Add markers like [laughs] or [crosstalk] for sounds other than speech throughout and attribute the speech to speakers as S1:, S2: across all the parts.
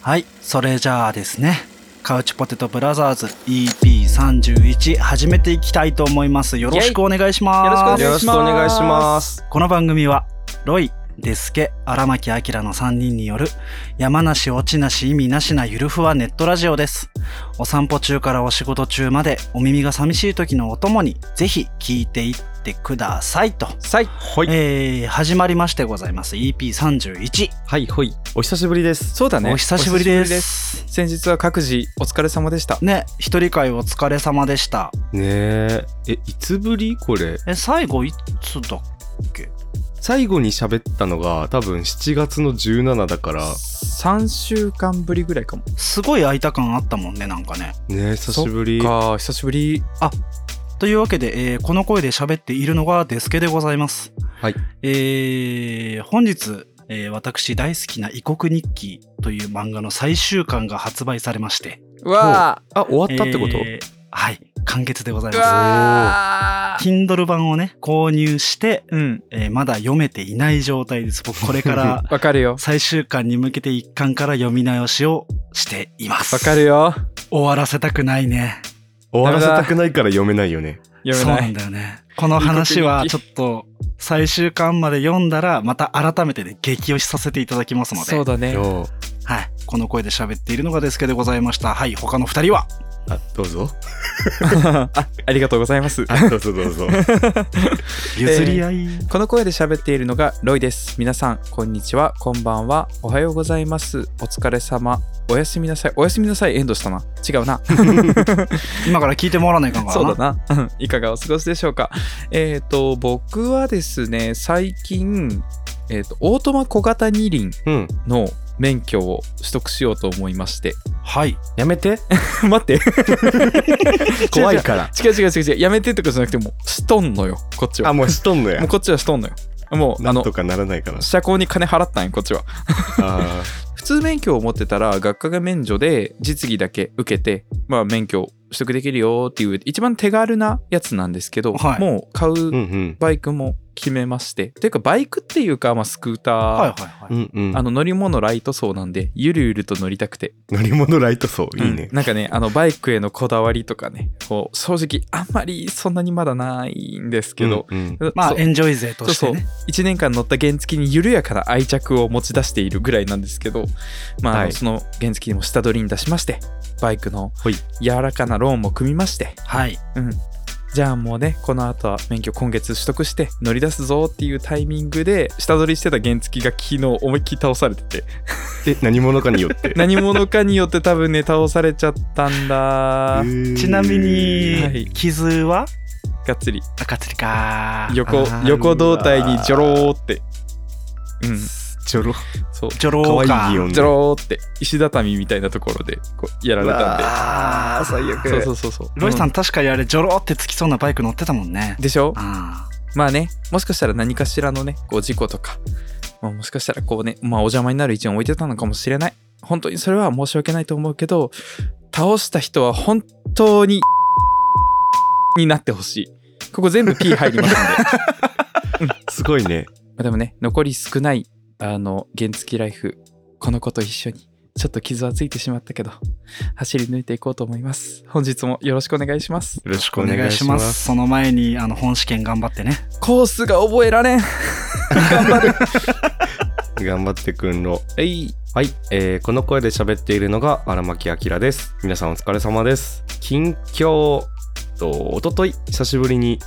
S1: はいそれじゃあですねカウチポテトブラザーズ EP31 始めていきたいと思いますよろしくお願いします
S2: よろしくお願いします
S3: よろしくお願いします。
S1: この番組はロイデスケ荒牧明の3人による山なし落ちなし意味なしなゆるふわネットラジオですお散歩中からお仕事中までお耳が寂しい時のお供にぜひ聞いていってくださいと、
S2: はい、
S3: はい。
S1: えー始まりましてございます EP31
S2: はい、ほい。
S3: お久しぶりです。
S2: そうだね。
S1: お久しぶりで
S2: お久しぶり
S1: す
S2: 先日は各自お疲れ様でした。
S1: ね一人会お疲れ様でした
S3: ねえ。え、いつぶりこれ。
S1: え最後いつだっけ
S3: 最後に喋ったのが多分7月の17だから、
S2: 3週間ぶりぐらいかも。
S1: すごい空いた感あったもんねなんかね
S3: ねえ、久しぶり。
S2: か久しぶり。
S1: というわけで、えーこの声で喋っているのがデスケでございます。
S3: はい。
S1: えー本日、えー私大好きな異国日記という漫画の最終巻が発売されまして。
S2: うわ
S3: あ、終わったってこと、
S1: えーはい。完結でござい
S2: ーう
S1: ま
S2: わ
S1: す。
S2: ー
S1: Kindle 版をね、購入して、
S2: うん、
S1: えーまだ読めていない状態です。僕これから
S3: [laughs]
S2: わかるよ。
S1: 最終巻に向けて一巻から読み直しをしています。
S2: わかるよ。
S1: 終わらせたくないね。
S3: 終わらせたくないから読めないよね。
S2: 読
S1: そう
S2: め
S1: な
S2: なんい。
S1: だよね。この話はちょっと最終巻まで読んだらまた改めてね激推しさせていただきますので
S2: そう、だね。
S3: よ
S1: はい、この声で喋っているのがですけでございました。はい、他の二人は
S3: うあ、どうぞ。
S2: あありがとうございます。
S3: あ、どうぞどう [laughs] ぞ。
S1: 譲り合い、
S2: この声で喋っているのがロイです。皆さん、こんにちは、こんばんは、おはようございます。お疲れ様。おやすみなさい。おやすみなさい。エンドしたな。違うな。
S1: 今から聞いてもらわないかんから
S2: そ
S1: な。
S2: うだな。 [laughs] うんいかがお過ごしでしょうか。えっ、と、僕はですね、最近、えっ、と、オートマ小型二輪
S3: うん。
S2: の免許を取得しようと思いまして。
S1: はい。
S3: やめて。
S2: [laughs] 待って。
S3: [laughs] 怖いから。
S2: [laughs] 違う違う違う違う。やめてってことじゃなくて、もう、しとんのよ、こっち
S3: あ、
S2: は。
S3: もうしとんのや
S2: もう、。こっちはしとんのよ。もう、
S3: な
S2: あ
S3: ん
S2: の
S3: と、かならないから。
S2: 車高に金払ったんよ、こっちは。
S3: あ
S2: 普通免許を持ってたら学科が免除で実技だけ受けて、まあ、免許を取得できるよっていう一番手軽なやつなんですけど、
S1: はい
S2: もう買
S3: ーうん
S2: う
S3: うん。
S2: バイクも決めまして、ていうかバイクっていうか、まあ、スクーター、
S1: はいはいは
S3: う
S1: い。
S3: んうん。
S2: あの乗り物ライト層なんでゆるゆると乗りたくて
S3: 乗り物ライト層。いいね
S2: うん。なんかねあのバイクへのこだわりとかねこう正直あんまりそんなにまだないんですけど、
S3: うんうん
S1: まあ
S2: そう
S1: エンジョイ勢としてね。
S2: 1年間乗った原付に緩やかな愛着を持ち出しているぐらいなんですけど、まあ
S3: はい
S2: その原付にも下取りに出しましてバイクの
S3: はい
S2: 柔らかなローンも組みまして、
S1: はい。
S2: うん、じゃあもうねこの後は免許今月取得して乗り出すぞっていうタイミングで下取りしてた原付が昨日思いっきり倒されて
S3: [laughs]
S2: て
S3: え、何者かによって。
S2: 何者かによって多分ね倒されちゃったんだが
S1: ちなみ
S2: は
S1: に
S2: い
S1: 傷は
S2: っつり
S1: 赤釣りか。
S2: 横
S1: あー
S2: 横胴体にジョローってうん
S3: ちょろ
S2: そう
S1: ジョロ
S3: 可
S1: ーか。
S3: 愛いよね
S2: ジョローって石畳みたいなところでこうやられたんで
S1: ああ最悪
S2: そうそうそうそう
S1: ロイさん、
S2: う
S1: 確かにあれジョローってつきそうなバイク乗ってたもんね。
S2: でしょ
S1: あ
S2: まあねもしかしたら何かしらのねこう事故とか、まあ、もしかしたらこうね、まあ、お邪魔になる位置に置いてたのかもしれない本当にそれは申し訳ないと思うけど倒した人は本当にになってほしいここ全部 P 入りますんでます
S3: ごいね。
S2: あでもね残り少ないあの原付ライフこの子と一緒にちょっと傷はついてしまったけど走り抜いていこうと思います本日もよろしくお願いします
S3: よろしく
S1: あお願いします。。その前にあの本試験頑張ってね。
S2: コースが覚えら [laughs] れん頑張る
S3: 頑張ってくんろ。
S2: えい
S3: はい、えーこの声で喋っているのが荒牧明です。皆さんお疲れ様です。近況と一昨日久しぶりに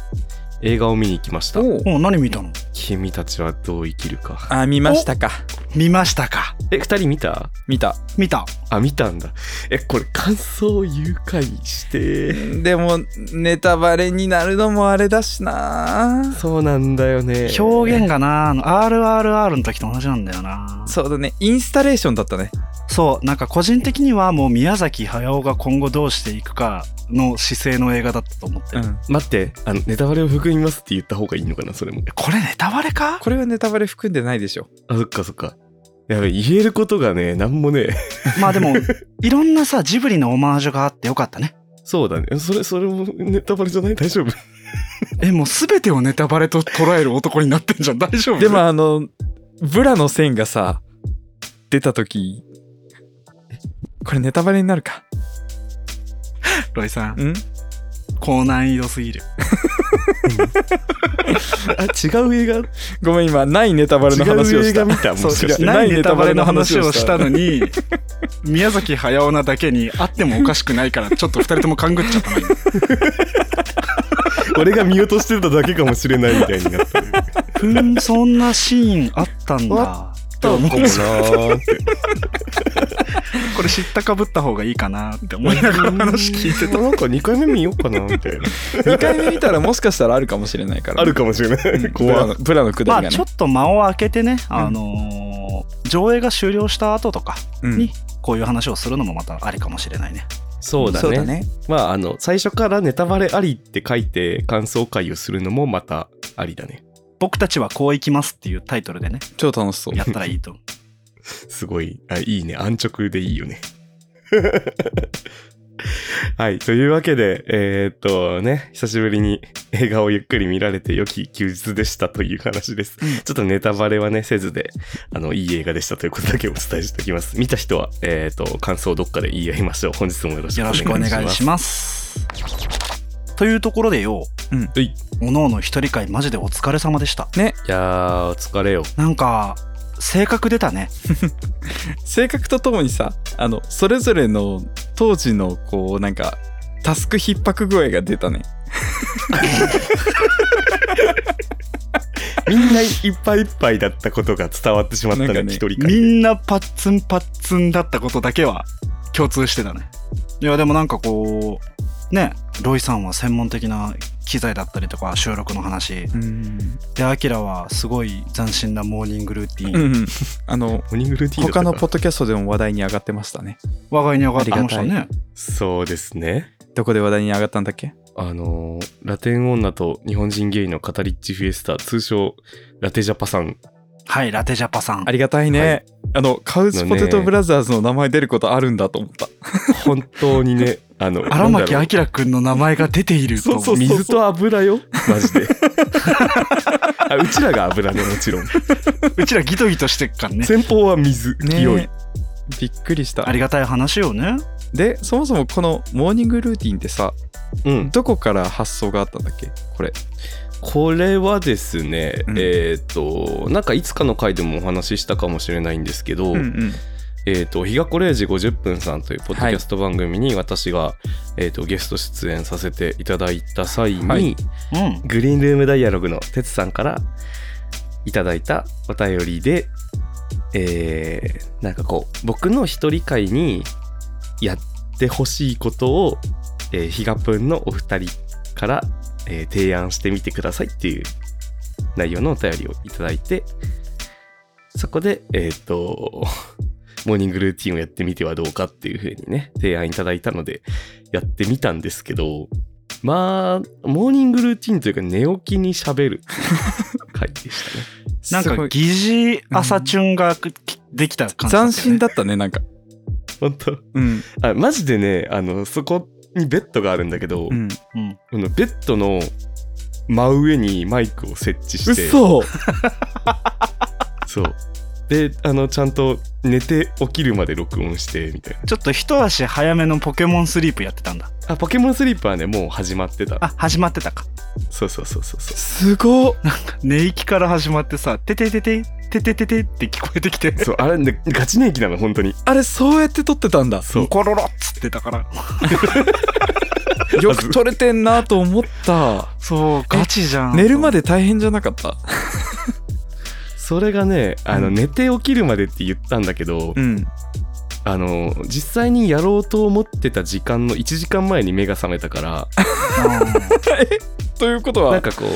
S3: 映画を見に行きました。
S2: おう
S1: お何見たの
S3: 君たちはどう生きるか。
S2: あ見ましたか
S1: 見ましたか
S3: え、二人見た？
S2: 見た
S1: 見た。
S3: あ、見たんだ。え、これ感想誘拐して。
S2: でもネタバレになるのもあれだしな
S3: そうなんだよね。
S1: 表現がな、あの RRR の時と同じなんだよな。
S2: そうだねインスタレーションだったね
S1: そう、なんか個人的にはもう宮崎駿が今後どうしていくかの姿勢の映画だったと思って
S2: う
S1: る。
S2: ん
S3: 待って、あのネタバレを含みますって言った方がいいのかな、それも。
S1: これネタバレか
S2: これはネタバレ含んでないでしょ
S3: あ、そっかそっか。やべ、言えることがね、なんもね。
S1: まあでも、 [laughs] いろんなさ、ジブリのオマージュがあってよかったね。
S3: そうだね。それ、それもネタバレじゃない [laughs] 大丈夫
S1: え、もう全てをネタバレと捉える男になってんじゃん。大丈夫
S2: でもあのブラの線がさ出た時これネタバレになるか。
S1: ロイさん、
S2: ん
S1: 高難易度すぎる。
S3: あ違う映画
S2: ごめん、今、ないネタバレの話をした。
S3: 違う映画見たもしかして
S2: そう違う
S1: な
S2: ないいネ
S1: ネ
S2: タ
S1: タ
S2: バ
S1: バ
S2: レ
S1: レ
S2: の
S1: の
S2: 話
S1: 話
S2: を
S1: を
S2: し
S1: したたのに、 [laughs] 宮崎駿なだけにあってもおかしくないから、ちょっと二人とも勘ぐっちゃったの今
S3: 俺が見落としてただけかもしれないみたいになってる。
S1: ふん、そんなシーンあったんだ。って思う
S3: かもなーって。
S1: これ知ったかぶった方がいいかなって思いながら話聞い [laughs] て
S3: なんか2回目見ようかなみたいな。
S2: 2回目見たらもしかしたらあるかもしれないから。
S3: あるかもしれない。
S2: ブラの
S3: 怖
S2: ブラのくだ
S1: ま
S2: り
S1: あ
S2: がね
S1: ちょ。っと間を空けてね、あのー上映が終了した後とか
S2: うん
S1: にこういう話をするのもまたありかもしれないね。
S3: そうだ
S2: そうだ
S3: ね。
S2: ね。
S3: まあ、あの、最初からネタバレありって書いて感想会をするのもまたありだね。
S1: 僕たちはこういきますっていうタイトルでね、
S2: 超楽しそう。
S1: やったらいいと思う。
S3: すごい、あいいね。安直でいいよね。 [laughs] はい。というわけで、えーっとね、久しぶりに映画をゆっくり見られて良き休日でしたという話です。ちょっとネタバレはね、せずで、あの、いい映画でしたということだけお伝えしておきます。見た人は、えーっと、感想をどっかで言い合いましょう。本日もよろしくお
S1: よろしくお
S3: 願いし
S1: 願い
S3: ます
S1: し。ます。というところでよ、
S3: はいい
S1: おのおの一人会マジでお疲れ様でした。
S3: やー、お疲れよ。
S1: なんか、性格出たね。
S2: 性格とともにさ、あの、それぞれの当時の、こう、なんか、タスク逼迫具合が出たね。
S3: [laughs] みんないっぱいいっぱいだったことが伝わってしまった
S2: なんか
S3: ね、
S2: ね
S3: 一、人
S1: み
S3: 会。
S1: んなパッツンパッツンだったことだけは共通してたね。いや、でもなんかこう、ね、ロイさんは専門的な機材だったりとか収録の話。
S2: うん。
S1: で、アキラはすごい斬新なモーニングルーティ
S2: う
S1: ン。
S2: ん。あの、
S3: モーニングルーティンだった
S2: 他
S3: か
S2: のポッドキャストでも話題に上がってましたね。
S1: 我が家に上がってました
S2: あ
S1: ね。
S3: そうですね。
S2: どこで話題に上がったんだっけ
S3: あのーラテン女と日本人ゲイのカタリッチフィエスタ、通称ラテジャパさん。
S1: はい、ラテジャパさん
S2: あ。りがたいね。
S3: はい
S2: あの、カウチポテトブラザーズの名前出ることあるんだと思った。
S3: 本当にね、あの、
S1: 荒
S3: なんだ
S1: 牧
S3: ろう
S1: 明君の名前が出ていると思う。
S2: [laughs] そうそう
S3: 水と油よ、マジで。あうちらが油ね、もちろん。
S1: うちらギトギトしてっからね。
S3: 先方は水、
S2: ね
S3: 清い。
S2: びっくりした
S1: あ。りがたい話よね。
S2: で、そもそもこのモーニングルーティンってさ、
S3: うん。
S2: どこから発想があったんだっけこれ。
S3: これはですね、
S2: うん
S3: えっ、と、なんかいつかの回でもお話ししたかもしれないんですけど、
S2: ん。
S3: えー、と日がこ0時50分さんというポッドキャスト番組に私が、えー、とゲスト出演させていただいた際に、
S2: はい
S1: うん。
S3: グリーンルームダイアログのてつさんからいただいたお便りで、えーなんかこう僕の一人会にやってほしいことを、えー、日がぷんのお二人から、えー提案してみてくださいっていう内容のお便りをいただいてそこでえっ、と [laughs] モーニングルーティンをやってみてはどうかっていう風にね提案いただいたのでやってみたんですけどまあモーニングルーティンというか寝起きにしゃ
S2: [laughs]
S3: べるっていう回でしたね。
S1: なん
S2: すご
S1: か
S2: い
S1: 疑似朝チュンができた感じだったよね、
S2: 斬新だったね、なんか。
S3: 本当
S2: うん。
S3: あマジでねあのそこにベッドがあるんだけど、
S2: うん。
S1: うん。
S3: このベッドの真上にマイクを設置して
S2: 嘘
S3: そうであのちゃんと寝て起きるまで録音してみたいな
S1: ちょっと一足早めのポケモンスリープやってたんだ。
S3: あポケモンスリープはねもう始まってた
S1: あ、始まってたか。
S3: そうそうそうそうそう
S2: すごっ
S1: 寝息から始まってさ、てててて、ててててって聞こえてきて、
S3: そうあれ、ね、ガチ寝息なの本当に
S2: あれ、そうやって撮ってたんだ。
S3: そう
S1: コロロっつってたから。
S2: よく撮れてんなと思った。
S1: そう、ガチじゃん。
S2: 寝るま
S1: で。
S2: で大変じゃなかった。
S3: それがねあの、
S2: うん
S3: 寝て起きるまでって言ったんだけど、
S2: うん。
S3: あの実際にやろうと思ってた時間の1時間前に目が覚めたから
S2: ということ
S3: なん
S2: は、
S3: かこう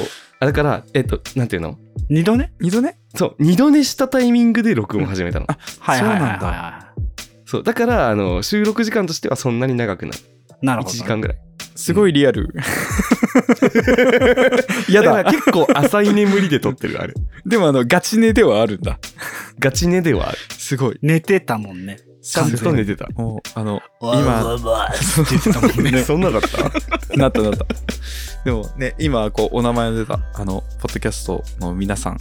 S3: あだからえっとなんていうの
S1: 二度ね
S2: 二度ね。
S3: そう二度寝したタイミングで録音を始めたの、
S2: あ
S1: はいはいはい、
S2: そう
S1: は
S2: なんだ
S1: い。
S3: そうだからあの収録時間としてはそんなに長くない
S1: なる
S3: 1
S1: ほど。
S3: 時間ぐらい
S2: すごいリアル。や
S3: か
S2: だ。
S3: ら結構浅い眠りで撮ってるあれ
S2: でも、あの、ガチ寝ではあるんだ。
S3: [laughs] ガチ寝ではある
S2: すごい。
S1: 寝てたもんね。
S2: ちゃん
S3: ずっと
S2: と
S3: 寝
S2: ね。
S3: てた
S2: もう、あの、
S1: わわわーって言ってたもんね。
S3: [laughs] そんなだった
S2: なったなった。でもね、今、こう、お名前の出た、あの、ポッドキャストの皆さん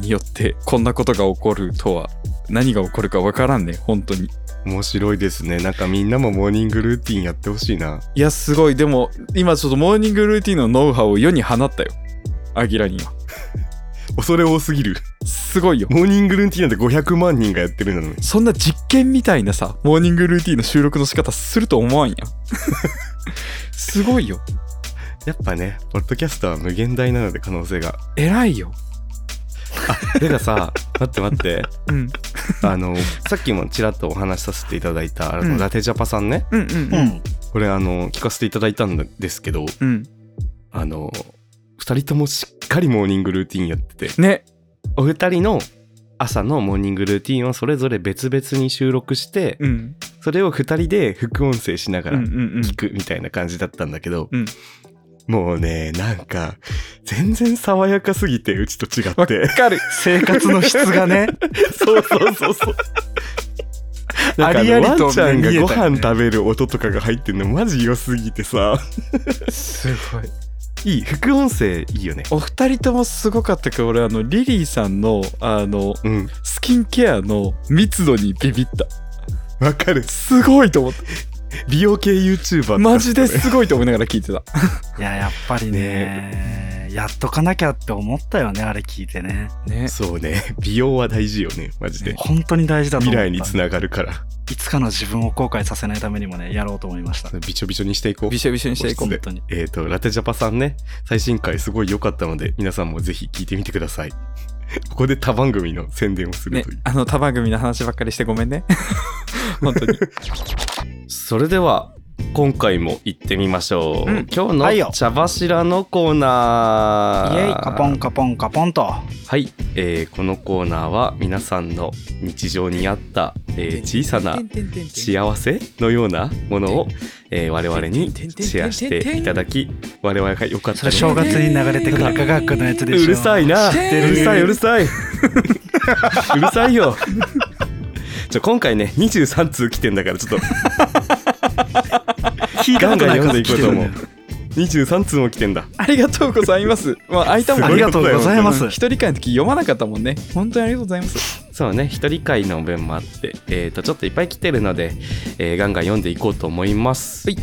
S2: によって、こんなことが起こるとは、何が起こるかわからんね、本当に。
S3: 面白いですねなんかみんなもモーニングルーティンやってほしいない
S2: やすごいでも今ちょっとモーニングルーティンのノウハウを世に放ったよアギラには
S3: 恐れ多すぎる
S2: すごいよ
S3: モーニングルーティンなんて500万人がやってるんだのに
S2: そんな実験みたいなさモーニングルーティンの収録の仕方すると思わんやんすごいよ
S3: やっぱねポッドキャストは無限大なので可能性が
S2: 偉いよ
S3: てかさ待って待って
S2: うん
S3: あのさっきもちらっとお話しさせていただいたあ
S2: う
S3: の、
S2: ん
S3: ラテジャパさんね
S2: うんうん
S1: う
S2: うん
S1: ん。
S3: これあの聞かせていただいたんですけど
S2: うん
S3: あの2人ともしっかりモーニングルーティンやってて
S2: ね
S3: お二人の朝のモーニングルーティンをそれぞれ別々に収録して、
S2: うん
S3: それを二人で副音声しなが
S2: うんう
S3: ら
S2: んうん
S3: 聞くみたいな感じだったんだけど、
S2: うん
S3: もうねなんか全然爽やかすぎてうちと違っ
S2: わ
S3: て
S2: かる
S1: 生活の質がね。
S3: そうそうそうそう [laughs] なんか
S2: ありありと
S3: ワンちゃんが
S2: 見え
S3: ご
S2: たよね
S3: 飯食べる音とかが入ってんのマジ良すぎてさ
S2: すごい
S3: いい副音声いいよね
S2: お二人ともすごかったけど俺あのリリーさんのあの
S3: うん
S2: スキンケアの密度にビビった
S3: わかる
S2: すごいと思っ
S3: 美容系 YouTuber と
S2: た
S3: か
S2: マジですごいと思いながら聞いてた
S1: いや、やっぱりね、やっとかなきゃって思ったよね、あれ聞いてね。
S2: ね
S3: そうね美容は大事よねマジで
S1: 本当に大事だと
S3: 未
S1: 思った。
S3: 来につながるから
S1: いつかの自分を後悔させないためにもね、やろうと思いました。
S3: びちょびちょにしていこう
S2: びしょびしょにしていこ
S1: 本
S2: う
S1: 当に。
S3: えっ、とラテジャパさんね最新回すごい良かったので皆さんもぜひ聞いてみてくださいここで他番組の宣伝をする
S2: ね
S3: という、
S2: あの多番組の話ばっかりしてごめん [laughs] ね本当に
S3: それでは今回も行ってみましょう、
S2: うん
S3: 今
S1: はい
S3: 日
S1: よ
S3: の茶柱のコーナー
S2: イエイ
S1: カポンカポンカポンと。
S3: はい、えーこのコーナーは皆さんの日常にあった、えー小さな幸せのようなものを、えー我々にシェアしていただき我々が良かっ
S1: そ
S3: た
S1: れ正月に流れてくる科学のやつでしょ。
S3: うるさいなう
S2: してる
S3: るさいうるさい [laughs] うるさいよ [laughs] ちょ今回ね23通来てんだからちょっと
S1: 聞いた
S3: ガ
S1: こ
S3: ン
S1: とな
S3: ガン
S1: い
S3: 読んでいこうと思う
S1: 数来てるんだよ
S3: 23通も来てんだ
S2: ありがとうございますまあ空いたも
S1: あ
S2: ん
S1: り
S2: ね
S1: がとうございます
S2: うん。一人会の時読まなかったもんね本当にありがとうございます
S3: そうね一人会の分もあって、えー、とちょっといっぱい来てるので、えーガンガン読んでいこうと思います、
S2: はい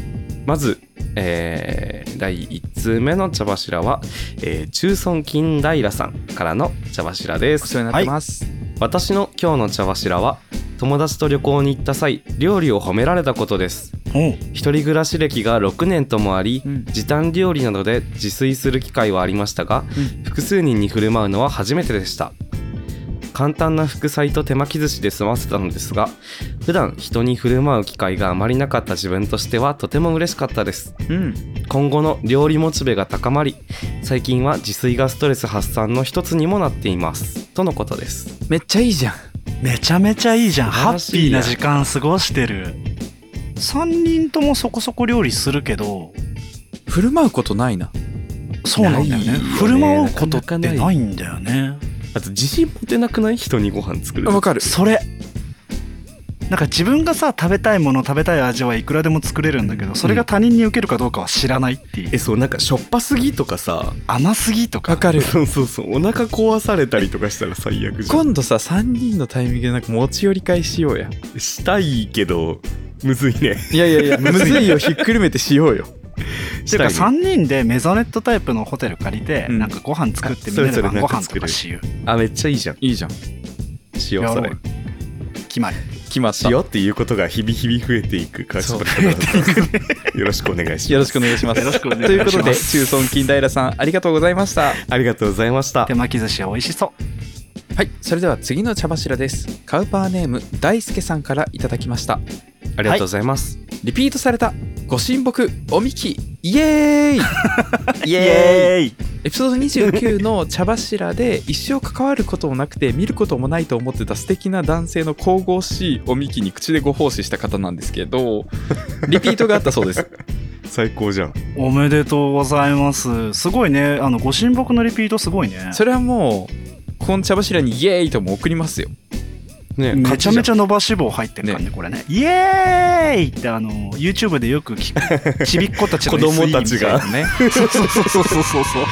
S3: まず、えー第1通目の茶柱は、えー中村金平さんからの茶柱で
S2: お
S3: す
S2: 世話になってます、
S3: 私の今日の茶柱は友達と旅行に行った際料理を褒められたことです
S1: おう
S3: 一人暮らし歴が6年ともあり、
S2: うん
S3: 時短料理などで自炊する機会はありましたが、
S2: うん
S3: 複数人に振る舞うのは初めてでした簡単な副菜と手巻き寿司で済ませたのですが普段人に振る舞う機会があまりなかった自分としてはとても嬉しかったです
S2: うん
S3: 今後の料理モチベが高まり最近は自炊がストレス発散の一つにもなっていますとのことです
S2: めっちゃいいじゃん
S1: めちゃめちゃいいじゃん。
S3: 素
S1: ハ
S3: 晴らし
S1: ッ
S3: い
S1: ピー
S3: や
S1: な時間過ごしてる。3人ともそこそこ料理するけど、
S2: 振る舞うことないな
S1: そうなんだよね
S3: ないよね
S1: 振る舞うことって
S3: なかなかない
S1: ないんだよね
S3: あと自信持てなくない人にご飯作る
S2: わかる
S1: それなんか自分がさ食べたいもの食べたい味はいくらでも作れるんだけどそれが他人に受けるかどうかは知らないっていう、
S3: えそうなんかしょっぱすぎとかさ
S1: 甘すぎとか
S2: わかる
S3: [laughs] そうそうそうお腹壊されたりとかしたら最悪じゃん
S2: 今度さ3人のタイミングでなんか持ち寄り会しようや
S3: したいけどむずいね
S2: いやいやいや [laughs] むずいよひっくるめてしようよ
S1: っていうか3人でメゾネットタイプのホテル借りて、
S2: うん
S1: なんかご飯作って
S3: あ
S1: みんなで晩ご
S3: それ
S1: 飯
S3: それ
S1: とかしよ
S3: あめっちゃいいじゃん
S2: いいじゃん
S3: し
S1: う
S3: よう
S1: やろ
S3: そうれ
S1: 決まり
S2: 来ました
S3: しようっていうことが日々日々増えていく川島さん
S1: そう
S3: よろしくお願いし
S2: よろ
S3: ま
S2: し
S3: す
S2: くお願いします
S1: よろしくお願いします
S2: ということで中村金平さんありがとうございました
S3: ありがとうございました
S1: 手巻き寿司は美味しそう
S2: はいそれでは次の茶柱ですカウパーネーム大輔さんからいただきました
S3: ありがとうございます、
S2: リピートされたご神木おみきイエーイ
S3: イ
S2: エ
S3: ーイ
S2: エピソード29の茶柱で一生関わることもなくて見ることもないと思ってた素敵な男性の神々しいおみきに口でご奉仕した方なんですけ
S3: [laughs]
S2: どリピートがあったそうです
S3: 最高じゃん
S1: おめでとうございますすごいねあのご神木のリピートすごいね
S2: それはもうこの茶柱にイエーイとも送りますよ
S3: ね
S1: めちゃめ
S3: ち
S1: ちゃ伸ばし棒入ってる感じ、これね。イエーイってあの YouTube でよく聞くちびっ子たちの
S3: 子供たちが
S1: SE みいなね。そうそうそうそうそうそう。
S3: ゃ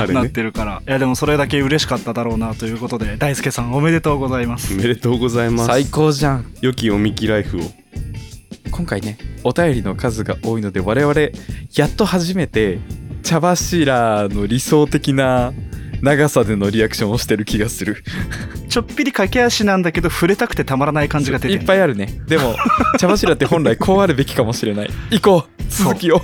S3: あれ
S1: なっ
S3: ね
S1: てるから、いやでもそれだけ嬉しかっただろうなということで大輔さんおめでとうございま
S3: お
S1: す
S3: めでとうございます
S2: 最高じゃん
S3: 良きおみきライフを
S2: 今回ねお便りの数が多いので我々やっと初めて茶柱の理想的な長さでのリアクションをしてる気がする
S1: ちょっぴり駆け足なんだけど触れたくてたまらない感じが出て
S2: い
S1: る
S2: っぱいあるねで [laughs] も茶柱って本来こうあるべきかもしれない行こう続きを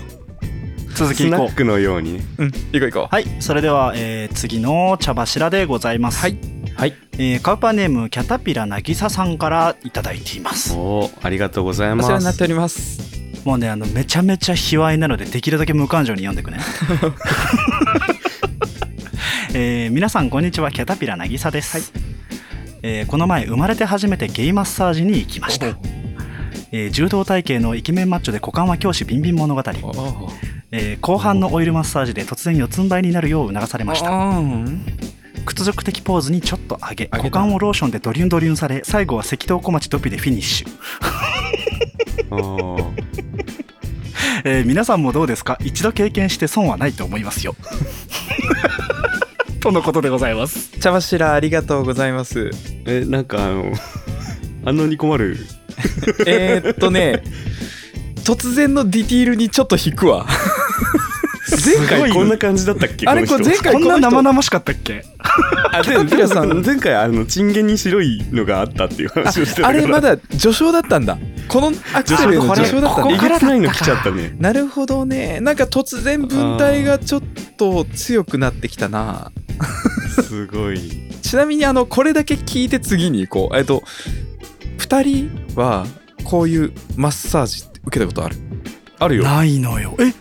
S1: 続き
S3: ス
S1: い
S3: ナ
S1: こう
S3: ックのようにね
S2: うん行こう行こ
S1: はいそれでは、えー次の茶柱でございます、
S2: はいはい
S1: えーカウパーネームキャタピラ渚さんからいただいています
S3: おおありがとうございう
S2: お
S3: ま
S2: 世話になっ
S3: す
S2: ております
S1: もうねあのめちゃめちゃ卑猥なのでできるだけ無感情に読んで [laughs] くねえー皆さんこんにちはキャタピラ渚です、えーこの前生まれて初めてゲイマッサージに行きました、えー柔道体型のイケメンマッチョで股間は教師ビンビン物語、
S2: おお
S1: えー後半のオイルマッサージで突然四つん這いになるよう促されました屈辱的ポーズにちょっと上げ
S2: 上げた
S1: 股間をローションでドリュンドリュンされ最後は赤道小町ドピでフィニッシュ、
S3: あー
S1: えー皆さんもどうですか一度経験して損はないと思いますよとのことでございます
S2: 茶柱ありがとうございます
S3: えなんかあのあんなに困る
S2: [laughs] えーっとね突然のディティールにちょっと引く [laughs] わ前
S3: 前回
S2: 回
S3: こ
S2: こ
S3: ん
S2: ん
S3: な
S2: な
S3: 感じだったっけ
S2: あれこれ前回
S1: こんな
S2: の人
S1: 生々しかったっけ
S2: あでもピラさん
S3: 前回あのチンゲンに白いのがあったっていう話をしてた
S2: あ
S3: から
S2: れまだ序章だったんだこのアクセルへの
S1: あこれ
S2: 序章だった
S1: こ
S2: ね
S1: こからだったか
S3: えげつないの来ちゃったね
S2: なるほどねなんか突然文体がちょっと強くなってきたな
S3: すごい
S2: ちなみにあのこれだけ聞いて次に行こうえっと2人はこういうマッサージって受けたことある
S3: あるよ
S1: ないのよえ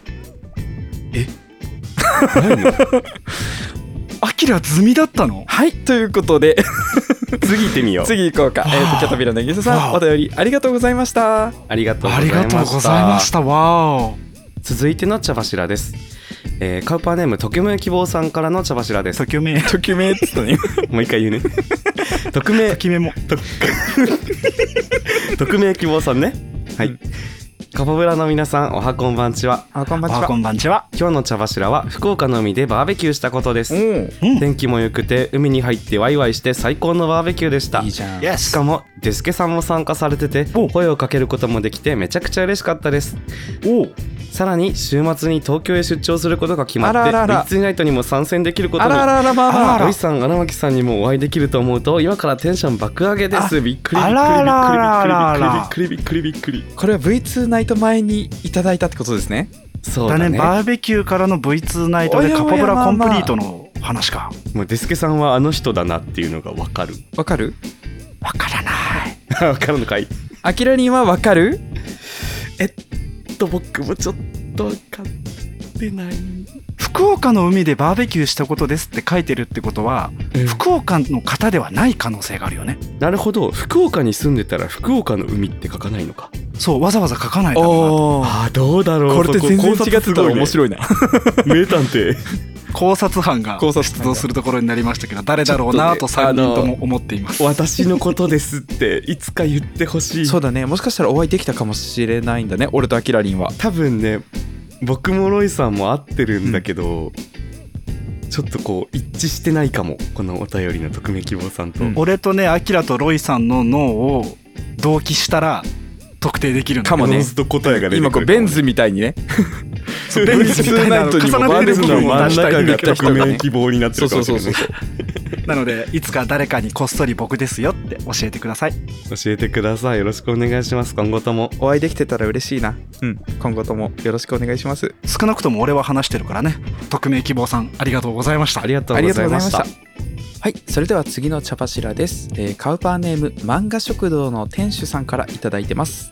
S3: ないの
S1: [laughs] アキラ済みだったの
S2: はいということで
S3: [laughs] 次行ってみよう
S2: 次行こうかえっ、
S1: わあ
S2: とキャタピラのギスさ
S1: わ
S2: ん
S1: あ
S2: お便りありがとうございました
S3: ありがとうご
S1: あ
S3: ざい
S1: り
S3: ました
S1: がとうございましたわー
S3: 続いての茶柱です、えーカウパーネームときめ希望さんからの茶柱で
S1: [laughs]
S3: す
S1: ときめ
S2: ときめっつったね
S3: もう一回言うね [laughs] 匿名
S1: ときめも
S3: 匿名希望さんねはい、
S2: うん
S3: カポブラの皆さんおはこんばんちは
S2: [laughs] あこんばんち
S1: あ
S2: は
S1: こんばんちは
S3: 今日の茶柱は福岡の海でバーベキューしたことで
S2: う
S3: す
S2: ん
S1: うん
S3: 天気も良くて海に入ってワイワイして最高のバーベキューでした
S2: いいじゃん
S1: や
S3: しかもデスケさんも参加されてて
S1: お
S3: 声をかけることもできてめちゃくちゃ嬉しかったです
S1: おう
S3: さらに週末に東京へ出張することが決まって
S2: あららら
S3: ビッツイナイトにも参戦できること
S2: あ
S3: に
S2: らあらあらまあまあ
S1: あら
S3: ロイさん荒牧さんにもお会いできると思うと今からテンション爆上げですびっくりび
S1: あららららら
S3: っくりびっくりびっくりびっくりびっくりびっくりびっく
S2: これは V2 ナイト前にいただいたってことですね
S3: りそう
S1: だ
S3: だ
S1: ね
S3: ね
S1: バーベキューからの V2 ナイトでカポブラコンプリートの話か
S3: もうデスケさんはあの人だなっていうのがわかる [laughs]
S2: わかる
S1: わからない
S3: わかるのかい
S2: アキラリンはわかる
S3: と僕もちょっとわかってない
S1: 福岡の海でバーベキューしたことですって書いてるってことは福岡の方ではない可能性があるよね
S3: なるほど福岡に住んでたら福岡の海って書かないのか
S1: そうわざわざ書かないだろ
S2: おー
S3: あーどうだろう
S2: これって全然違ってたら面
S3: い
S2: 白いな
S3: 名探偵
S2: [laughs]
S1: うな考察班が
S2: 考察
S1: 出
S2: 班が
S1: 動するところになりましたけど誰だろうなと
S3: ちょっと
S1: 3
S3: ね
S1: 人とも思っています、
S3: 私のことですっていつか言ってほしい
S2: そうだねもしかしたらお会いできたかもしれないんだね俺とアキラリンは
S3: 多分ね僕もロイさんも合ってるんだけど、ちょっとこう一致してないかもこのお便りの匿名希望さんと、
S2: うん
S1: 俺とねアキラとロイさんの脳を同期したら特定できるんだけど
S2: かもね
S3: おのずと答えが出てくる
S2: 今こうベンズみたい [laughs] にね
S1: そうベンズみたいなの
S2: V2 ナイトにも
S1: 重ねてる
S2: ベン
S1: 部
S2: ズの
S1: 分を
S2: 真
S1: 出
S2: ん
S1: したい
S2: 中
S1: んだ
S2: が
S1: けど
S2: 匿名希
S3: 望にな
S2: そうそうそうそう
S1: なのでいつか誰かにこっそり僕ですよって教えてください
S3: 教えてくださいよろしくお願いします今後とも
S2: お会いできてたら嬉しいなうん今後ともよろしくお願いします
S1: 少なくとも俺は話してるからね匿名希望さんありがとうございました
S3: ありがと
S2: あ
S3: う
S2: り
S3: ご
S2: がと
S3: ざ
S2: う
S3: い
S2: ござい
S3: ま
S2: ま
S3: し
S2: したたはいそれでは次の茶柱です、えーカウパーネーム漫画食堂の店主さんからいただいてます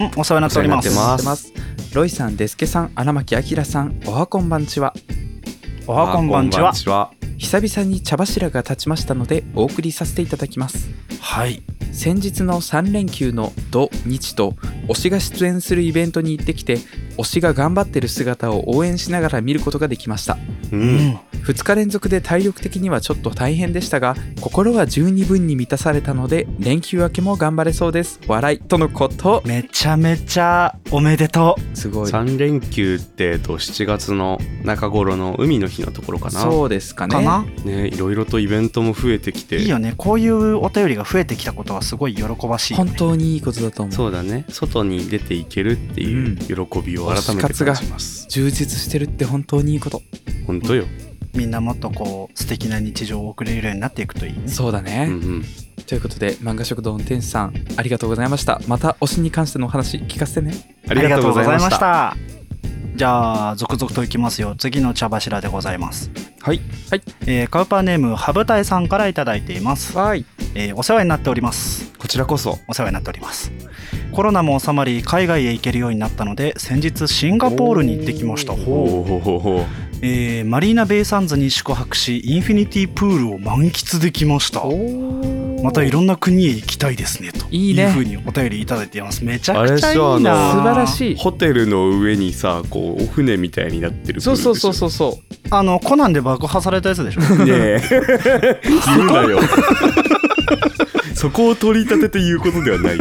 S1: うんお世話になっております
S3: お世話になって
S2: ますロイさんデスケさん荒牧明さんおはこんばんちは
S1: おはこんばんちは
S3: は
S2: 久々に茶柱が立ちましたのでお送りさせていただきます
S1: はい
S2: 先日の3連休の土日と推しが出演するイベントに行ってきて推しが頑張ってる姿を応援しながら見ることができました
S3: う
S1: うんん
S2: 2日連続で体力的にはちょっと大変でしたが心は十二分に満たされたので連休明けも頑張れそうです笑いとのこと
S1: めちゃめちゃおめでと
S2: すごい
S3: 3連休って、えっと、7月の中頃の海の日のところかな
S2: そうですか
S1: う
S2: ね
S1: かな、
S3: ねいろいろとイベントも増えてきて
S1: いいよねこういうお便りが増えてきたことはすごい喜ばしいよ
S2: 本
S1: ね
S2: 当にいいことだと思う
S3: そうだね外に出ていけるっていう喜びを改めて感じます、
S2: 充実してるって本当にいいこと
S3: 本当よ、
S1: みんなもっとこう素敵な日常を送れるようになっていくといいね
S2: そうだ
S3: う
S2: ね、
S3: んうん、
S2: ということで漫画食堂の店主さんありがとうございましたまた推しに関してのお話聞かせてね
S3: ありがとうございま
S1: ありがとうございまし
S3: し
S1: たたじゃあ続々といきますよ次の茶柱でございます
S2: はいはい
S1: えーカウパーネーム羽舞台さんからいただいています、
S2: わーい
S1: えーお世話になっております
S3: こちらこそ
S1: お世話になっておりますコロナも収まり海外へ行けるようになったので先日シンガポールに行ってきました
S3: ほうほうほうほう
S1: えーマリーナベイサンズに宿泊しインフィニティプールを満喫できましたまたいろんな国へ行きたいですねと
S2: いいね
S1: いうふうにお便りいただいていますめちゃ
S3: あれ
S1: く
S3: で
S1: ちゃい
S3: しょ
S1: いな
S3: あ
S2: 素晴ら
S1: い
S2: しい
S3: ホテルの上にさこうお船みたいになってる
S2: そうそうそうそううそ
S1: あのコナンで爆破されたやつ [laughs] でしょ
S3: ねえ言うなよ [laughs] そこを取り立てて言うことではない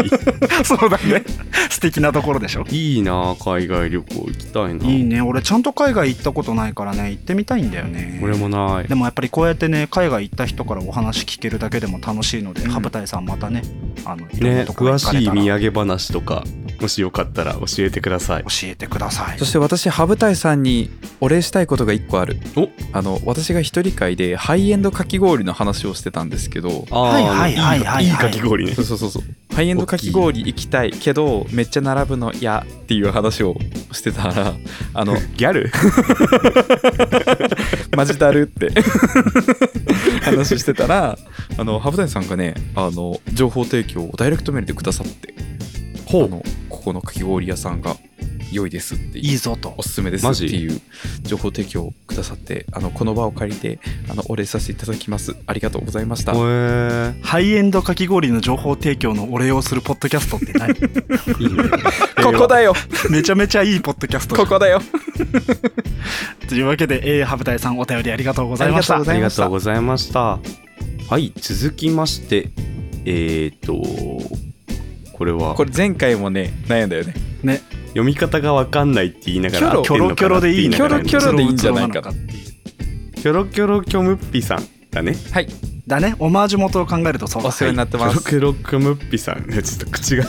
S1: そうだね素敵なところでしょ
S3: [laughs] いいなあ海外旅行行きたいない
S1: いね俺ちゃんと海外行ったことないからね行ってみたいんだよね
S3: 俺もない
S1: でもやっぱりこうやってね海外行った人からお話聞けるだけでも楽しいので、
S2: うん
S1: 羽舞台さんまたねあのいろん
S3: ね
S1: なところ
S3: 詳
S1: 行か
S3: し
S1: れ
S3: い
S1: たら教
S3: 土産話とかもしよかったら教えてください
S1: えてくださいう
S2: そして私羽舞台さんにお礼したいことが1個ある
S3: お
S2: あの私が一人会でハイエンドかき氷の話をしてたんですけど
S3: あ
S1: はい
S3: ー
S1: はいはいはいはい
S3: いかき氷ね
S2: そうそうそうそうハイエンドかき氷行きたいけどめっちゃ並ぶの嫌っていう話をしてたらあの
S3: ギャル
S2: マジだるって話してたらあの羽生谷さんがねあの情報提供をダイレクトメールでくださって
S3: ほう
S2: あのここのかき氷屋さんが良いですって
S1: い
S2: いう
S1: いぞと
S2: おすすめです
S3: マ
S2: って
S3: ジ
S2: いう情報提供をくださってあのこの場を借りてあのお礼させていただきますありがとうございました
S3: へえ
S1: ハイエンドかき氷の情報提供のお礼をするポッドキャストって [laughs] 何
S3: いいね
S2: ここだよ
S1: めちゃめちゃいいポッドキャストじゃ
S2: こ
S1: ん
S2: こだよ
S1: というわけで、えー、羽舞台さんお便りありがとうございました
S2: ありがとうござい
S3: ありがとうございました。はい、続きまして、えっ、と、これは
S2: これ前回もね悩んだよね
S3: 読み方がわかんないって言いなが
S2: キ
S3: ら、
S2: ョロ
S1: キョロキョロでいいね
S3: キョロキ
S2: キョ
S3: ョ
S2: ロ
S3: ロ、
S2: でいいんじゃないかな
S1: うつろうなのっていう
S3: キョロキョロキョムッピさんだね。
S2: はい
S1: だねオマージュ元を考えるとそうだ
S2: お世話になってます、
S3: キョロキョロキョムッピさん。いやちょっと口が、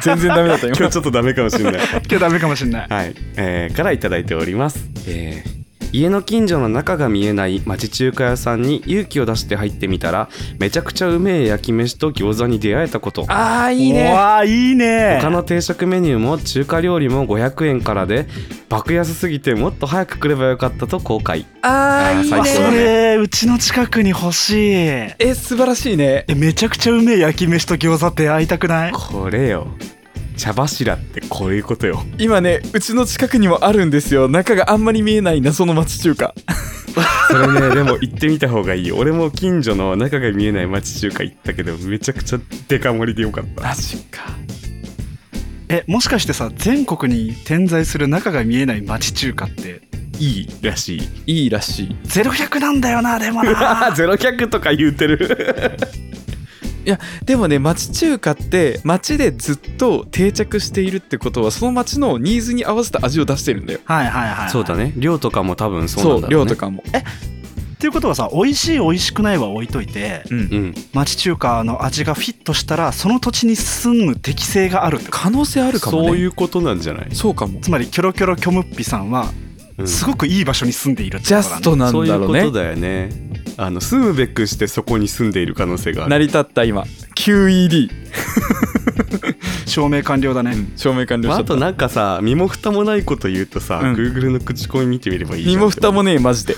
S2: [laughs] 全然ダメだった
S3: 今日ちょっとダメかもしれない。
S1: 今日ダメかもしれない
S3: はい、えーからいただいております、えー家の近所の中が見えない町中華屋さんに勇気を出して入ってみたらめちゃくちゃうめえ焼き飯と餃子に出会えたこと
S2: ああいいね
S1: わあいいね
S3: 他の定食メニューも中華料理も500円からで爆安すぎてもっと早く来ればよかったと後悔
S2: あーいい
S3: 最
S1: あ
S3: 高
S1: そ
S3: だ
S2: ね
S3: ね
S1: れうちの近くに欲しいえ
S2: え素晴らしいね
S1: めちゃくちゃうめえ焼き飯と餃子って会いたくない
S3: これよ茶柱ってこういうことよ
S2: 今ねうちの近くにもあるんですよ中があんまり見えない謎の町中華
S3: それね [laughs] でも行ってみた方がいいよ俺も近所の中が見えない町中華行ったけどめちゃくちゃデカ盛りでよかった
S2: マジか
S1: えもしかしてさ全国に点在する中が見えない町中華って
S3: いいらしい
S2: いいらしい
S1: 0100なんだよなでも
S3: うわ [laughs]
S1: な
S3: ーゼロ客とか言うてる
S2: でもね町中華って町でずっと定着しているってことはその町のニーズに合わせた味を出してるんだよ
S1: はいはいはい
S3: [laughs] そうだ
S1: ね
S3: ね量とかも多分そうなんだろ
S2: 量
S3: う、ね、
S2: とかも
S1: っていうことはさ美味しい美味しくないは置いといて
S2: うん、
S3: うん
S1: 町中華の味がフィットしたらその土地に住む適性があるってこと
S2: 可能性あるかもね
S3: そういううことなんじゃない、
S2: そうかも
S1: つまりキョロキョロキョムッピさんは
S3: うん
S1: すごくいい場所に住んでいるって
S2: ジ
S1: こ
S2: ャ
S1: とだ
S2: ス
S1: ね
S2: トなん
S3: そうい
S2: だ
S3: う
S2: ろ
S3: こ
S2: うね
S3: とだよねあの住むべくしてそこに住んでいる可能性があ
S2: 成り
S3: る
S2: 立った今 QED、
S1: 証明完了だね、
S2: うん、証明完了
S3: ま
S2: しちゃ
S3: あ、あ
S2: った、
S3: となんかさ身も蓋もないこと言うとさ、
S2: うん
S3: Google の口コミ見てみればいいじゃん
S2: 身も蓋もねえマ
S3: [laughs]
S2: ジで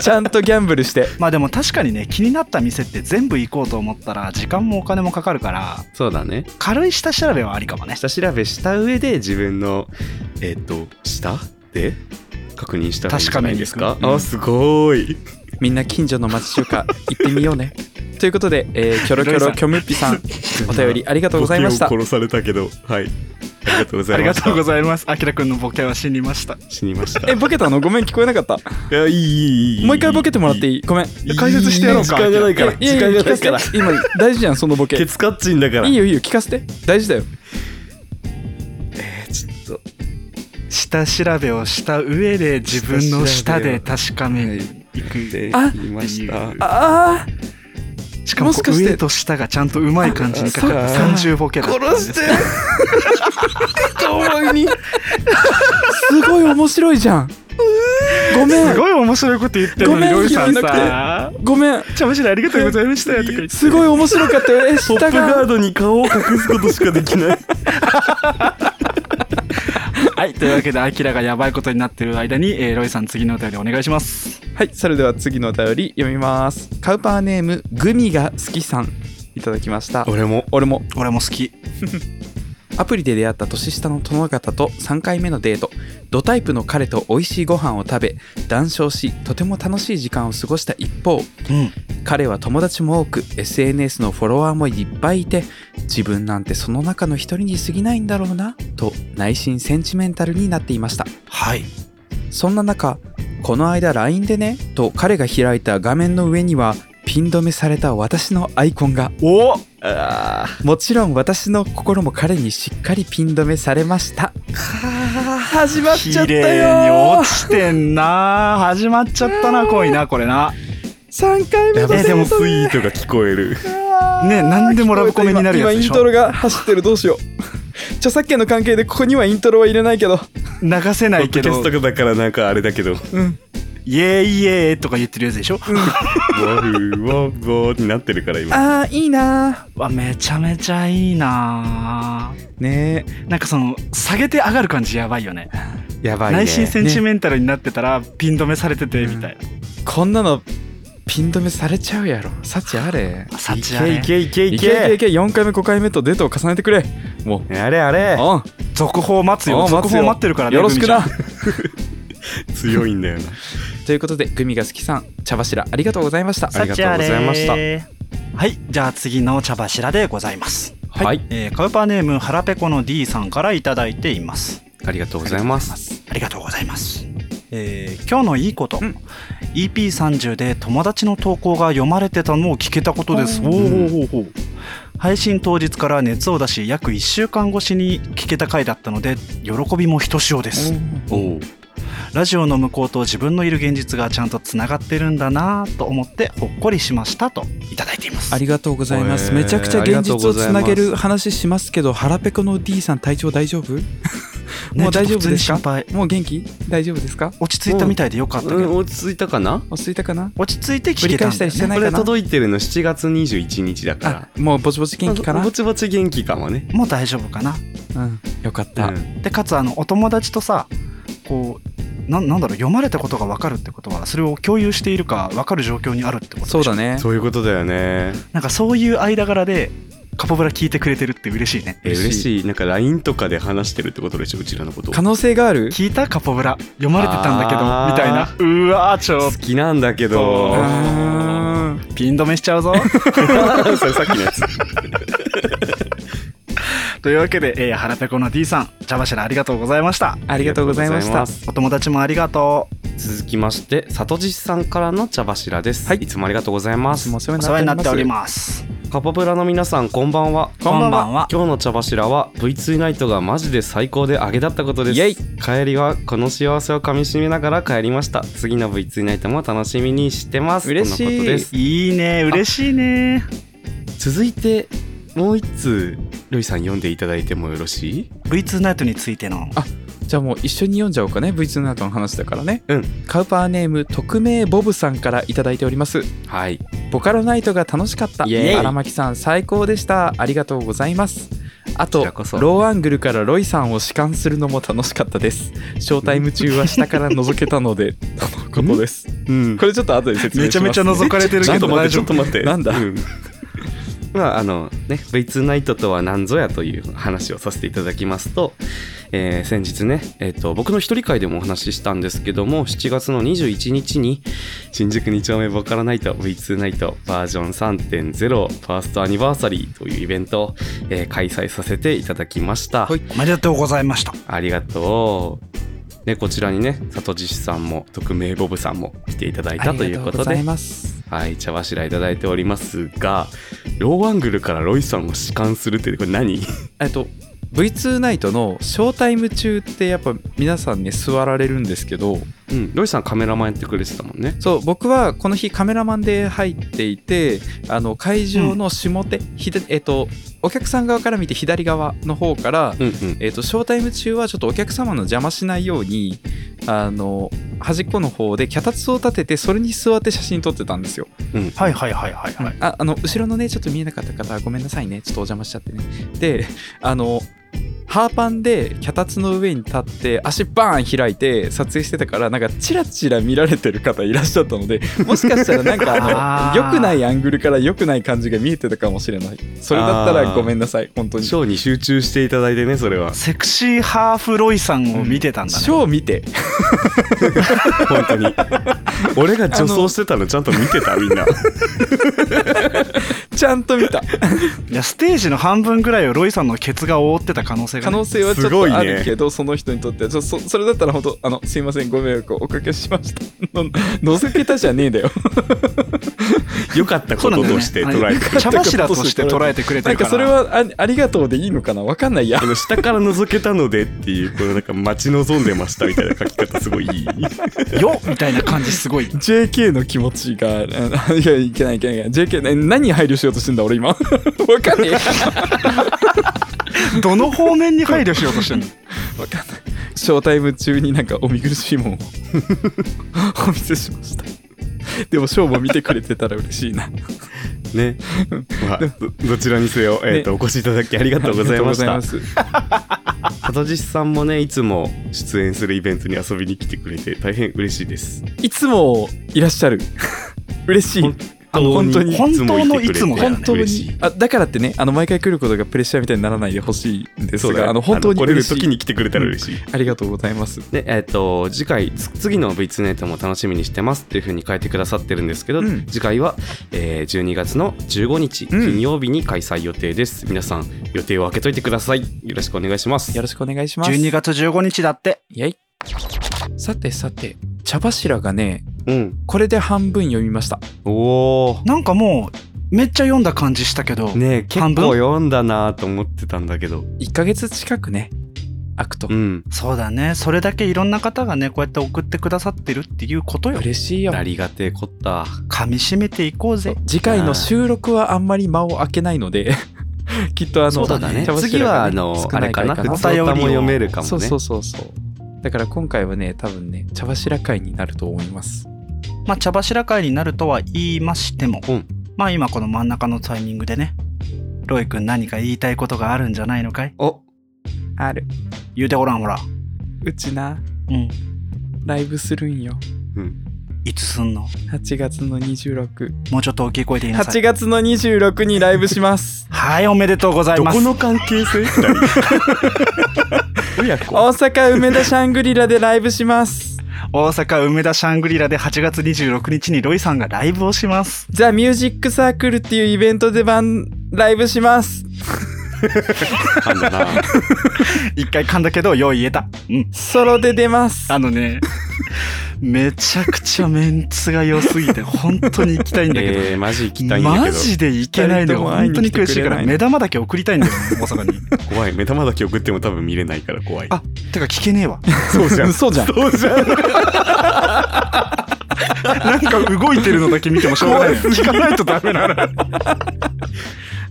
S2: ちゃんとギャンブルして
S1: まあでも確かにね気になった店って全部行こうと思ったら時間もお金もかかるから
S3: そうだね
S1: 軽い下調べはありかもね
S3: 下調べした上で自分のえっ、と下で確認したらいいんじゃないですか
S2: 確かめに
S3: あすごーい
S2: みんな近所の町中華行ってみようねということで、えー、キョロキョロキョムッピさんお便りありがとうございました
S3: 僕を殺されたけどはいありがとうござ
S1: あ
S3: い
S1: り
S3: ま
S1: が
S3: した。
S1: とうございます。あきらくんのボケは死にました。
S3: 死にました。
S2: え、ボケたのごめん、聞こえなかった。
S3: いや、いい、いい、いい。
S2: もう一回ボケてもらって
S3: い
S2: いいごめん。
S3: い
S1: 解説してやろうか
S3: 時間がないから。
S2: いや
S3: 時
S2: いや
S3: 間
S2: い
S3: が
S2: や
S3: ない
S2: 聞
S3: から
S2: か。せて今、大事じゃん、そのボケ。
S3: ケ
S2: い
S3: ツカッチンだから。
S2: いよいいよ、聞かせて。大事だよ。
S3: えーちょっと。
S1: 下調べをした上で自分の舌で確かめいく。
S3: で、
S2: あ
S3: 言いました。
S2: ああ、
S1: しかもこう
S2: もしかして
S1: 上と下がちゃんとうまい感じにかか
S3: あ
S1: る
S3: そっ
S1: 三
S3: か
S1: 重ボケだったんで
S3: 殺
S1: す
S3: して遠前に。
S2: すごい面白いじゃん。ごめ
S1: す
S2: ん、
S1: ごい面白いこと言ってる
S2: ご
S1: の
S2: め
S1: に
S2: ん
S1: ロイさん
S2: 拾え
S1: さ
S2: ごめん。
S1: 「茶柱ありがとうございました」とか言って
S2: すごい面白かったよ。え、
S3: トッ
S2: 下
S3: プガ
S2: が
S3: ー。ドに顔を隠すことしかできない。
S1: [laughs] はいというわけでアキラがやばいことになってる間に、えーロイさん次のお便りお願いします
S2: はい、それでは次のお便り読みます。カウパーネーム、グミが好きさん。いただきました。
S3: 俺も。
S2: 俺も
S1: 俺も好き
S2: アプリで出会った年下の殿方と3回目のデートドタイプの彼と美味しいご飯を食べ談笑しとても楽しい時間を過ごした一方
S1: うん
S2: 彼は友達も多く SNS のフォロワーもいっぱいいて自分なんてその中の一人に過ぎないんだろうなと内心センチメンタルになっていました
S1: はい
S2: そんな中この間 LINE でねと彼が開いた画面の上にはピン止めされた私のアイコンが
S3: おあ
S2: もちろん私の心も彼にしっかりピン止めされました始まっちゃっ
S1: 綺
S2: た
S1: 麗に
S2: よ
S1: 落ちてんな始まっちゃったな恋なこれな
S2: 3回目
S3: ー
S2: の
S3: ラ
S2: デ
S3: ブ
S2: ー
S3: スイ
S2: ト
S3: ートが聞こえる。
S1: ね何でもラブコメになるやつでしょ
S2: 今今イントロが走ってるどうしよう著作権の関係でここにはイントロは入れないけど
S1: 流せ
S3: ポ
S1: な
S3: ッ
S1: いけ
S3: ドキャス
S1: ど
S3: トだからなんかあれだけど。
S2: うん
S1: 「イエーイイエーイ」とか言ってるやつでしょ
S3: わーわーわーになってるから今。
S2: あーいいな
S1: わめちゃめちゃいいな
S2: ーね
S1: なんかその下げて上がる感じやばいよね
S3: やば
S1: 内心センチメンタルになってたらピン止めされててみたい
S2: えこんなのピン止めされちゃうやろ幸あれ
S1: なサ
S3: い
S1: チアレ
S3: けいけいけい
S2: いけいけい
S3: け
S2: け4回目5回目とデートを重ねてくれもう
S3: あれあれ
S2: うん
S1: 続報待つよ
S2: うん
S1: 続
S2: 待つ
S1: 報
S2: よ
S1: 待ってるからね
S2: よろし
S1: グ
S2: く
S1: ミ
S2: な
S1: ち
S3: 強いんだよな。
S2: [laughs] ということでグミが好きさん茶柱ありがとうございました
S1: ゃん
S3: ありがとうございま
S1: サ
S3: した
S1: チアレはいじゃあ次の茶柱でございます、
S2: はい
S3: い。
S1: えーカウパーネーム腹ペコの D さんからいただいています
S3: ありがとうございます。
S1: ありがとうございます。えー今日のいいこと、
S2: うん
S1: EP30 で友達の投稿が読まれてたのを聞けたことです。
S2: うん
S1: おーほうほうほう配信当日から熱を出し約1週間越しに聞けた回だったので喜びもひとしおです。
S3: おお。
S1: ラジオの向こうと自分のいる現実がちゃんとつながってるんだなぁと思ってほっこりしましたといただいています。
S2: ありがとうございます。
S3: えー
S2: めちゃくちゃ現実をつなげる話しますけど、腹ペコの D さん体調大丈夫？もう大丈
S1: ねちょっと普
S2: 夫ですか
S1: 通に心配
S2: もう元気？大丈夫ですか？
S1: 落ち着いたみたいでよかったけど、
S3: 落ち着いたかな
S2: 落ち着いたかな？
S1: 落ち着いて聞けたんだ
S2: ぶり返した
S1: よ
S2: りして
S1: ね
S2: な。い
S3: こ
S2: か
S3: れ届いてるの7月21日だから
S2: あ、。もうぼちぼち元気か
S3: まあ
S2: な
S3: ぼ？ちぼち元気かもね。
S1: もう大丈夫かな
S2: うん、よかった。
S3: うん
S1: でかつあのお友達とさこうななんだろう読まれたことが分かるってことはそれを共有しているか分かる状況にあるってことでし
S2: そ
S1: ょ
S2: うだね。
S3: そういうことだよね。
S1: なんかそういう間柄でカポブラ聞いてくれてるって嬉しいね
S3: え
S2: 嬉しい
S3: 嬉しい。なんか LINE とかで話してるってことでしょ、うちらのことを
S2: 可。能性がある？
S1: 聞いたカポブラ読まれてたんだけど
S3: あー
S1: みたいなうわーちょ
S3: 好きなんだけど
S1: そう。
S2: あー
S1: ピン止めしちゃうぞ
S3: [laughs] それさっきのやつ。
S1: というわけで、えー、腹ペコの D さん茶柱ありがとうございました
S2: [laughs] ありがとうございまし
S3: ありがとうござい
S2: た
S3: ま。す
S1: お友達もありがとう
S3: 続きまして、さとじさんからの茶柱です。
S2: はい
S3: いつもありがとうございま
S2: いつ
S3: す
S2: も。お世
S1: お世話
S2: 話
S1: に
S2: に
S1: なっ
S2: なってて
S1: お
S2: お
S1: り
S2: りま
S1: ます
S3: カポブラの皆さん、こんばんは。
S2: こんばんは
S3: 今日の茶柱は V2 ナイトがマジで最高で揚げだったことです
S2: イエイ
S3: 帰りはこの幸せをかみしめながら帰りました次の V2 ナイトも楽しみにしてます
S2: 嬉しい
S3: とのことです
S1: いいね嬉しいね
S3: 続いてもう一通ロイさん読んでいただいてもよろしい
S1: V2 ナイトについての
S2: す。じゃあもう一緒に読んじゃおうかね。V2 の後の話だからね。
S3: うん
S2: カウパーネーム匿名ボブさんからいただいております。
S3: はい
S2: ボカロナイトが楽しかった
S3: イエイ
S2: 荒牧さん最高でしたありがとうございますあ
S3: ことちらこそ
S2: ローアングルからロイさんを視観するのも楽しかったですショータイム中は下から覗けたのでとのことです
S3: うん
S2: これちょっと後で説明
S1: めち
S2: し
S1: ゃ
S2: ます、ね、
S1: めちゃ覗かれてる
S3: ちょ
S1: け
S3: っと
S1: ど
S3: 待
S1: 大
S3: ってち
S1: 丈
S3: ょっ
S1: 夫
S3: と待って
S2: なんだ
S3: う [laughs] まああのね V2 ナイトとは何ぞやという話をさせていただきますと、えー先日ね、えっと僕の一人会でもお話ししたんですけども7月の21日に新宿2丁目ボカロナイト V2 ナイトバージョン3.0ファーストアニバーサリーというイベントを、えー開催させていただきました、
S2: はい
S1: おめでとうございました。
S3: ありがとうね、こちらにね、里地さんも、匿名ボブさんも来ていただいたということ
S2: ありがござ
S3: で
S2: い、ます
S3: はい、茶柱いただいておりますが、ローアングルからロイさんを視観するって、これ [laughs] 何
S2: えっと V2 ナイトのショータイム中ってやっぱ皆さんね座られるんですけど
S3: うん、ロイさんカメラマンやってくれてたもんね。
S2: そう僕はこの日カメラマンで入っていてあの会場の下手、左えっとお客さん側から見て左側の方から、
S3: うんうん。
S2: えっとショータイム中はちょっとお客様の邪魔しないようにあの端っこの方で脚立を立ててそれに座って写真撮ってたんですよ。
S3: うん、
S1: はいはいはいはいはい。
S2: ああの後ろのねちょっと見えなかった方はごめんなさいねちょっとお邪魔しちゃってねであのハーパンで脚立の上に立って足バーン開いて撮影してたからなんかチラチラ見られてる方いらっしゃった
S3: [laughs]
S2: のでもしかしたらなんか
S1: あ
S2: あ
S1: ー
S2: の良くないアングルから良くない感じが見えてたかもしれないそれだったらごめんなさい本当に
S3: ショーに集中していただいてね、それは。
S1: セクシーハーフロイさんを見てたんだね
S2: シ。ョー見て
S3: 本当 [laughs] に。俺が女装してたのちゃんと見てた、みんな。
S2: ちゃんと
S3: [laughs]
S2: 見た
S1: いや、ステージの半分ぐらいをロイさんのケツが覆ってた可能性が
S2: 可
S1: ね、
S2: 能性はちょ
S3: す
S2: っと
S3: ごいね
S2: あるけど、その人にとってはちょそそれだったら本当あのすいませんご迷惑をおかけしましたののせけたじゃねえだよ
S3: 良かったこととして捉 [laughs] えて
S1: はい茶柱として捉えてくれて
S2: なん
S1: るか。
S2: からそれはあありがとうでいいのかなわかんないや
S3: あの下から覗けたのでっていうこのなんか待ち望んでましたみたいな書き方すごいいい
S1: よっみたいな感じすごい。
S2: JK の気持ちがあいやいけないいけないいけない JK ね何に配慮しようとしてんだ俺今 [laughs] わかんねえ
S1: どの方面に配慮しようとしてんの
S2: わかんないショータイム中になんかお見苦しいもんをお見せしましたでもショーも見てくれてたら嬉しいな [laughs]
S3: ね、まあ、どどちらにせよ、えーと
S2: ね
S3: お越しいただきありがとうございました
S2: ありがとうございます
S3: 片地さんもねいつも出演するイベントに遊びに来てくれて大変嬉しいです
S2: いつもいらっしゃる嬉しいあの本当に
S1: 本当の
S3: いつもいてくれて
S1: いつもだよね
S2: 本当
S3: 嬉し
S2: に
S3: い
S2: あだからってねあの毎回来ることがプレッシャーみたいにならないでほしいんです
S3: そうだ
S2: が
S3: よ
S2: あの本当に
S3: あの来れ
S2: 嬉
S3: る
S2: しい
S3: 時に来てくれたら嬉しい、
S2: ありがとうございます
S3: でえっ、と次回つ次の V2 ネタも楽しみにしてますっていうふうに書いてくださってるんですけど、
S2: うん
S3: 次回は、えー12月の15日
S2: うん
S3: 金曜日に開催予定です、皆さん予定を空けといてくださいよろしくお願いします
S2: よろしくお願いします
S1: 12月15日だって。
S2: イェイさてさて茶柱がね
S3: うん
S2: これで半分読みました
S3: おお
S1: なんかもう、めっちゃ読んだ感じしたけど、
S3: ねえ結
S1: 半
S3: 構
S1: 分
S3: 読んだなと思ってたんだけど
S2: 1ヶ月近くね開くと
S3: うん
S1: そうだね。それだけいろんな方がね、こうやって送ってくださってるっていうことよ。
S2: 嬉しいよ
S3: ありがてえこった
S1: 噛み締めていこうぜ。
S2: 次回の収録はあんまり間を空けないので [laughs] きっとあの
S3: そうだね
S2: 茶柱がね
S3: 次はあの
S2: 少
S3: あれ
S2: い
S3: か
S2: 回
S3: な普通
S1: お便り
S3: 歌
S1: を
S3: も読めるかもね
S2: そうそうそうそうだから今回はね多分ね茶柱会になると思います
S1: まあ、茶柱会になるとは言いましても、
S3: うん
S1: まあ今この真ん中のタイミングでね、ロイ君何か言いたいことがあるんじゃないのかい
S3: お
S2: ある
S1: 言うてごらんほら。
S2: うちな
S1: うん。
S2: ライブするんよ
S1: いつすんの
S2: 8月の268
S1: もうちょっと大きい声で言いなさい。
S2: 月の26にライブします
S1: はい、おめでとうござい
S3: ど
S1: ます。
S3: この関係性親子
S2: 大阪梅田シャングリラでライブします
S1: [laughs] 大阪梅田シャングリラで8月26日にロイさんがライブをします。
S2: ザ・ミュージックサークルっていうイベントでバンライブします
S3: なんだな
S1: 一回噛んだけど、よう言えた。うん。
S2: ソロで出ます
S1: あのね、めちゃくちゃメンツが良すぎて、 [laughs] 本当に行きたいんだけど。
S3: えー、マジ行きたいんだ
S1: マ
S3: けど
S1: ジで行けないのが本当に悔しいから
S2: 二人とも会いに来てくれない
S1: 目玉だけ送りたいんだよね大阪 [laughs] に
S3: 怖い目玉だけ送っても多分見れないから怖い
S1: あてか聞けねえわ
S3: そうじゃん
S2: そうじゃん
S3: そうじゃん
S1: [laughs] なんか動いてるのだけ見てもしょうがないのよ聞かないとダメなのよ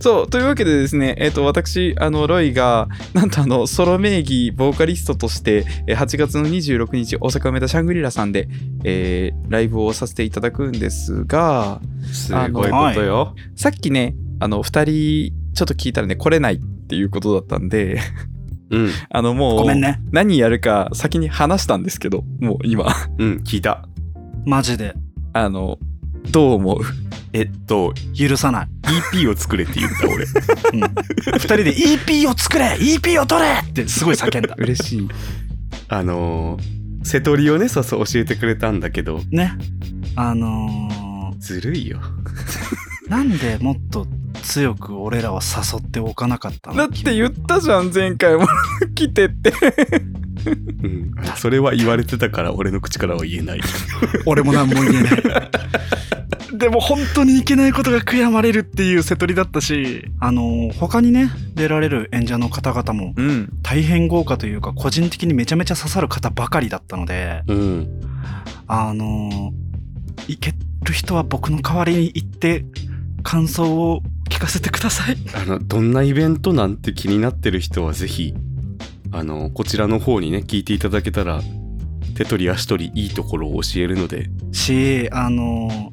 S2: そう、というわけでですね、えっ、と、私、あの、ロイが、なんとあの、ソロ名義、ボーカリストとして、えー8月の26日、大阪梅田シャングリラさんで、えーライブをさせていただくんですが、
S3: すごいことよ
S2: さっきね、あの、2人、ちょっと聞いたらね、来れないっていうことだったんで、
S3: うん
S2: あの、もう、
S1: [laughs] ごめんね
S2: 何やるか先に話したんですけど、もう今、
S3: うん聞いた
S1: マジで
S2: あの、どう思う
S3: えっと、
S1: 許さない。
S3: EP を作れって言った [laughs] 俺。
S1: うん、2人で EP を作れ !EP を取れってすごい叫んだ。
S2: 嬉しい。
S3: あのー、瀬戸りをね、そうそう教えてくれたんだけど、
S1: ね。あの
S3: ずるいよ。
S1: ー、なんでもっと強く俺らは誘っておかなかったの
S2: だって言ったじゃん、前回も。 [laughs] 来てって。
S3: うん。それは言われてたから俺の口からは言えない。
S1: 俺も何も言えない [laughs] でも本当にいけないことが悔やまれるっていう瀬戸りだったしあの他にね出られる演者の方々も
S2: うん。
S1: 大変豪華というか個人的にめちゃめちゃ刺さる方ばかりだったので
S3: うん。
S1: あのいける人は僕の代わりに行って感想を聞かせてください
S3: あの、どんなイベントなんて気になってる人はぜひ、あの、こちらの方にね、聞いていただけたら、手取り足取りいいところを教えるので、
S1: しあの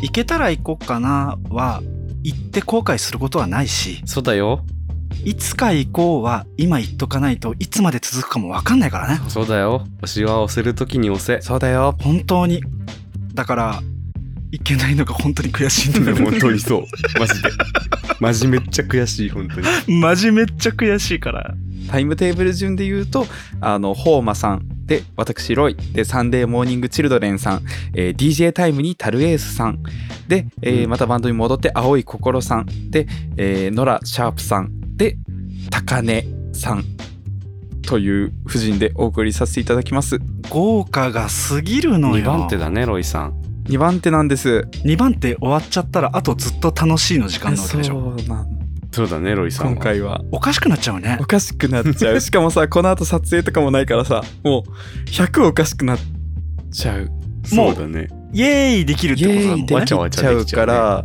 S1: 行けたら行こうかなは行って後悔することはないし
S3: そうだよ。
S1: いつか行こうは今言っとかないといつまで続くかも分かんないからね
S3: そうだよ。推しは押せるときに押せ。
S2: そうだよ。
S1: 本当にだから行けないのが本当に悔しいんだよ
S3: 本当にそう。マジで。マジめっちゃ悔しい、本当に。
S1: マジめっちゃ悔しいから
S2: タイムテーブル順で言うと、あの、ホーマさん、で、私、ロイ、で、サンデーモーニングチルドレンさん、えー DJ タイムにタルエースさん、で、えー
S3: うん
S2: またバンドに戻って、青い心さん、で、えーノラ・シャープさん、で、高根さん、という布陣でお送りさせていただきます。
S1: 豪華が過ぎるのよ
S3: 2番手だね、ロイさん。
S2: 2番手なんです。
S1: 2番手終わっちゃったらあとずっと楽しいの時間なわけでしょ
S2: そうなん
S3: そうだね、ロイさんは。
S2: 今回は。
S1: おかしくなっちゃうね
S2: おかしくなっちゃ [laughs] う。しかもさ、この後撮影とかもないからさ、もう、100おかしくなっちゃう。
S1: も
S3: そううだね。
S1: イエーイできるって
S2: イエ
S1: ことだも
S2: ー
S1: ん
S2: イで
S1: ね
S2: きちゃうから、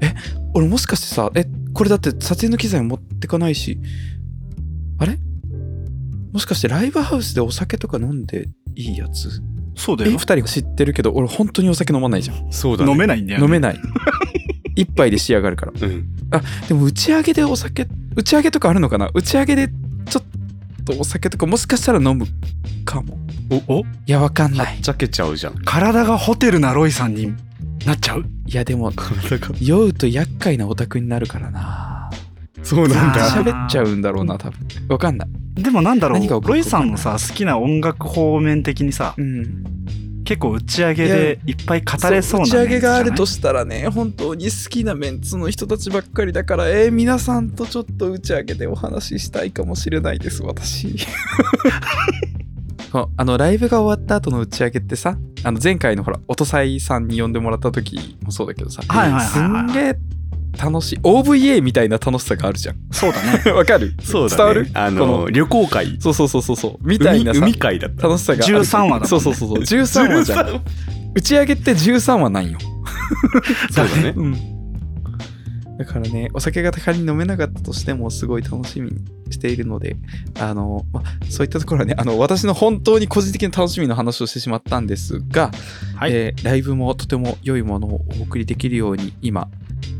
S2: え俺もしかしてさえこれだって撮影の機材持ってかないしあれもしかしてライブハウスでお酒とか飲んでいいやつ
S1: そうだ
S2: え
S1: よ
S2: 二人が知ってるけど俺本当にお酒飲まないじゃん
S3: そうだね。
S1: 飲めないんだよね
S2: 飲めない一杯で仕上がるから
S3: うん。
S2: でも打ち上げでお酒打ち上げとかあるのかな打ち上げでちょっとお酒とかもしかしたら飲むかも
S3: おお
S2: いやわかんない
S3: ちゃけちゃうじゃん。
S1: 体がホテルなロイさんになっちゃう
S2: いやでも酔うと厄介なオタクになるからな
S3: そうなん
S1: あー
S3: だ。
S2: 喋っちゃうんだろうな多分わかんない、
S1: でもなんだろ
S2: 何が起
S1: う
S2: こる
S1: ロ
S2: か
S1: イさんのさ好きな音楽方面的にさ
S2: うん、
S1: 結構打ち上げでいっぱい語れそうな
S2: 打ち上げがあ
S1: メ
S2: る
S1: ンツじゃない
S2: としたらね本当に好きなメンツの人たちばっかりだからえー皆さんとちょっと打ち上げでお話ししたいかもしれないです私そう [laughs] あのライブが終わった後の打ち上げってさあの前回のほら音祭さんに呼んでもらった時もそうだけどさ、
S1: はいはいはいはい
S2: すんげえ楽しい OVA みたいな楽しさがあるじゃん
S1: そうだね
S2: [laughs] わかる
S3: そうだね。
S2: 伝わる
S3: あ
S2: こ
S3: の、旅行会。
S2: そうそうそうそうそうみたい
S3: 海
S2: なさ
S3: 海会だった。
S2: 楽しさがあ
S1: 13
S2: る
S1: 話だもんね
S2: そうそうそうそう13話じゃん打ち上げって13話なんよ
S3: そう
S2: [laughs]
S3: だね。
S2: うん。だからね、お酒が仮に飲めなかったとしても、すごい楽しみにしているので、あの、ま、そういったところはね、あの、私の本当に個人的な楽しみの話をしてしまったんですが、
S1: はい
S2: えーライブもとても良いものをお送りできるように、今、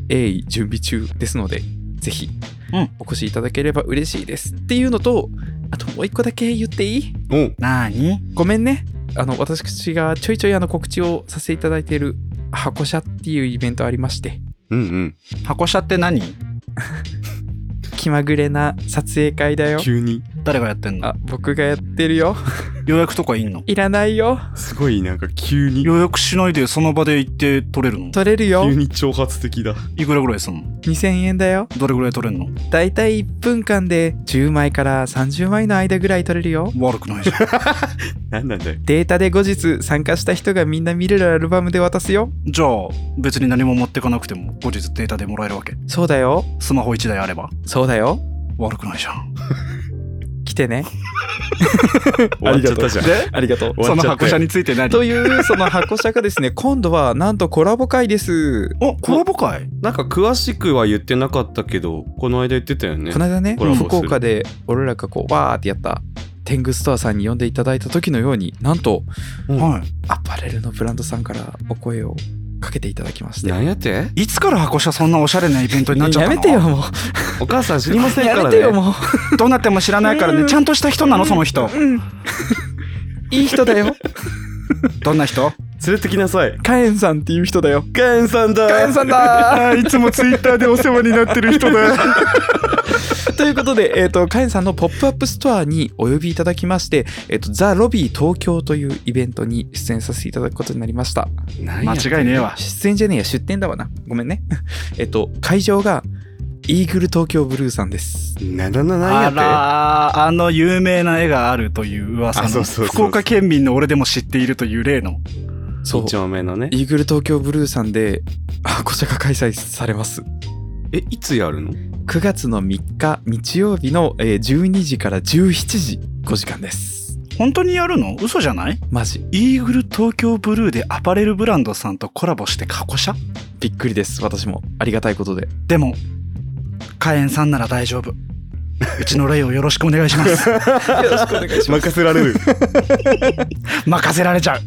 S2: 鋭意準備中ですので、ぜひ
S1: うん、
S2: お越しいただければ嬉しいです。っていうのと、あともう一個だけ言っていい
S3: おう
S1: なに
S2: ごめんね。あの、私がちょいちょいあの告知をさせていただいている、箱車っていうイベントありまして、
S3: うんうん。
S1: 箱車って何
S2: 気まぐれな撮影会だよ。
S3: 急に。
S1: 誰がやってんの
S2: あ、僕がやってるよ。
S1: 予約とかいんの
S2: いらないよ。
S3: すごいなんか急に、
S1: 予約しないでその場で行って取れるの
S2: 取れるよ
S3: 急。に挑発的だ。
S1: いくらぐらいすんの
S2: 2000円だよ。
S1: どれぐらい取れるの
S2: だいたい1分間で10枚から30枚の間ぐらい取れるよ。
S1: 悪くないじゃん
S3: なんなんだよ。
S2: データで後日参加した人がみんな見れるアルバムで渡すよ。
S1: じゃあ別に何も持ってかなくても後日データでもらえるわけ
S2: そうだよ。
S1: スマホ1台あれば
S2: そうだよ。
S1: 悪くないじゃん
S2: 来て
S3: [laughs]
S2: ね。
S3: 終わっちゃったじゃん。
S2: でありがとう。
S1: そ
S3: 終わっ
S1: の
S3: ちゃった
S1: 箱
S3: よ
S1: 車について何
S2: というその箱車がですね、今度はなんとコラボ会です。
S1: おコラボ会
S3: なんか詳しくは言ってなかったけど、この間言ってたよね
S2: こ。の間ね
S3: コラボする
S2: 福岡で俺らがこうわーってやった天狗ストアさんに呼んでいただいた時のようになんと
S1: は
S2: アパレルのブランドさんからお声をかけていただきまして
S3: なんやって
S1: いいつから箱車そんなおしゃれなイベントになっちゃっ
S2: や
S1: たの
S2: めてよも
S3: お母さん知りま
S2: う
S3: せんか
S2: や
S3: ら
S2: め
S3: ね。
S2: てよもう
S1: どうなっても知らないから
S2: う
S1: ね
S2: ん
S1: ちゃんとした人なのその人
S2: うんいい人だよ
S1: どんな人
S3: 連れてきなさい
S2: カエンさんっていう人だよ
S3: カエンさんだ
S2: カエンさん [laughs] だ
S4: あーいつもツイッターでお世話になってる人だ。
S2: ということで、えー、とカエンさんのポップアップストアにお呼びいただきまして、えー、とザ・ロビー東京というイベントに出演させていただくことになりました
S3: 何や
S1: 間違いねえわ。
S2: 出演じゃねえや出店だわなごめんね [laughs] えっと会場がイーグル東京ブルーさんです
S4: ななな
S1: あ
S4: なんやっ
S1: らーあの有名な絵があるという噂
S4: あそ
S1: の
S4: うそうそうそう
S1: 福岡県民の俺でも知っているという例の
S2: そう
S3: 2丁目のね
S2: イーグル東京ブルーさんであこちらが開催されます
S4: てえいつやるの
S2: 9月の3日日曜日のえー12時から17時5時間です
S1: 本当にやるの嘘じゃない
S2: マジ
S1: イーグル東京ブルーでアパレルブランドさんとコラボして過去車
S2: びっくりです私もありがたいことで
S1: でもカエンさんなら大丈夫うちのレイをよろしくお願いします
S4: [laughs]
S2: よろしくお願いします
S4: 任せられ
S2: [laughs]
S4: る
S1: 任せられちゃう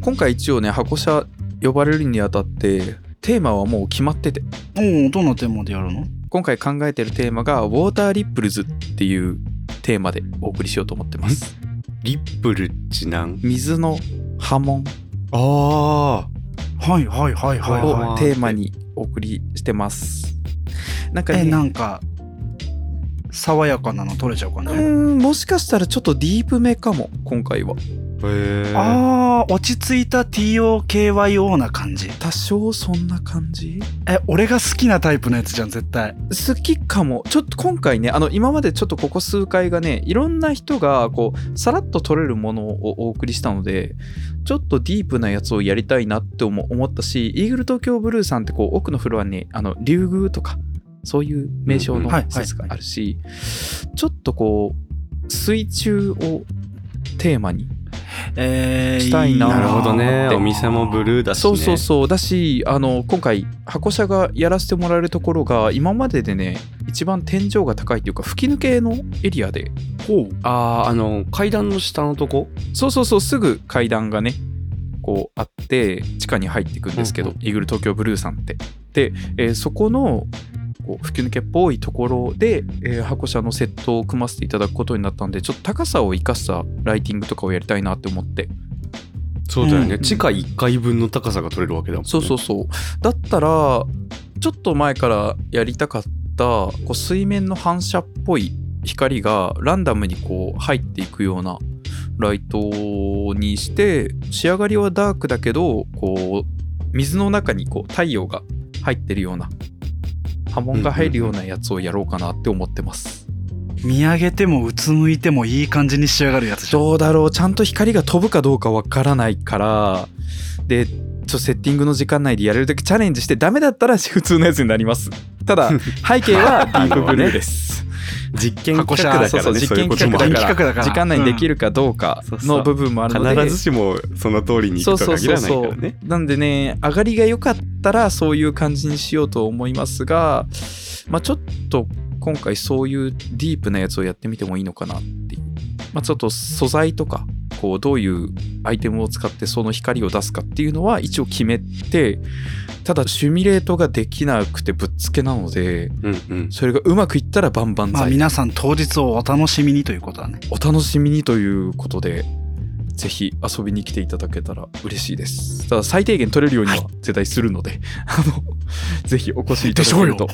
S2: 今回一応ね箱車呼ばれるにあたってテーマはもう決まってて
S1: おおどんなテーマでやるの
S2: 今回考えてるテーマが「ウォーターリップルズ」っていうテーマでお送りしようと思ってます
S4: リップル
S3: 知なん
S2: 水の波紋
S4: あ
S1: はいはいはいはいは
S2: をテーマにお送りしてます。なんか
S1: いえ
S2: ね、
S1: なんか爽やかなの取れちゃうか
S2: う
S1: な、
S2: ーんもしかしたらちょっとディープめかも今回は
S4: あへえ
S1: あー落ち着いた TOKYO な感じ
S2: 多少そんな感じ
S1: え俺が好きなタイプのやつじゃん絶対
S2: 好きかもちょっと今回ねあの今までちょっとここ数回がねいろんな人がこうさらっと撮れるものをお送りしたのでちょっとディープなやつをやりたいなって思思ったしイーグル東京ブルーさんってこう奥のフロアにあの竜宮とかそういう名称
S3: うん
S1: う
S2: の
S1: んはいはい
S2: 施設があるし、ちょっとこう水中をテーマに
S1: えー、
S2: したいな
S1: あ
S3: なるほどね
S2: あー
S3: お店もブルーだしね
S2: そうそうそうだしあの今回箱車がやらせてもらえるところが今まででね一番天井が高いというか吹き抜けのエリアで
S1: ほう
S3: あああの階段の下のとこ
S2: そうそうそうすぐ階段がねこうあって地下に入っていくんですけど、
S3: うん
S2: イーグル東京ブルーさんって。で、えーそこのこう吹き抜けっぽいところで、えー箱車のセットを組ませていただくことになったんでちょっと高さを生かしたライティングとかをやりたいなって思って
S4: そうだよ
S1: う
S4: ね
S2: ん
S4: 地下1階分の高さが取れるわけだもんね
S2: そうそう
S3: [laughs]
S2: そうだったらちょっと前からやりたかったこう水面の反射っぽい光がランダムにこう入っていくようなライトにして仕上がりはダークだけどこう水の中にこう太陽が入ってるような波紋が入るようなやつをやろうかなって思ってます、
S1: 見上げてもうつむいてもいい感じに仕上がるやつじゃん
S2: どうだろうちゃんと光が飛ぶかどうかわからないからでちょっとセッティングの時間内でやれるだけチャレンジしてダメだったら普通のやつになります
S4: [laughs]
S2: た [laughs] だ背景はディープブルーです、
S3: 実験
S1: 箱
S3: 企
S1: 車
S3: 画だ
S2: そう
S3: か
S2: そ
S3: ら
S2: う
S3: ね
S2: 実
S3: そういう
S2: 験
S4: こ
S1: 企
S4: とも
S1: 画
S2: 企画
S1: だ
S2: だか
S1: からら
S2: 時間内にできるかどうかの部分もあるので、
S4: 必ずしもその通りにい
S2: そう
S4: くと
S2: そ
S4: は
S2: う
S4: 限
S2: そう
S4: らないか
S2: そ
S4: ら
S2: う
S4: ね
S2: なんでね上がりが良かったらそういう感じにしようと思いますがまあちょっと今回そういうディープなやつをやってみてもいいのかなっていうまあちょっと素材とかこうどういうアイテムを使ってその光を出すかっていうのは一応決めてただシミュレートができなくてぶっつけなので
S3: うんうん
S2: それがうまくいったら万々歳、
S1: まあ皆さん当日をお楽しみにということだね
S2: お楽しみにということで、ぜひ遊びに来ていただけたら嬉しいです。ただ最低限取れるようには絶対するので、 [laughs] あの、ぜひお越しいただけると。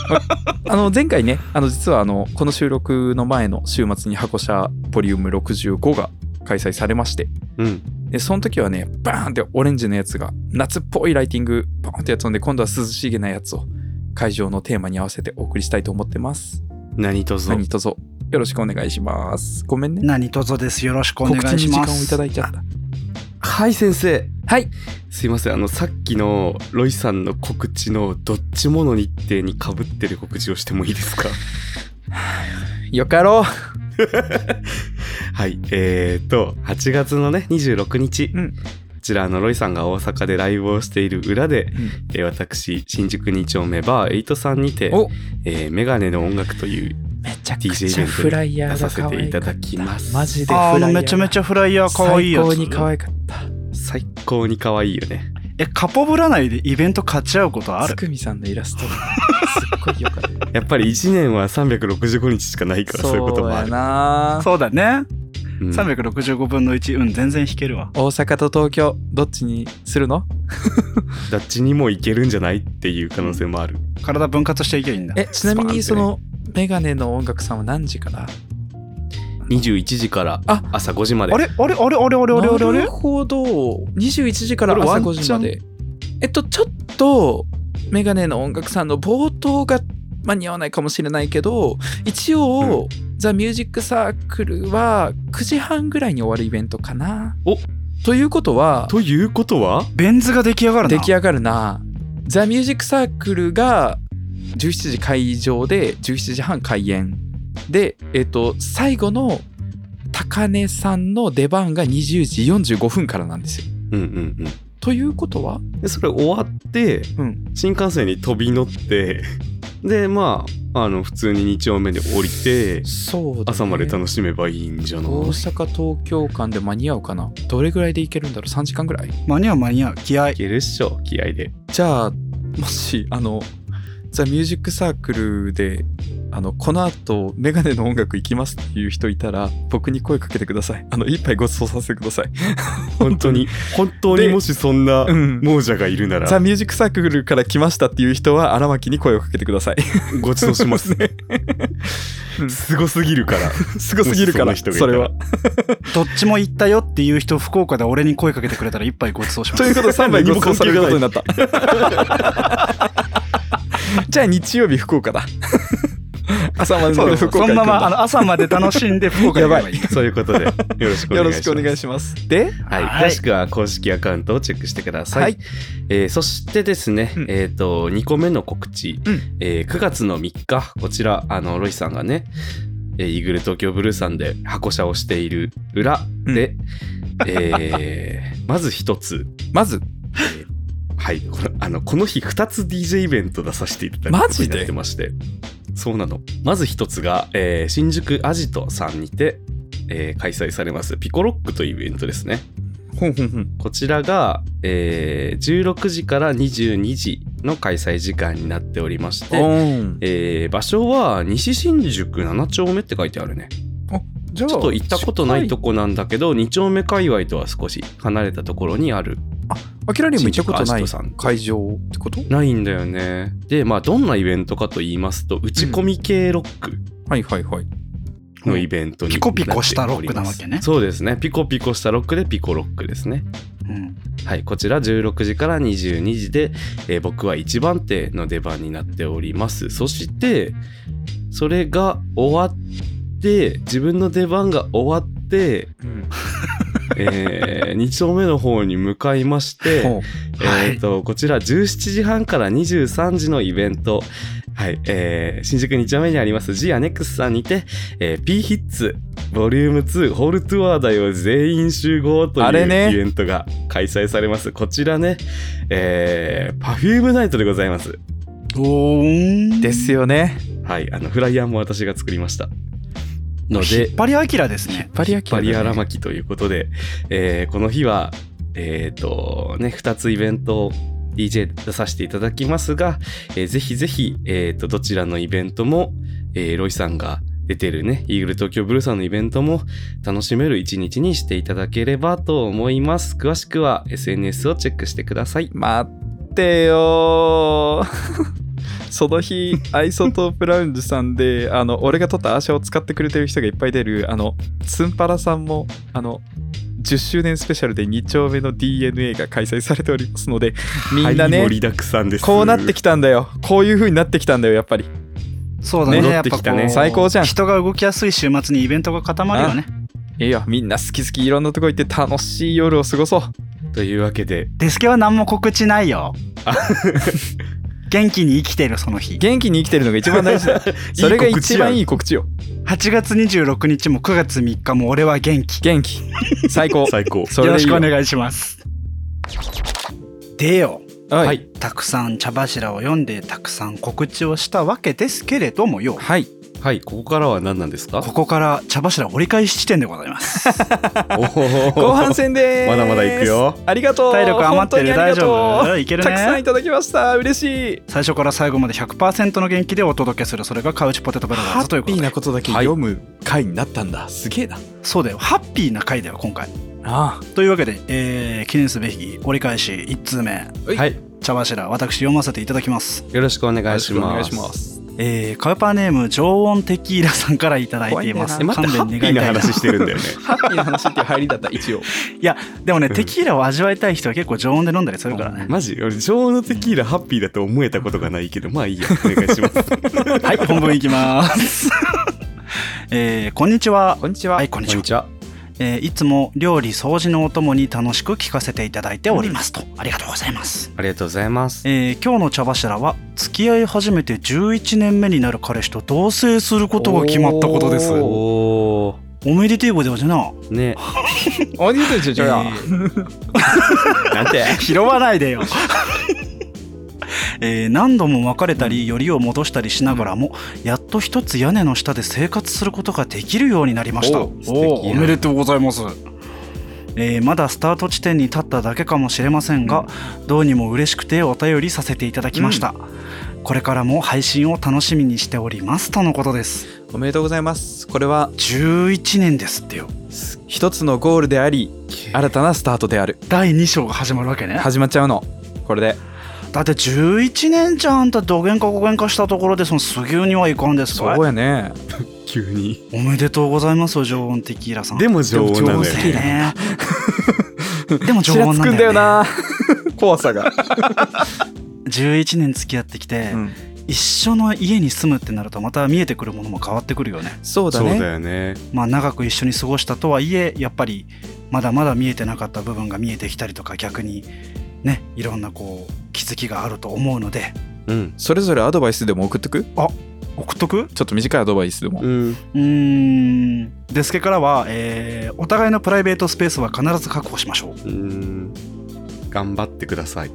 S2: [laughs] あの、前回ね、あの、実はあの、この収録の前の週末に箱車ボリューム65が開催されまして、
S3: うん
S2: で、その時はね、バーンってオレンジのやつが、夏っぽいライティング、バーンってやつなんで、今度は涼しげなやつを会場のテーマに合わせてお送りしたいと思ってます。
S3: 何とぞ
S2: 何卒よろしくお願いします。ごめんね。
S1: 何卒ですよろしくお願いし
S2: 告知に
S1: ま
S2: 時間をいた
S1: す
S2: だいちゃった。
S3: はい先生
S2: はい
S3: すいませんあのさっきのロイさんの告知のどっちもの日程にかぶってる告知をしてもいいです
S4: [laughs]
S3: か
S2: よかろ
S3: はいえーと8月のね26日、
S2: うん
S3: こちらあのロイさんが大阪でライブをしている裏で、
S2: う。
S3: えー私新宿2丁目バー8さんにて
S2: お
S3: 「えーメガネの音楽」という
S2: めちゃく
S3: DJ イ
S2: ち
S3: ベ
S2: ゃ
S3: ント
S2: フライヤー
S3: 出
S2: が
S3: させ
S2: 可
S3: て
S2: 愛
S3: い
S2: か
S3: た
S2: った
S3: だきます
S2: マジで
S1: あ
S2: フ
S1: ーあ
S2: ラ
S1: の
S2: イヤー
S1: めちゃめちゃフライヤー可愛いやつ
S2: 最高に可愛かった。
S3: 最高に可愛いよね
S1: えカポブラ内でイベント勝ち合うことあ
S2: つ
S1: る
S2: くみさんのイラストがすっごいよかった。
S3: やっぱり1年は365日しかないからそういうこともあ
S2: や
S3: る
S2: な。
S1: そうだね
S4: うん
S1: 365分の1うん全然弾けるわ
S2: 大阪と東京どっちにするの
S4: どっちにもいけるんじゃないっていう可能性もある。
S1: 体分割していけばいいんだ
S2: えちなみに
S4: スパ
S2: そ
S4: ーン
S2: のメガネの音楽さんは何時から
S3: 21時から
S2: あ
S3: 朝5時まで
S1: あれあれあれあれあれあれあれあ
S2: な
S1: れ
S2: るほど21時から
S4: これ
S2: 朝
S4: ワン
S2: 5時までえっとちょっとメガネの音楽さんの冒頭が間に合わないかもしれないけど一応、ザ・ミュージック・サークルは9時半ぐらいに終わるイベントかな
S3: お
S2: ということは
S4: ということは
S1: ベン図が出来上がるな
S2: 出来上がるなザ・ミュージック・サークルが17時会場で17時半開演でえっ、と最後の高根さんの出番が20時45分からなんですよ
S4: うんうんうん。
S2: ということは
S4: でそれ終わって、
S2: うん
S4: 新幹線に飛び乗ってでまああの普通に2丁目で降りて
S2: そうだ、ね、
S4: 朝まで楽しめばいいんじゃない
S2: 大阪東京間で間に合うかなどれぐらいで行けるんだろう3時間ぐらい
S1: 間に合う間に合う気合い
S4: いけるっしょ気合で
S2: じゃあもしあのザ・ミュージック・サークルであのこの後メガネの音楽行きますっていう人いたら僕に声かけてくださいあの一杯ご馳走させてください
S4: [laughs] 本当に本当に
S2: で
S4: もしそんな
S2: うん
S4: 亡者がいるな
S2: ザ・
S4: ら
S2: ミュージック・サークルから来ましたっていう人は荒牧に声をかけてください [laughs]
S4: ごちそうします
S2: ね
S4: すごすぎる
S3: [laughs]
S4: から
S2: すごすぎるから
S4: もしそんな人がいた
S2: そ
S4: ら
S2: れは
S1: どっちも行ったよっていう人福岡で俺に声かけてくれたら一杯ご馳走しま
S2: とい
S1: す
S2: うことで3杯ご [laughs] 馳走されることになった [laughs] じゃあ日曜日福 [laughs] 岡だ朝まで
S1: そう
S2: の
S1: そ
S2: 福
S1: うそ
S2: 岡行く
S1: ん
S2: んだ
S1: なまあの朝まで楽しんで福岡に行けばいい
S4: そういうことでよろしくお
S2: よ
S4: 願
S2: ろ
S4: いし
S2: し
S4: ます
S2: くお願いしますで
S3: はい、
S1: はい
S3: 詳しくは公式アカウントをチェックしてください、
S2: はい
S3: えーそしてですね、
S2: うん
S3: えっ、と2個目の告知、
S2: うん
S3: えー9月の3日こちらあのロイさんがねえーイーグル東京ブルーさんで箱車をしている裏で、えーまず一つ
S2: まず
S4: はいこのあのこの日2つ DJ イベント出させていただく
S2: マ
S4: こと
S2: ジ
S4: に
S2: で
S4: なってましてそうなの
S3: まず一つが、えー新宿アジトさんにて、えー開催されますピコロックというイベントですね
S2: ほんほんほん
S3: こちらが、えー16時から22時の開催時間になっておりまして
S2: うん
S3: えー場所は西新宿7丁目って書いてあるね
S2: じゃあ
S3: ちょっと行ったことないとこなんだけど2丁目界隈とは少し離れたところにある
S2: アキラリも行ったことない
S3: 新宿アジトさん
S2: 会場ってこと
S3: ないんだよねでまあどんなイベントかと言いますと打ち込み系ロック
S2: はいはいはい
S4: のイベントに
S1: ピコピコしたロックなわけね
S3: そうですねピコピコしたロックでピコロックですね
S1: うん
S3: はいこちら16時から22時で、えー僕は1番手の出番になっておりますそしてそれが終わって自分の出番が終わってえー、2丁目の方に向かいまして、
S2: ほう
S3: えー、とこちら17時半から23時のイベント、はいえー新宿2丁目にありますジアネックスさんにて、えー、P ヒッツボリューム2ホールツアーだよ全員集合とい
S2: あれ
S3: う
S2: ね
S3: イベントが開催されます、こちらね、えー、パフュームナイトでございます
S1: おーん
S2: ですよね
S3: はいあのフライヤーも私が作りましたの
S1: 引
S3: で
S1: っ張りアキラですね
S2: バリアキ
S3: バリアラ
S2: マ
S3: 巻きということで、えーこの日は、えーとね、2つイベントを DJ 出させていただきますが、えーぜひぜひ、えーとどちらのイベントも、えーロイさんが出てるねイーグル東京ブルーさんのイベントも楽しめる一日にしていただければと思います詳しくは SNS をチェックしてください
S2: 待ってよー [laughs] その日アイソトープラウンジさんであの俺が撮ったアーシャを使ってくれてる人がいっぱい出るあのツンパラさんもあの10周年スペシャルで2丁目の DNA が開催されておりま
S4: [laughs]
S2: すのでみんなね、
S4: 盛りだくさんです
S2: こうなってきたんだよこういう風になってきたんだよやっぱり
S1: そうだね
S3: ね
S1: やっぱ
S3: 戻ってきたね
S1: こう
S2: 最高じゃん
S1: 人が動きやすい週末にイベントが固まるよね
S2: いいよみんな好き好きいろんなとこ行って楽しい夜を過ごそう
S3: というわけで
S1: デスケは何も告知ないよ元気に生きてるその日
S2: 元気に生きてるのが一番大事だよそれが
S4: [laughs] いい告知
S2: 一
S4: やん
S2: 番いい告知よ
S1: 8月26日も9月3日も俺は元気
S2: 元気最高
S4: [laughs] 最高
S2: そ
S1: よ
S2: れ
S1: ろ
S2: で
S1: し
S2: いい
S1: く
S2: よ
S1: お願いしますでよ
S2: はい
S3: は
S2: はいい、
S1: たくさん茶柱を読んでたくさん告知をしたわけですけれどもよ
S3: はい、ここからは何なんですか
S1: ここから茶柱折り返し地点でございます
S2: [laughs] 後
S3: [laughs] 後
S2: 半戦でーす
S3: まだまだ行くよ
S2: ありがとう
S1: 体力余ってる
S2: 本当にあ
S1: 大
S2: りがとう
S1: 丈夫いける
S2: たくさん
S1: ね
S2: いただきました嬉しい
S1: 最初から最後まで100%の元気でお届けするそれがカウチポテトブラザー
S2: ハ
S1: ズという
S2: ッ
S1: こ
S2: ピ
S1: と
S2: ー
S1: で
S2: なことだけ読む回になったんだ、すげえな
S1: そうだよハッピーな回だよ今回
S2: あ
S1: というわけで、えー記念すべき折り返し1通目
S3: はい、
S1: 茶柱私読ませていただきます
S3: よろしくお願いします。
S2: お願いします
S1: えー、カウパーネーム常温テキーラさんからいただいています
S2: 怖い
S3: え、待って、ハッピーな話してるんだよ [laughs] ね。
S2: ハッピーな話っていう入りだった一応
S1: でもねテキーラを味わいたい人は結構常温で飲んだりするからね
S3: マジ俺、女王のテキーラハッピーだと思えたことがないけど、まあいいや、お願いし [laughs] ます。
S1: はい、本文いき [laughs] ます。えーこんにちは。
S2: こんにちは、
S1: はい、こんにちは。
S3: は。
S1: えーいつも料理、掃除のお供に楽しく聞かせていただいておりますと。ありがとうございます。
S3: ありがとうございます。
S1: えー今日の茶柱は、付き合い始めて11年目になる彼氏と同棲することが決まったことです。お
S3: おお
S1: めでてえごでおじゃな。
S3: ね。
S2: おにぎりじゃじゃ
S1: え
S3: なんて
S1: 拾わないでよ。えー何度も別れたりよりを戻したりしながらもやっと一つ屋根の下で生活することができるようになりました
S3: お素敵や
S1: おめでとうございます、えーまだスタート地点に立っただけかもしれませんが、どうにも嬉しくてお便りさせていただきました、これからも配信を楽しみにしておりますとのことです
S2: おめでとうございますこれは
S1: 11年ですってよ
S2: 一つのゴールであり新たなスタートである
S1: 第2章が始まるわけね
S2: 始まっちゃうのこれで
S1: だって11年じゃあんたどげんかこげんかしたところでそのすぎゅうにはいかんです
S2: そ
S1: かいう
S2: やね
S3: 急に。
S1: おめでとうございますよ常温テキーラさん
S3: でも女王なの
S1: 常温テ
S3: よ
S1: キーラねでも常
S2: ちら
S1: 温
S2: つ
S1: な
S2: く
S1: ん
S2: んだ
S1: だよね
S2: よな怖さが、
S1: 11年付き合ってきて、
S2: うん
S1: 一緒の家に住むってなるとまた見えてくるものも変わってくるよね
S2: そうだ
S3: そう
S2: ね
S3: だよね。
S1: まあ長く一緒に過ごしたとはいえやっぱりまだまだ見えてなかった部分が見えてきたりとか逆にねいろんなこう気づきがあると思うので
S3: うん。
S2: それぞれアドバイスでも送っとく
S1: 送っとく
S2: ちょっと短いアドバイスでも、
S3: うん。
S1: うーんデスケからは、えーお互いのプライベートスペースは必ず確保しましょう
S3: うん。頑張ってください。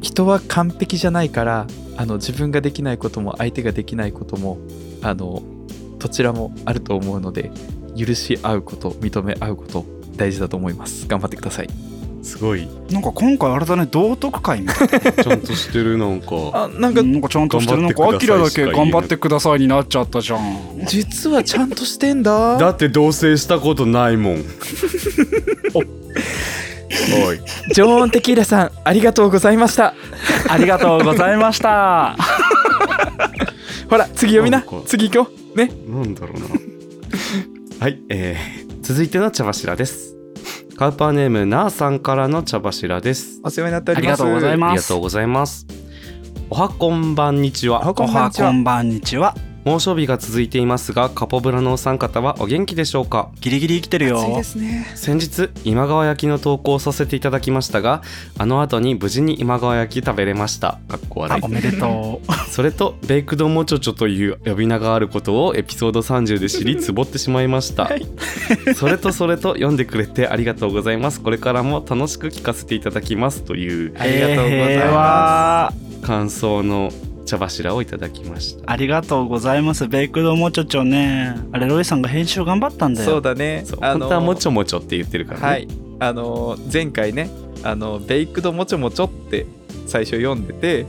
S2: 人は完璧じゃないからあの自分ができないことも相手ができないこともあのどちらもあると思うので許し合うこと認め合うこと大事だと思います頑張ってください
S3: すごい。
S1: なんか今回あれだね道徳会みたい
S3: ちゃんとしてる、なん [laughs] か。
S2: あな
S1: [laughs] な
S2: んか
S1: なんかちゃんとしてる
S3: 頑張
S1: な
S3: っ
S1: んかアキ
S3: てください
S1: ラだけ
S3: しか言えな
S1: 頑
S3: い
S1: 張ってくださいになっちゃったじゃん
S2: 実はちゃんとしてんだ
S3: だって同棲したことないもん。 [laughs] おい。
S2: 常温テキーラさんありがとうございました
S1: ありがとうございま [laughs] した
S2: [laughs] ほら次読みな
S3: なんか
S2: 次行こうね
S3: なんだろうな。 [laughs] はい、えー、続いての茶柱です。カウパーネームなあさんからの茶柱です。
S2: お世話になっております
S1: ありがとうございます
S3: ありがとうございます。おはこんばんにちは。
S2: おはこ
S1: お
S2: んば
S1: は
S2: んちは
S1: こんばんにちは
S3: 猛暑日が続いていますが、カポブラのお三方はお元気でしょうか
S1: ギリギリ生きてるよ
S2: 暑いですね
S3: 先日、今川焼きの投稿をさせていただきましたが、あの後に無事に今川焼き食べれました。かっ
S1: あ
S3: こ笑い
S1: お。めでとう
S3: それと、ベイクドモチョチョという呼び名があることをエピソード30で知り、つぼってしまいました。 [laughs] それとそれと読んでくれてありがとうございます。これからも楽しく聞かせていただきますという
S2: [laughs] ありがとうございます
S1: 平和
S3: 感想の茶柱をいただきました。
S1: ありがとうございますベイクドモチョチョねあれロイさんが編集頑張ったんだよ
S2: そうだね
S3: そう
S2: あの
S3: 本当はもちょもちょって言ってるから、ね。
S2: はい、あの前回ねあのベイクドもちょもちょって最初読んでて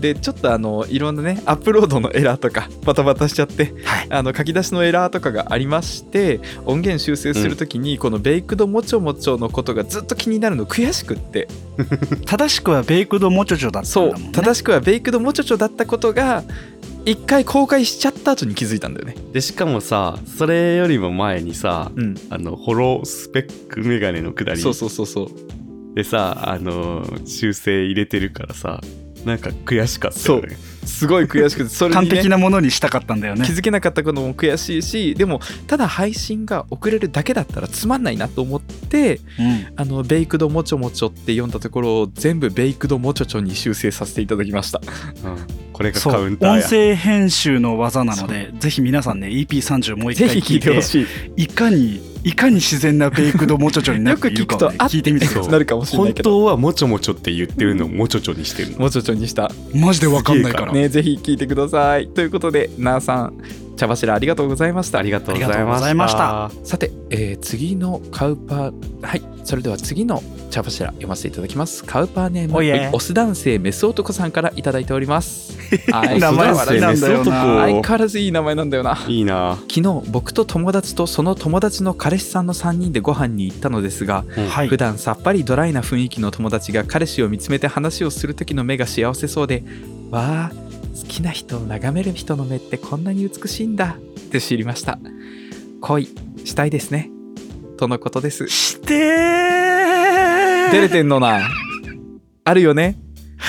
S2: でちょっとあのいろんなねアップロードのエラーとかバタバタしちゃって、
S1: はい
S2: あの書き出しのエラーとかがありまして音源修正するときに、このベイクドもちょもちょのことがずっと気になるの悔しくって
S1: 正しくはベイクドモチョチョだったん
S2: そう
S1: だもんね
S2: 正しくはベイクドもちょちょだったことが一回公開しちゃった後に気づいたんだよね。
S3: で、しかもさ、それよりも前にさ、
S2: うん
S3: あの、ホロスペックメガネのくだり
S2: そうそうそうそう
S3: でさ、あのー修正入れてるからさ、なんか悔しかったよね。
S2: すごい悔しくてそれに、
S1: [laughs] 完
S2: ね、
S1: 璧なものにしたかったんだよね
S2: 気づけなかったことも悔しいしでもただ配信が遅れるだけだったらつまんないなと思って
S1: うん
S2: あのベイクドもちょもちょって読んだところを全部ベイクドもちょちょに修正させていただきました
S3: うんこれが
S1: そ
S3: カウ
S1: う
S3: ンター
S1: 音
S3: や。
S1: 声編集の技なのでぜひ皆さんね EP30 もう一
S2: ぜ
S1: 回聞い
S2: ひ聞い
S1: て
S2: てほしい
S1: いかにいかに自然なベイクドモチョチョにな
S2: [laughs] よ
S1: る
S2: く
S1: か
S2: 聞くと
S1: をね
S2: あ
S1: 聞いてみてくだ
S2: っ
S1: さ
S2: [laughs] なるかもしれな
S3: 本
S2: いけど
S3: 当はもちょもちょって言ってるのをもちょちょにしてるの
S2: もうちょちょにした
S1: いマジでわかんないから、
S2: ねぜひ聞いてくださいということでなあさん茶柱ありがとうございました
S3: ありがとうご
S1: あり
S3: ざ
S1: が
S3: い
S1: とうご
S3: ま
S1: ざい
S3: し
S1: ました
S2: さて、えー次のカウパーはいそれでは次の茶柱読ませていただきますカウパーネーム
S1: おいえ
S2: オス男性メス男さんからいただいております [laughs] はい
S1: 名前
S2: オス男
S1: 忘れ
S2: 性
S1: た
S2: メ
S1: ん
S2: ス
S1: だよ
S3: メス男
S1: な
S2: 相変わらずいい名前なんだよない
S3: いな
S2: 昨日僕と友達とその友達の彼氏さんの3人でご飯に行ったのですが
S1: はい
S2: 普段さっぱりドライな雰囲気の友達が彼氏を見つめて話をする時の目が幸せそうで「わあ好きな人を眺める人の目ってこんなに美しいんだ」って知りました恋したいですねとのことです
S1: してー
S2: 照れてんのな [laughs] あるよね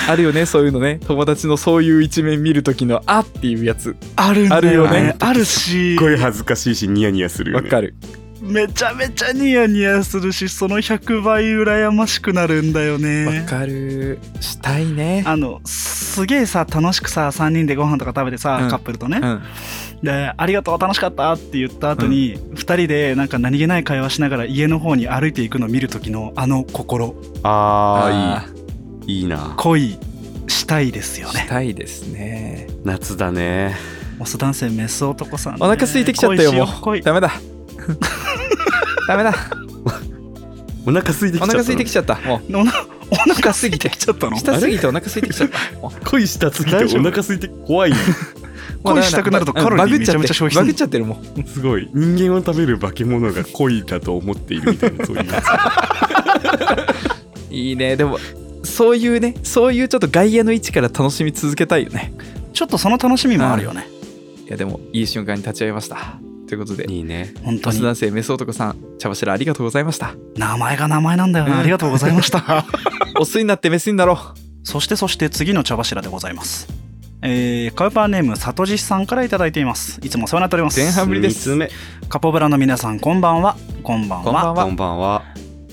S2: あるよねそういうのね友達のそういう一面見る時の「あ」っていうやつ
S1: あるんだよ
S2: あるよ
S1: ね
S2: ね
S1: あるし
S3: すごい恥ずかしいしニヤニヤするよ
S2: わ
S3: ね
S2: かる
S1: めちゃめちゃニヤニヤするしその100倍羨ましくなるんだよ
S2: わ
S1: ね
S2: かるしたいね
S1: あのすげえさ楽しくさ3人でご飯とか食べてさ、
S2: うん
S1: カップルとね、
S2: うん
S1: で「ありがとう楽しかった」って言った後に、二2人でなんか何気ない会話しながら家の方に歩いていくのを見る時のあの心
S3: あ
S2: ー
S3: ーいいいいな
S1: 恋したいですよ
S2: し
S1: ね
S2: たいですね
S3: 夏だね
S1: オス男性メス男さんね、
S2: お腹空いてきちゃったよもう
S1: 恋しよ
S2: ダメだ [laughs] ダ
S1: [laughs]
S2: メだ
S3: お腹空いてきち
S2: お
S3: ゃった
S2: 腹空いてきちゃったも
S1: 恋おなお
S2: う
S1: 腹
S2: 深すぎて
S1: 来ちゃったの
S2: 下すぎてお腹空いてきちゃったもう
S3: 恋したすぎて
S1: 大丈夫
S3: お腹空いて怖い
S2: もうダメ
S1: 恋
S2: だ
S1: したくなると
S2: うん
S1: カロリーめちゃ
S2: バグ
S1: め
S2: っ
S1: ちゃ消費す
S2: バ
S1: る
S2: グっちゃってるもん
S3: [laughs] すごい人間を食べる化け物が恋だと思っているみたいなそういうやつ
S2: いいねでもそういうねそういうちょっと外野の位置から楽しみ続けたいよね
S1: ちょっとその楽しみもあるよね、
S2: いやでもいい瞬間に立ち会いましたということで
S3: いいね
S1: 本当
S2: バス
S1: に
S2: 男性メス男さん茶柱ありがとうございました
S1: 名前が名前なんだよな、
S2: うん
S1: ありがとうございました [laughs]
S2: オスになってメスになろう
S1: そしてそして次の茶柱でございますえー、カウパーネームさとじさんからいただいていますいつもお世話になっております
S2: 前半ぶりで
S3: 三
S2: す
S3: つ目
S1: カポブラの皆さんこんばんはこんばんは
S2: こんばん
S3: こ
S2: は
S3: んばんは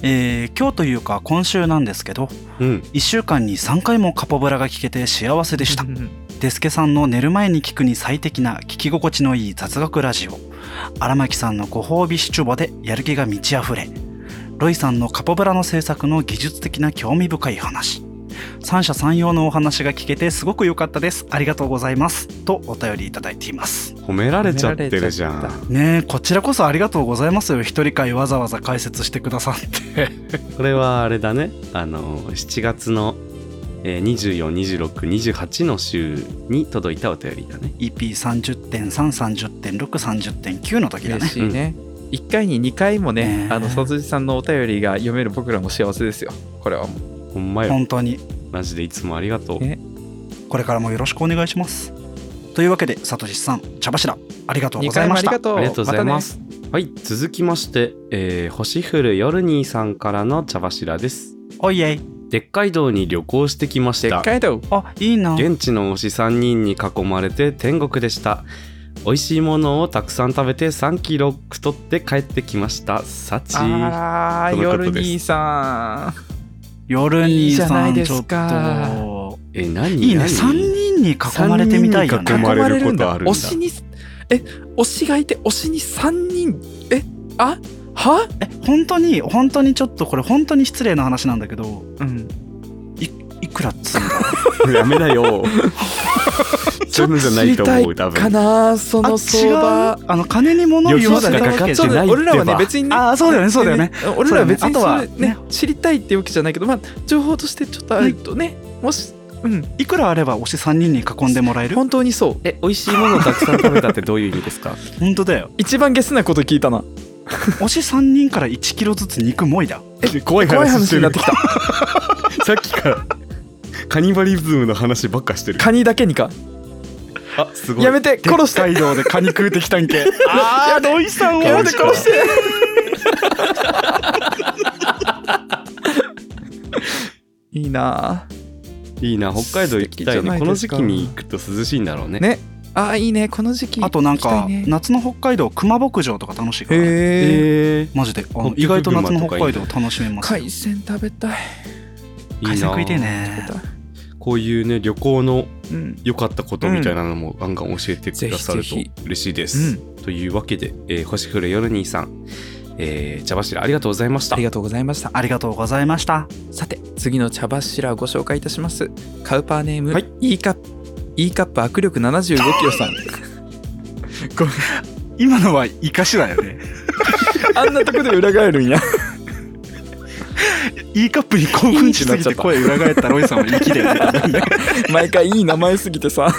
S1: えー今日というか今週なんですけど
S3: うん
S1: 1週間に3回もカポブラが聞けて幸せでした
S2: [laughs]
S1: デスケさんの寝る前に聞くに最適な聞き心地のいい雑学ラジオ荒牧さんのご褒美シチュボでやる気が満ち溢れロイさんのカポブラの制作の技術的な興味深い話三者三様のお話が聞けてすごく良かったですありがとうございますとお便りいただいています
S3: 褒められちゃってるじゃ
S2: 褒められちゃっ
S3: ん
S1: ねえこちらこそありがとうございますよ一人会わざわざ解説してくださって
S3: これはあれだねあの7月の242628の週に届いたお便りだね
S1: EP30.330.630.9 の時だ
S2: 嬉
S1: ね
S2: しいね、一1回に2回もね
S1: ねえ
S2: あのさとじさんのお便りが読める僕らも幸せですよこれはもう
S3: ほんまよ
S1: 本当に
S3: マジでいつもありがとう
S2: ね
S1: これからもよろしくお願いしますというわけでさとしさん茶柱ありがとうご
S2: 2
S1: ざい
S2: 回も
S1: ま
S2: あ
S1: し
S2: り
S1: た
S2: がとう
S3: ありがとうございま
S2: たね
S3: す。はい、続きまして、えー星降る夜にさんからの茶柱です。
S1: おいえい
S3: でっかい道に旅行してきまし
S2: で
S3: た
S2: っ。かいだよ
S1: あいいな
S3: 現地の推し3人に囲まれて天国でした。美味しいものをたくさん食べて3キロ太って帰ってきました。サチ。
S2: あー
S3: とのこと
S2: 夜
S3: です
S2: 兄さん
S1: 夜
S2: いい
S1: に
S2: じゃな
S1: さ
S2: い
S1: ん
S2: で
S1: ちょ
S2: す
S1: っ
S2: か
S1: と
S3: え、何
S1: いいね
S3: 何
S1: 3人に囲まれてみたいよ
S3: 三人に
S1: ね
S3: まれること
S2: だ
S3: あるんだ
S2: 推しにえ推しがいて推しに3人えあは
S1: え本当に本当にちょっとこれ本当に失礼な話なんだけど
S2: うん
S1: いくらっつうんだ
S3: やめな [laughs] よ。そういうのじゃないと思う、多
S2: か
S3: 分。
S2: なそ
S1: あ
S2: の相場
S1: 違うあの金に物を言わせた
S3: 予算が
S1: わ
S3: かかっ
S1: け
S3: て
S1: じゃ
S2: そう
S1: ない
S2: だ
S3: ないってば
S2: 俺らはね別にね
S1: あーそうだよねそうだよね
S2: 俺らは別に
S1: そうだね
S2: それね
S1: あと
S2: 知りたいっていうわけじゃないけどまあ情報としてちょっとあるとねもしうん
S1: いくらあれば推し3人に囲んでもらえる
S2: 本当にそう
S3: え、美味しいものをたくさん食べたってどういう意味ですか
S1: 本当だよ
S2: 一番ゲスなこと聞いたな
S1: 推し3人から1キロずつ肉もいだ
S3: 怖い
S2: 怖い
S3: 話
S2: 話
S3: して
S2: になっ。
S3: る
S2: てきた
S3: [laughs] さっきから。カニバリズムの話ばっかしてる。
S2: カニだけにか
S3: [laughs] あ、すごい。
S2: やめて殺して
S1: 北海道でカニ食うてきたんけああロイさん
S2: やめて殺していいなあ
S3: いいな北海道行き
S2: 素敵じ
S3: た
S2: ゃ
S3: い
S2: な
S3: ね
S2: い
S3: こ
S2: で
S3: の
S2: す
S3: 時
S2: か
S3: 期に行くと涼しいんだろうね
S2: ねあーいいねこの時期
S1: あとなん
S2: 行き
S1: か、
S2: たいね
S1: 夏の北海道熊牧場とか楽しいから、ね
S2: へえ
S3: え
S1: マジであの
S3: 北極
S1: 意外と夏の
S3: 熊と
S1: 北
S3: かい
S1: 海
S3: い
S1: 道
S3: ね
S1: 楽しめます
S2: 海鮮食べたい
S3: ー、
S1: 海鮮食いてえ
S2: 食べ
S1: ね
S2: たい
S3: こういうね旅行の
S2: うん
S3: 良かったことみたいなのもガンガン教えてくださる
S2: ぜ
S3: と
S2: ひぜ
S3: 嬉しいです、というわけで、えー星降る夜兄さんえー、茶柱ありがとうございました
S2: ありがとうございました
S1: ありがとうございました。
S2: さて次の茶柱をご紹介いたしますカウパーネーム、
S3: は
S2: はいい、E カップ E カップ握力7 5キロさん [laughs] ごめん
S1: 今のはイカシだよね。
S2: あんなとこで裏返るんや
S1: E カップに興奮しすぎて声裏返ったロイさんは生きで
S2: 毎回いい名前すぎ
S1: [laughs]
S2: てさ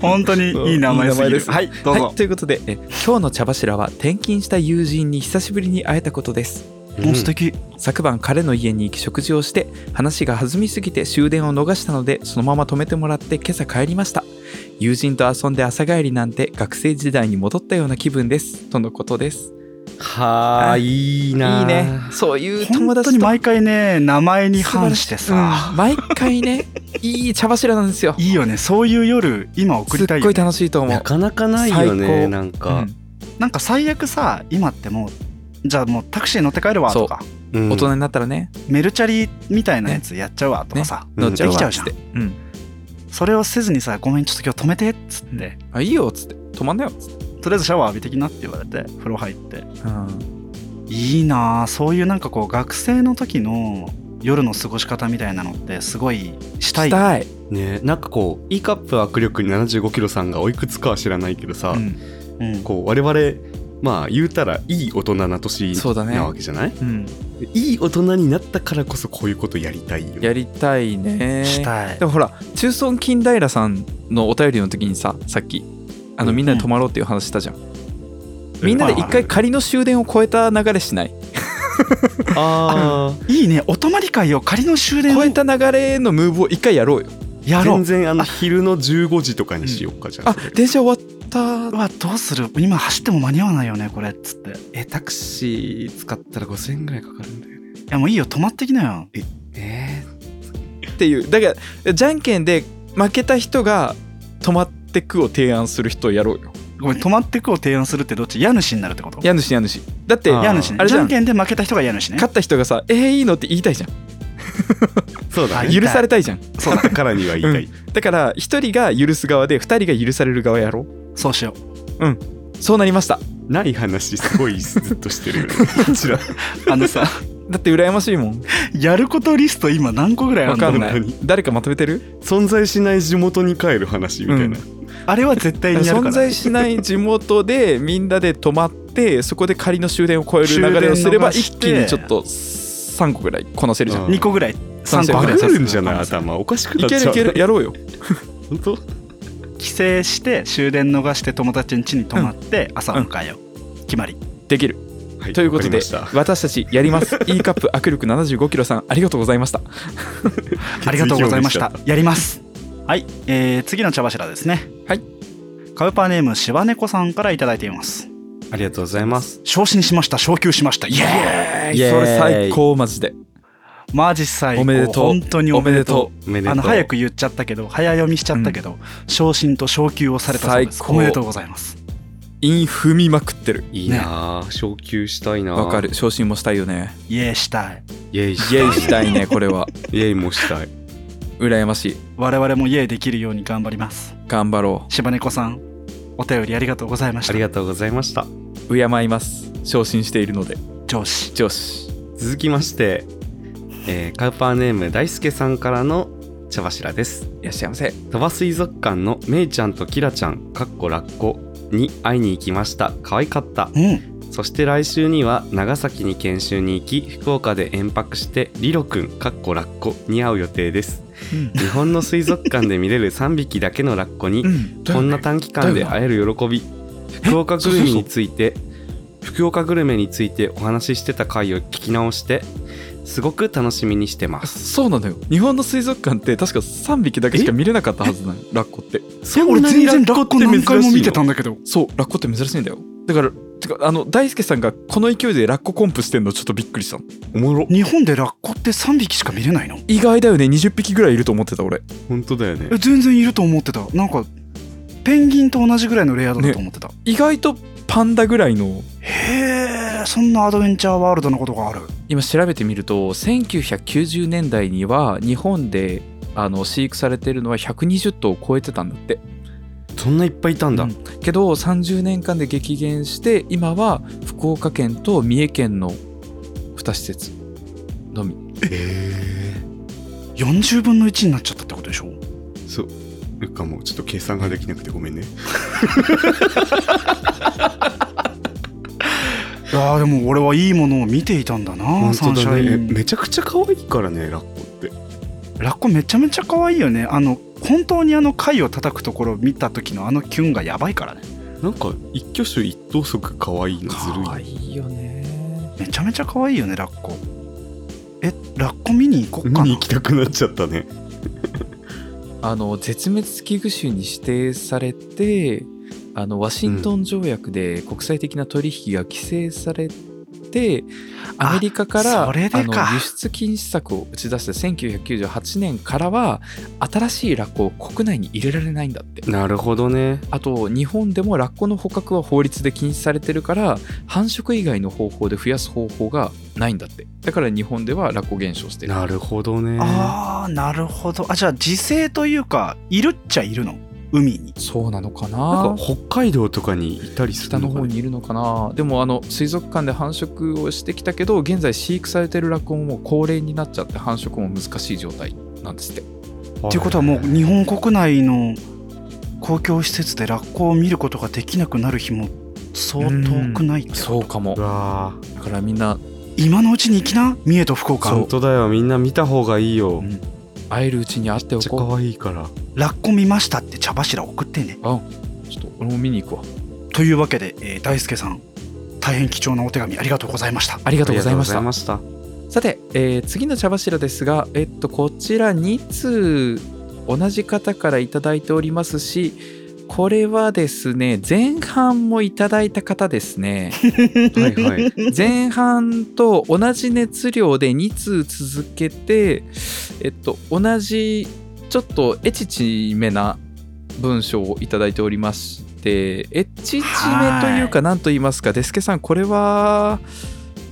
S1: 本当にいい名前すぎる
S2: いい名前です
S1: はいどうぞ、
S2: はい、ということでえ今日の茶柱は転勤した友人に久しぶりに会えたことです
S1: もう素敵
S2: 昨晩彼の家に行き食事をして話が弾みすぎて終電を逃したのでそのまま止めてもらって今朝帰りました友人と遊んで朝帰りなんて学生時代に戻ったような気分ですとのことです
S3: は
S2: あ
S3: ーいいない
S2: いねそういう友
S1: 本当
S2: 達
S1: に
S2: と
S1: 毎回ね名前に反してさ、
S2: うん毎回ねいい茶柱なんですよ
S1: いいよねそういう夜今送
S2: す
S1: り
S2: った
S1: い
S2: ご
S1: よ
S2: い楽しいと思
S3: な
S2: う
S3: かなかないよ
S2: 最
S3: ね
S2: 高
S3: なん
S2: う
S3: か、
S2: ん
S1: なんか最悪さ今ってもうじゃあもうタクシー乗って帰るわとか
S3: うん
S2: 大人になったらね
S1: メルチャリみたいなやつやっちゃうわとかさ、
S3: うん
S2: 乗っちゃうわ
S1: できちゃ
S2: っ
S1: うじ
S2: つ
S1: ゃ
S2: っ
S1: ん
S2: てうん
S1: それをせずにさごめんちょっと今日止めてっつって、
S2: うんあいいよっつって止まんなよっつって
S1: とりあえずシャワー浴びてきなって言われて風呂入って
S2: うん
S1: いいなあそういうなんかこう学生の時の夜の過ごし方みたいなのってすごいしたい
S2: したい
S3: ねなんかこう E カップ握力7 5キロさんがおいくつかは知らないけどさ、
S2: うん
S1: うん
S3: こう我々まあ言うたらいい大人な年
S2: そうだね
S3: なわけじゃない、
S2: うん
S3: いい大人になったからこそこういうことやりたいよ
S2: やりたいね
S1: したい
S2: でもほら中村金平さんのお便りの時にささっきあのみんなで泊まろうっていう話したじゃん、みんなで一回仮の終電を超えた流れしない
S3: あー
S1: いいねお泊まり会を仮の終電を
S2: 超えた流れのムーブを一回やろうよ
S1: やろう
S3: 全然あの昼の15時とかにしようかじゃあ
S2: あ電車終わった
S1: うわどうする今走っても間に合わないよねこれっつってい
S3: えタクシー使ったら5000円ぐらいかかるんだよね
S1: やもういいよ止まってきなよ
S3: え
S2: っていうだからじゃんけんで負けた人が泊まってくを提案する人をやろうよ
S1: ごめん止まってくを提案するってどっち家主になるってこと
S2: 家主家主だって
S3: あー
S1: 家主ね
S2: あれ
S1: じ
S2: じゃ
S1: ゃ
S2: ん
S1: んけんで負けた人が家主ね
S2: 勝った人がさ「えー、いいの?」って言いたいじゃん
S3: ーそうだ
S1: 言い
S3: ね
S1: たい
S2: [laughs] 許されたいじゃん
S3: 勝ったからには言いたい、
S2: だから一人が許す側で二人が許される側やろう
S1: そうしよ
S2: そうなりました
S3: ない話すごいずっとしてるよねこ
S2: [laughs]
S3: ちら
S1: うあのさ
S2: だって羨ましい
S1: [laughs]
S2: もん
S1: やることリスト今何個ぐらいあ
S2: わ
S1: るの
S2: かんな
S3: 本
S2: い
S3: 当に
S2: 誰かまとめてる
S3: 存在しない地元に帰る話みたいな、
S2: う
S1: あれは絶対にやるから
S2: 存在しない地元でみんなで泊まってそこで仮の終電を超える流れをすれば
S1: 終電逃して
S2: 一気にちょっと3個ぐらいこなせるじゃん、
S3: うん
S1: 2個ぐらい
S2: 三
S1: 3
S2: 個
S1: 個
S3: バ
S1: ぐ
S2: ぐ
S1: ら
S2: ら
S1: い
S2: い
S3: グるんじゃない頭おかしくないっ
S2: け
S3: ちゃう
S2: るいけるやろうよ
S3: 本当
S1: 帰省して終電逃して友達ん家に泊まって朝迎えよう決まり
S2: できる
S3: は
S2: ということで
S3: わかりました
S2: 私たちやります
S1: [laughs]
S2: E カップ握力7 5キロさんありがとうございました
S1: ありがとうございま
S2: [laughs]
S1: した。やります。はい、えー、次の茶柱ですね。
S2: はい。
S1: カウパーネームしばねこさんからいただいています。
S3: ありがとうございます
S1: 昇進しました。昇級しました。イエー
S2: それ最高マジで
S1: イ。マジ最高。
S2: おめでとう
S1: 本当にお
S2: おめ
S1: め
S2: で
S1: でと
S2: と
S3: おめ
S1: う。
S3: でとう
S1: あの早く言っちゃったけど早読みしちゃったけど、昇進と昇級をされたそうです
S2: 最高
S1: おめでとうございます
S2: う韻踏みまくってる
S3: いいなあ、昇級したいなあ
S2: わかる昇進もしたいよね
S1: イエーイしたい
S3: イエイし
S2: イェイしたいねこれは
S3: イエイもしたい
S2: 羨ましい
S1: 我々もイエーイできるように頑張ります
S2: 頑張ろ
S1: しばねこさんお便りありがとうございまし
S3: あり
S1: た
S3: がとうございました
S2: う敬います昇進しているので
S1: 上司
S2: 上司
S3: 続きまして、えーカウパーネーム大輔さんからの茶柱です
S2: いらっしゃいませ
S3: 鳥羽水族館のめいちゃんとキラちゃんかっこラッコに会いに行きました可愛かった
S1: うん
S3: そして来週には長崎に研修に行き福岡で延泊してリロくんかっこラッコに会う予定です
S2: うん
S3: 日本の水族館で見れる3匹だけのラッコに
S2: うん
S3: こんな短期間で会える喜び福岡グルメについて福岡グルメについてお話ししてた回を聞き直してすごく楽しみにしてま
S2: あ
S3: す
S2: そうなのよ日本の水族館って確か3匹だけしか見れなかったはずなのラッコって
S1: え俺全然ラッコ何回も見てたん
S3: だ
S1: だけど
S2: そうラッコって珍しいんだよだからてかあの大輔さんがこの勢いでラッココンプしてんのちょっとびっくりしたの
S3: おもろ
S1: 日本でラッコって3匹しか見れないの
S2: 意外だよね20匹ぐらいいると思ってた俺
S3: 本当だよね
S1: え全然いると思ってたなんかペンギンと同じぐらいのレア度だ
S2: ね
S1: と思ってた、
S2: 意外とパンダぐらいの
S1: へえそんなアドベンチャーワールドのことがある
S2: 今調べてみると1990年代には日本であの飼育されてるのは120頭を超えてたんだって
S3: そんないっぱいいたんだ、
S2: うんけど30年間で激減して今は福岡県と三重県の2施設のみ
S1: 40分の1になっちゃったってことでしょ
S5: そうなんかもうちょっと計算ができなくてごめんね
S1: いやーでも俺はいいものを見ていたんだなサ
S5: 本
S1: ン
S5: 当
S1: シ
S5: だ
S1: ャ
S5: ねえ
S1: イン
S5: めちゃくちゃ可愛いからねラッコって
S1: ラッコめちゃめちゃ可愛いよねあの本当にあの貝を叩くところを見た時のあのキュンがやばいからね
S5: なんか一挙手一投足可愛いのずるい
S2: 可愛いよね
S1: めちゃめちゃ可愛いよねラッコえラッコ見に行こっ
S5: 見
S1: かな
S5: に行きたくなっちゃったね
S2: あの絶滅危惧種に指定されてあのワシントン条約で国際的な取引が規制されて、
S1: あ
S2: アメリカから
S1: それでか
S2: あの輸出禁止策を打ち出した1998年からは新しいラッコを国内に入れられないんだって
S4: なるほどね
S2: あと日本でもラッコの捕獲は法律で禁止されてるから繁殖以外の方法で増やす方法がないんだってだから日本ではラッコ減少してる
S4: なるほどね
S1: ああなるほどあじゃあ自生というかいるっちゃいるの海に
S2: そうなのかな
S5: なんか北海道とかにいたりす
S2: 北
S5: る
S2: の
S5: のか
S2: 方
S5: な
S2: にいるのかなでもあの水族館で繁殖をしてきたけど現在飼育されてるラッコももう高齢になっちゃって繁殖も難しい状態なんですって
S1: っていうことはもう日本国内の公共施設でラッコを見ることができなくなる日もそう遠くないって
S2: そうかも
S5: うわ
S2: だからみんな、
S1: 今のうちに行きな三重と福岡
S4: 本当だよみんな見た方がいいよ
S2: 会えるうちに会って
S5: ーめ
S2: お
S5: っちゃ
S2: こ
S5: 可愛いから
S1: ラッコ見ましたって茶柱送ってね
S2: うちょっと俺も見に行くわ
S1: というわけで、えー大輔さん大変貴重なお手紙ありがとうございました
S2: ありが
S4: あ
S2: とう
S4: り
S2: ご
S4: がと
S2: ざいう
S4: ご
S2: ま
S4: ざ
S2: し
S4: い
S2: た
S4: ました
S2: さて、えー次の茶柱ですが、えっと、こちら2通同じ方からいただいておりますしこれはですね前半もいただいた方ですね
S4: はいはい
S2: 前半と同じ熱量で2通続けてえっと同じちょっとエチチめな文章をいただいておりましてエチチめというか何と言いますかデスケさんこれは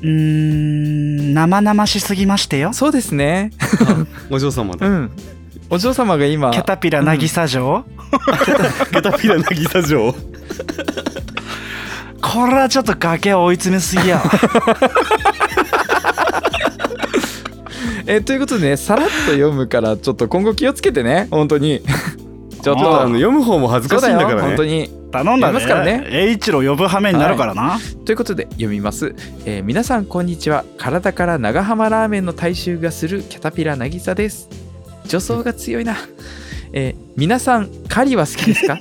S1: うーん生々しすぎましてよ
S2: そうですね
S4: お嬢様
S2: う
S4: だ
S2: ん。 [laughs] お嬢様が今
S1: キ、ャタピラ渚城、
S5: ゲタピラ渚城
S1: これはちょっと崖追い詰めすぎやわ
S2: えということでね、さらっと読むから、ちょっと今後気をつけてね、本当に。ちょっ
S1: あー
S2: と、
S5: あの読む方も恥ず
S2: そ
S5: か
S2: う
S5: しい
S2: だ
S5: ん
S2: よ
S5: だから
S2: 本
S5: ね
S2: 当に。
S1: 頼んだ
S2: やりますからね
S1: 栄一郎呼ぶ羽目になるからな、
S2: ということで読みます、えー皆さんこんにちは体から長浜ラーメンの大衆がするキャタピラ渚です女装が強いな、えー皆さん狩りは好きですか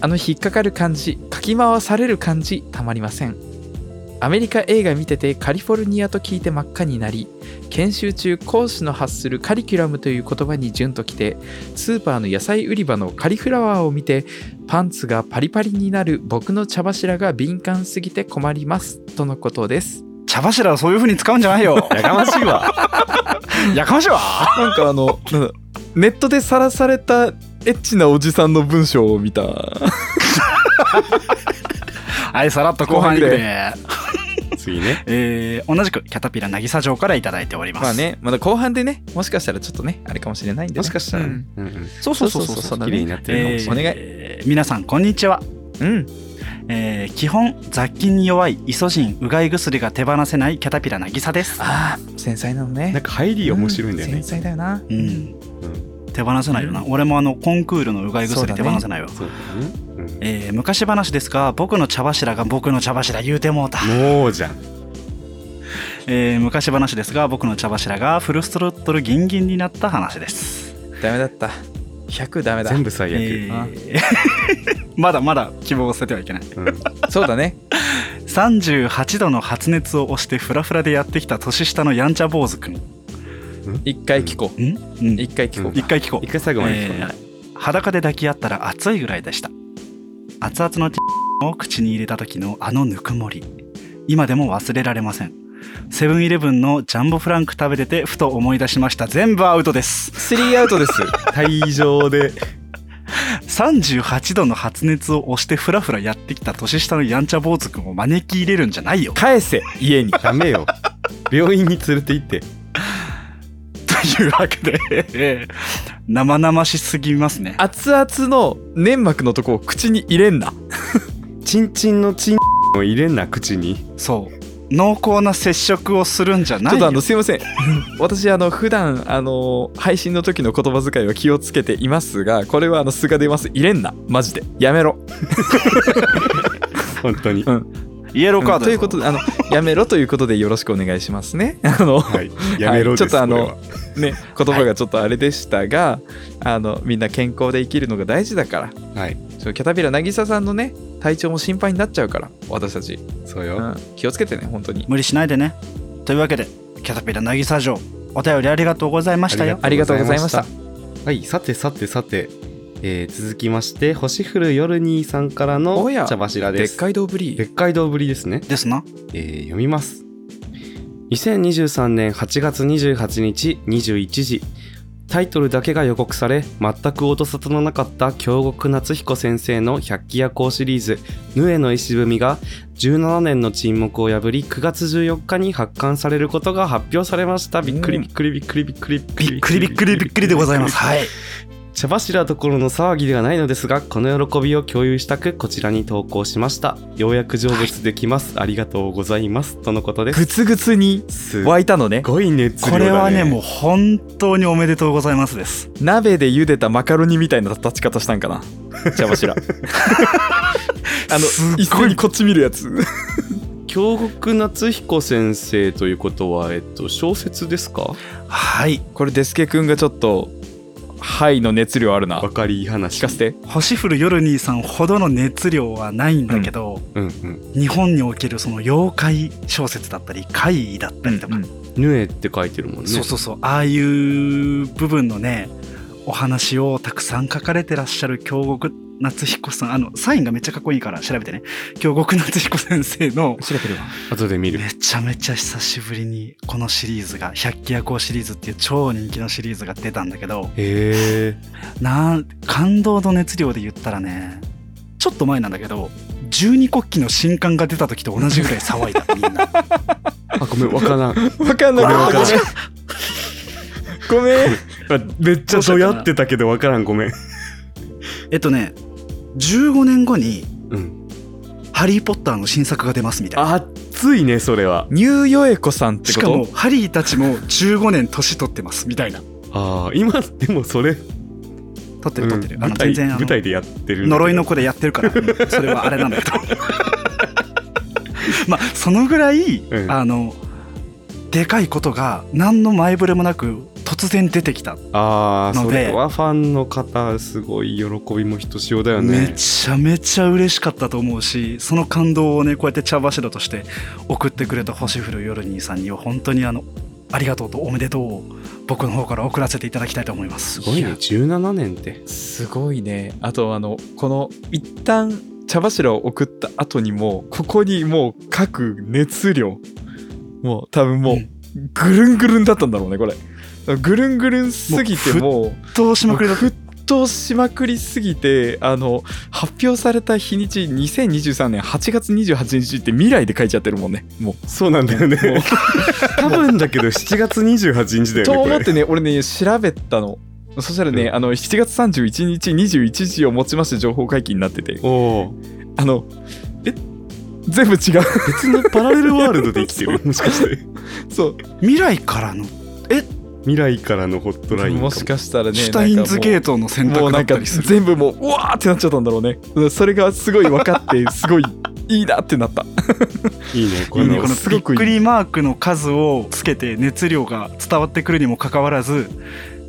S2: あの引っかかる感じかき回される感じたまりませんアメリカ映画見ててカリフォルニアと聞いて真っ赤になり研修中講師の発するカリキュラムという言葉に順ときてスーパーの野菜売り場のカリフラワーを見てパンツがパリパリになる僕の茶柱が敏感すぎて困りますとのことです
S1: 茶柱をそういう風に使うんじゃないよ
S4: やかましいわ
S1: [laughs] やかましいわ
S2: [laughs] なんかあのネットでさらされたエッチなおじさんの文章を見た
S1: はいさらっと後半いくね
S4: 次ね
S1: えー同じくキャタピラ渚城からいただいております、
S2: まあねまだ後半でねもしかしたらちょっとねあれかもしれないんで、ね、
S4: もしかしたら
S2: う
S4: ね
S2: ん
S4: うんうん
S2: そうそうそうそう
S4: そう
S2: そ
S4: そうう
S2: だ
S4: 綺麗に
S2: ね
S4: なってるかも
S1: え
S4: し
S1: ー
S4: れない
S2: お願い
S1: えー皆さんこんにちは、
S2: うん
S1: えー基本雑菌に弱いイソジンうがい薬が手放せないキャタピラ渚です
S2: あー繊細なのね
S4: なんか入り面白いんだよ
S2: 繊
S4: ね
S2: 細だよな
S1: うん、手放せないよな、俺もあのコンクールのうがい
S2: そう
S1: 薬
S2: だ
S1: 手
S2: ね
S1: 放せないわ、
S4: そうだね
S1: えー昔話ですが僕の茶柱が僕の茶柱言うてもうた
S4: もうじゃん
S1: えー昔話ですが僕の茶柱がフルストロットルギンギンになった話です、
S2: ダメだった100ダメだ
S4: 全部最
S1: え
S4: 悪
S1: ー [laughs] まだまだ希望を捨ててはいけない
S4: うん
S2: そうだね
S1: 38度の発熱を押してフラフラでやってきた年下のやんちゃ坊主くんん、
S2: 一回聞こう
S1: うん
S2: 一回聞こう
S1: 一
S2: か、
S1: 回聞こう
S4: 一回最後まで聞こう
S1: えー裸で抱き合ったら熱いぐらいでした熱々のを口に入れた時のあのぬくもり今でも忘れられませんセブンイレブンのジャンボフランク食べててふと思い出しました全部アウトです
S2: スリーアウトです
S4: [laughs] 退場で
S1: 38度の発熱を押してフラフラやってきた年下のやんちゃ坊主くんを招き入れるんじゃないよ
S2: 返せ家に
S4: ダメよ病院に連れて行って
S1: というわけで [laughs] えー生々しすぎますね
S2: 熱々の粘膜のとこを口に入れんな
S4: チンチンのチン
S3: もう入れんな口に
S1: そう濃厚な接触をするんじゃな
S2: ちょ
S1: い
S2: っと
S1: よ
S2: あのすいません [laughs] 私あの普段あの配信の時の言葉遣いは気をつけていますがこれはあの素が出ます入れんなマジでやめろ
S3: [laughs] 本当に
S1: イエローカード、
S2: うんということであのやめろということでよろしくお願いしますね [laughs] あの
S6: はい。やめろです、
S2: はいちょっとあの
S6: これは
S2: ね言葉がちょっとあれでしたが、あのみんな健康で生きるのが大事だから
S6: はい。
S2: そうキャタピラ渚さんのね体調も心配になっちゃうから私たち、
S6: そう
S2: う
S6: よ。
S2: ん、気をつけてね本当に
S1: 無理しないでねというわけでキャタピラ渚城お便りありがとうございましたよ
S2: ありがとうございました
S3: はいさてさてさて、えー続きまして星降る夜にさんからの
S2: おや
S3: 茶柱
S2: で
S3: で
S2: っ
S3: す
S2: かいどぶ
S3: で
S2: り
S3: っかい堂ぶりですね
S1: ですな
S3: えー読みます2023年8月28日21時タイトルだけが予告され全く音沙汰のなかった京極夏彦先生の「百鬼夜行」シリーズ「ヌエの石踏み」が17年の沈黙を破り9月14日に発刊されることが発表されましたびっくり
S2: うん
S3: びっくりびっくりびっくりびっくり
S1: びっくりびっくりびっくりでございますはい
S3: 茶柱どころの騒ぎではないのですがこの喜びを共有したくこちらに投稿しましたようやく成仏できます、ありがとうございますとのことです
S2: グツグツに
S3: す
S2: 沸いたのね
S3: ごい熱量だ、
S1: こ
S3: ね、
S1: れはねもう本当におめでとうございますです
S2: 鍋で茹でたマカロニみたいな立ち方したんかな茶
S1: [laughs]
S2: 柱あの
S1: すっごい
S2: 一斉にこっち見るやつ
S3: 京極夏彦先生ということはえっと小説ですか
S1: はい
S2: これデスケ君がちょっと肺の熱量あるな
S3: わかりいい
S2: 聞
S3: 話
S2: かせて
S1: 星降る夜にさんほどの熱量はないんだけど、
S3: うんうん
S1: 日本におけるその妖怪小説だったり怪異だったりとか、
S3: ヌエって書いてるもんね
S1: そうそうそうああいう部分のねお話をたくさん書かれてらっしゃる京極夏彦さんあのサインがめっちゃかっこいいから調べてね京極夏彦先生
S2: [laughs]
S1: の
S2: 調べるわ
S3: 後で見る
S1: めちゃめちゃ久しぶりにこのシリーズが「百鬼夜行」シリーズっていう超人気のシリーズが出たんだけど
S3: へえ
S1: なん感動の熱量で言ったらねちょっと前なんだけど十二国旗の新刊が出た時と同じぐらい騒いだみんな
S3: あごめんわからん
S2: 分かんない
S3: ごめんわからん
S2: ごめん
S3: [laughs] めっちゃどやってたけどわからんごめん
S1: えっとね15年後に
S3: うん
S1: 「ハリー・ポッター」の新作が出ますみたいな
S3: 熱いねそれは
S2: ニューヨエコさんって
S1: し
S2: こ
S1: かも
S2: と
S1: ハリーたちも15年年取ってますみたいな
S3: ああ今でもそれ
S1: 取ってる取ってる、
S3: うん
S1: あ
S3: 舞
S1: の
S3: 台
S1: 全然あ
S3: 舞台
S1: の
S3: でやってるんだけど
S1: 呪いの子でやってる
S3: [laughs]
S1: から、うんそれはあれなんだけど [laughs] まあそのぐらい、
S3: うん
S1: あのでかいことが何の前触れもなく突然出てきた、
S3: ああ
S1: の
S3: そ
S1: で
S3: れはファンの方すごい喜びもひとしおだよ
S1: め
S3: ね
S1: ちゃめちゃ嬉しかったと思うしその感動をねこうやって茶柱として送ってくれた星降る夜にさんには本当にあのありがとうとおめでとうを僕の方から送らせていただきたいと思います
S3: すごいね17年って
S2: すごいねあとあのこの一旦茶柱を送った後にもここにもう書く熱量もう多分もうぐるんぐるんだったんだろうねこれぐるんぐるんすぎてもう
S1: どうしまくりだ
S2: 沸騰しまくりすぎてあの発表された日にち2023年8月28日って未来で書いちゃってるもんねもう
S3: そうなんだ [laughs] よね
S2: もう
S3: 多分だけど7月28日だ
S2: と
S3: よ
S2: 思っ
S3: ね
S2: てね俺ね調べたのそしたらね、
S3: うん
S2: あの7月31日21時をもちまして情報解禁になってて
S3: これおお
S2: あのえ全部違う
S3: 別のパラレルワールドで生きてるもしかして
S2: そう
S1: 未来からの
S3: 未来からのホットラインかも
S2: もしかしたらね
S1: シュタインズゲ
S2: ー
S1: ートの選
S2: も
S1: 択
S2: う
S1: だ
S2: な
S1: っ
S2: んか
S1: たりする
S2: 全部もううわーってなっちゃったんだろうねうんそれがすごい分かってすごいいいなってなった
S3: いいねこ
S1: いいね
S3: の
S1: この
S2: す
S1: び
S2: ご
S1: っ
S2: くいい
S1: くりマークの数をつけて熱量が伝わってくるにもかかわらず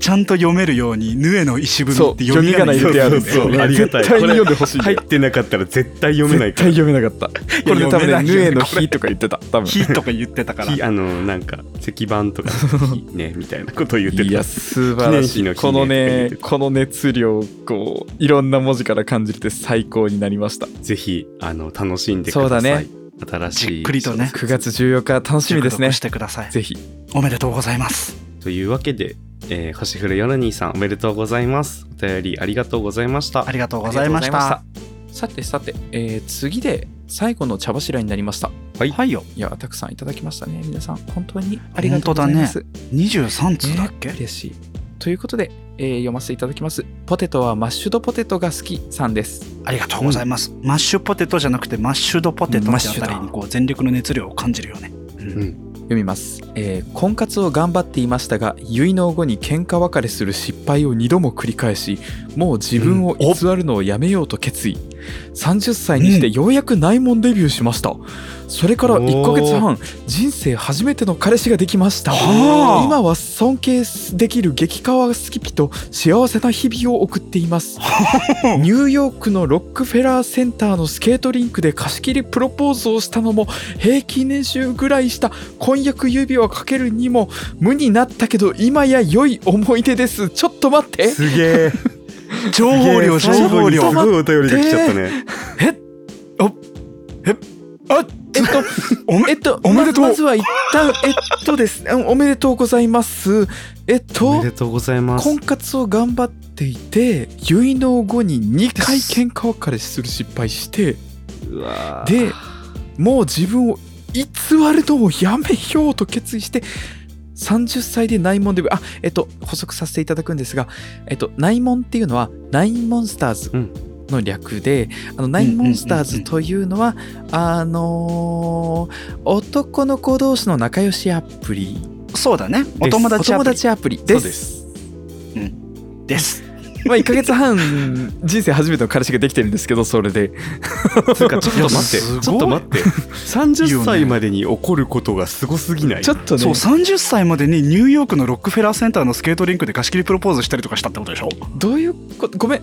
S1: ちゃんと読めのように「ヌエの石踏み」って読みがな
S2: そう
S1: い
S2: 読みがな入れてあるんで
S3: そうそうそうありがたい
S2: 絶対に読んでほしいんだ
S3: 入
S2: よ
S3: ってなかったら絶対読めない
S2: 絶
S3: から
S2: 対読めなかった。これね、多
S1: 読めな
S2: 分
S1: い
S2: ね、
S1: よ
S2: ヌ
S1: ね
S2: エの日とか言ってた。多分
S1: 火とか言ってたから
S3: ひあのなんか石板
S1: [laughs]
S3: とかひねみたいなことを言って
S2: いや、
S3: た
S2: 素晴らし
S3: 記
S2: い。
S3: 念碑の記念
S2: このね、この熱量をこう、いろんな文字から感じれて最高になりました。
S3: ぜひあの楽しんでく
S2: そう
S3: だ
S2: だ
S3: さ
S2: ね
S3: い新しい
S1: じっくりとね
S2: 9月14日、楽しみです
S1: 熟読
S2: ね
S1: し。てください
S2: ぜひ。
S1: おめでとうございます
S3: というわけで、えー、星降るヨナニーさんおめでとうございますお便りありがとうございました
S1: ありがとうございました
S2: ありがとうございました。さてさて、えー次で最後の茶柱になりました。
S3: はい
S1: はいよ
S2: いや、たくさんいただきましたね。皆さん、本当にありがとうございます。
S1: 23通だっけ、
S2: 嬉しい。ということで、ええー読ませていただきます。ポテトはマッシュドポテトが好きさんです。
S1: ありがとうございます、マッシュポテトじゃなくてマッシュドポテト
S2: マッ
S1: ってあ
S2: シュ
S1: た
S2: だ
S1: りにこう全力の熱量を感じるよね
S2: 読みます、えー婚活を頑張っていましたが結納後に喧嘩別れする失敗を2度も繰り返しもう自分を偽るのをやめようと決意、30歳にしてようやく内門デビューしました、それから1ヶ月半人生初めての彼氏ができました
S1: はあ
S2: 今は尊敬できる激カワスキピと幸せな日々を送っていますニューヨークのロックフェラーセンターのスケートリンクで貸し切りプロポーズをしたのも平均年収ぐらいした婚約指輪かけるにも無になったけど今や良い思い出ですちょっと待って
S5: すげえ。
S2: [laughs]
S1: 情報量情
S5: 最後
S1: 報
S5: に
S1: 量
S5: すごいお便りが来ちゃったね。
S2: えっと [laughs]
S1: おめ
S2: えっと
S1: おめでとう
S2: まずまずは一旦えっとですねうんおめでとうございますえっ
S4: お
S2: と
S4: めでとうございます
S2: 婚活を頑張っていて結納後に2回喧嘩別れする失敗して
S4: うわー
S2: でもう自分を偽るのをやめようと決意して30歳で内門デビューあえっと補足させていただくんですが、えっと、内門っていうのはナインモンスターズ
S4: うん
S2: の略で、あのナインモンスターズというのは、あのー男の子同士の仲良しアプリ
S1: そうだねお
S4: です
S1: 友
S2: お
S1: 達ア
S2: 友
S1: プリ
S2: 達アプリです
S4: そうです
S1: です
S2: まあ1ヶ月半人生初めての彼氏ができてるんですけどそれで
S4: つうかちょっと待
S1: いやす
S4: っ
S1: ごい
S4: てちょっと待って
S3: [laughs]
S1: いいよね
S5: 30歳までに起こることがすごすぎない。
S2: ちょっとね
S1: そう30歳までにニューヨークのロックフェラーセンターのスケートリンクで貸し切りプロポーズしたりとかしたってことでしょ
S2: どういうことごめん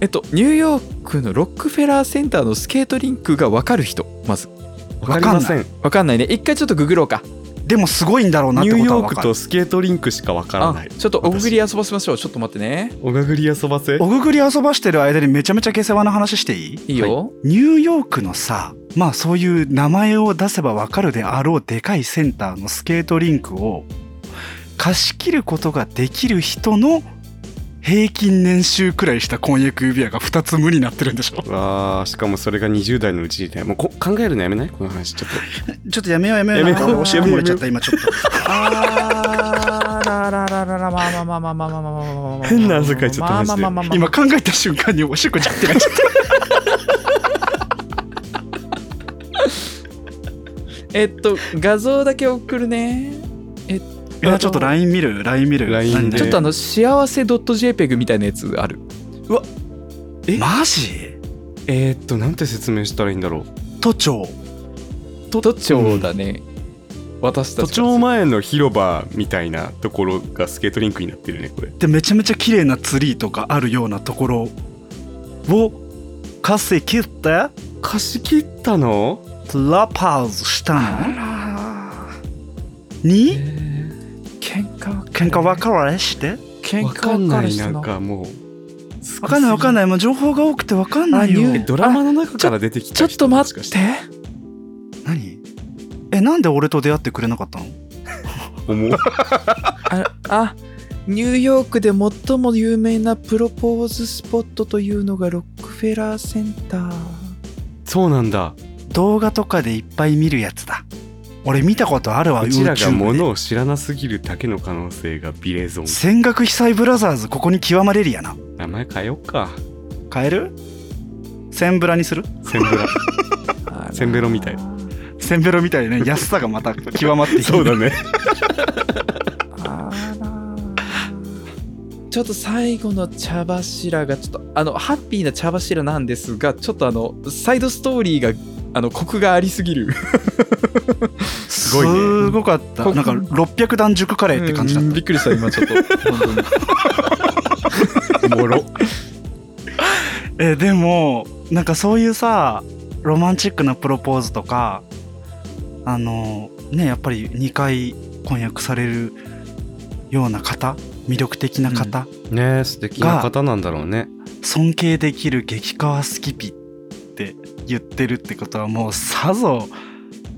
S2: えっとニューヨークのロックフェラーセンターのスケートリンクが分かる人まず
S1: わ
S4: わかり
S1: かんない
S4: ません
S2: 分かんないね一回ちょっとググろうか
S1: でもすごいんだろうなっ
S5: ニ
S1: て
S5: ュー
S1: ことは
S5: ヨー
S1: 分
S5: ク
S1: かる
S5: とスケートリンクしかわからない。
S2: ちょっとおぐり遊ばせましょうちょっと待ってね
S5: おがぐり遊ばせ
S1: おぐぐり遊ばしてる間にめちゃめちゃ下世話な話していい
S2: いいよ、
S1: ニューヨークのさまあそういう名前を出せばわかるであろうでかいセンターのスケートリンクを貸し切ることができる人の平均年収くらいした婚約指輪が2つ無になってるんでしょ
S5: わーしかもそれが20代のうちにねもうこ考えるのやめないこの話ちょっ
S1: ちょっとやめようやめよう
S5: やめよう
S1: なんか俺教え
S5: やめ
S1: 漏
S5: よう
S1: れちゃった今ちょっと
S2: あーらららららまあまあまあまあまあまあまあまあまあまあ
S5: 変な汗かいちゃった
S2: ま
S5: マ
S2: あ
S5: ジ
S2: まあ
S5: で
S2: まあまあまあ
S1: [laughs] 今考えた瞬間におしっこちゃってなっちゃった
S2: えっと画像だけ送るね
S1: いやちょっと LINE 見る LINE 見る
S5: LINE
S1: 何
S5: で
S2: ちょっとあの幸せ .jpg みたいなやつある
S1: マジ
S5: とえー、っとなんて説明したらいいんだろう
S1: 都庁
S2: 都庁だね、私た
S5: 都
S2: ち
S5: 庁前の広場みたいなところがスケートリンクになってるねこれ
S1: でめちゃめちゃ綺麗なツリーとかあるようなところを貸し切ってラ
S5: 貸し切ったの
S1: パーズしたのに
S2: 喧嘩
S1: 喧嘩別れして
S2: 喧嘩
S5: わかんない
S2: 別
S5: な
S2: れ
S5: んかもう
S1: わかんないわかん
S5: い
S1: ないもう情報が多くてわかんない
S2: あ
S1: よ
S2: ニュー
S5: ドラマの中から出てきた
S2: ちょっと待
S5: も
S2: っ
S5: してかし
S1: 何えなんで俺と出会ってくれなかったの
S5: 思う
S2: ああニューヨークで最も有名なプロポーズスポットというのがロックフェラーセンター
S5: そうなんだ
S1: 動画とかでいっぱい見るやつだ俺見たことあるわ
S5: うちらが
S1: YouTube
S5: ものを知らなすぎるだけの可能性がビレゾン
S1: 戦学被災ブラザーズここに極まれるやな
S5: 名前変えよっか
S1: 変えるセンブラにする
S5: センブラ
S2: あら
S5: せんべろみたい
S1: センベロみたいな [laughs] ね安さがまた極まっていく
S5: そうだね
S2: あらちょっと最後の茶柱がちょっとあのハッピーな茶柱なんですがちょっとあのサイドストーリーがあのコクがありすぎ
S5: [laughs]
S2: る
S1: す
S5: ごいね
S1: ごかった
S2: こ
S1: なんか600段熟カレーって感じだっ
S2: うんびっくりした今ちょっ
S5: [laughs]
S2: と本当に [laughs]
S5: もろ
S1: たえでもなんかそういうさロマンチックなプロポーズとかあのねやっぱり2回婚約されるような方魅力的な方、
S4: ねえ素敵な方なんだろうね
S1: 尊敬できる激カワスキピって言ってるってことはもうさぞ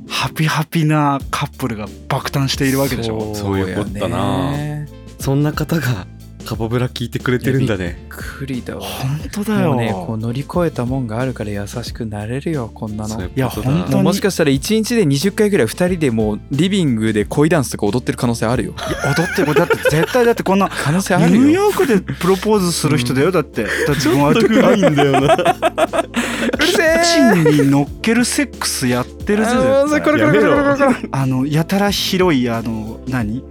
S1: ハピハピなカップルが爆誕しているわけでしょ
S5: そういうこったな
S2: ね
S4: そんな方がカポブラ聞いてくれてるんだね
S2: クリだわ
S1: 本当
S2: で
S1: だよ、
S2: もねこう乗り越えたもんがあるから優しくなれるよこんなの
S4: そう
S1: いや
S4: ことだ
S1: 本当
S2: も
S1: に
S2: うもしかしたら1日で20回ぐらい2人でもうリビングで恋ダンスとか踊ってる可能性あるよ
S1: 踊ってこれだって絶対だってこんな
S2: 可能性
S1: ニ
S2: あ
S1: ュ
S2: る
S1: ー
S2: よ
S1: ヨークでプロポーズする人だよ、だってだってちょっと
S4: いんだよ
S1: [laughs]
S4: な
S2: うるせ
S1: キ
S2: え
S1: ッチンに乗っけるセックスやってるぜ
S2: あー
S1: 絶
S2: こ
S1: 対
S2: れこれこれこれこれこれ
S1: あのやたら広いあの何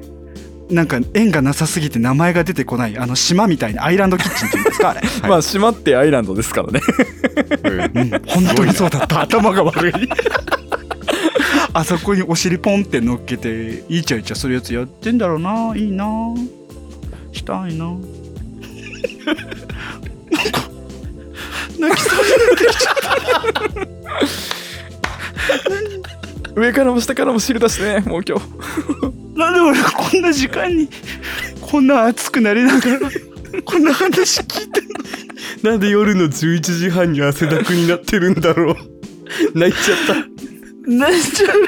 S1: なんか縁がなさすぎて名前が出てこないあの島みたいなアイランドキッチンっていうんですかあれ、
S2: [laughs] まあ島ってアイランドですからね
S1: うん、本当にそうだった頭が悪いあそこにお尻ポンって乗っけてイチャイチャするやつやってんだろうないいなしたいななんか泣きそうになってきちゃっ
S2: 上からも下からも汁出してねもう今日
S1: たなんで俺こんな時間にこんな熱くなりながらこんな話聞いて
S4: なんで夜の11時半に汗だくになってるんだろう泣いちゃった
S1: 泣いちゃう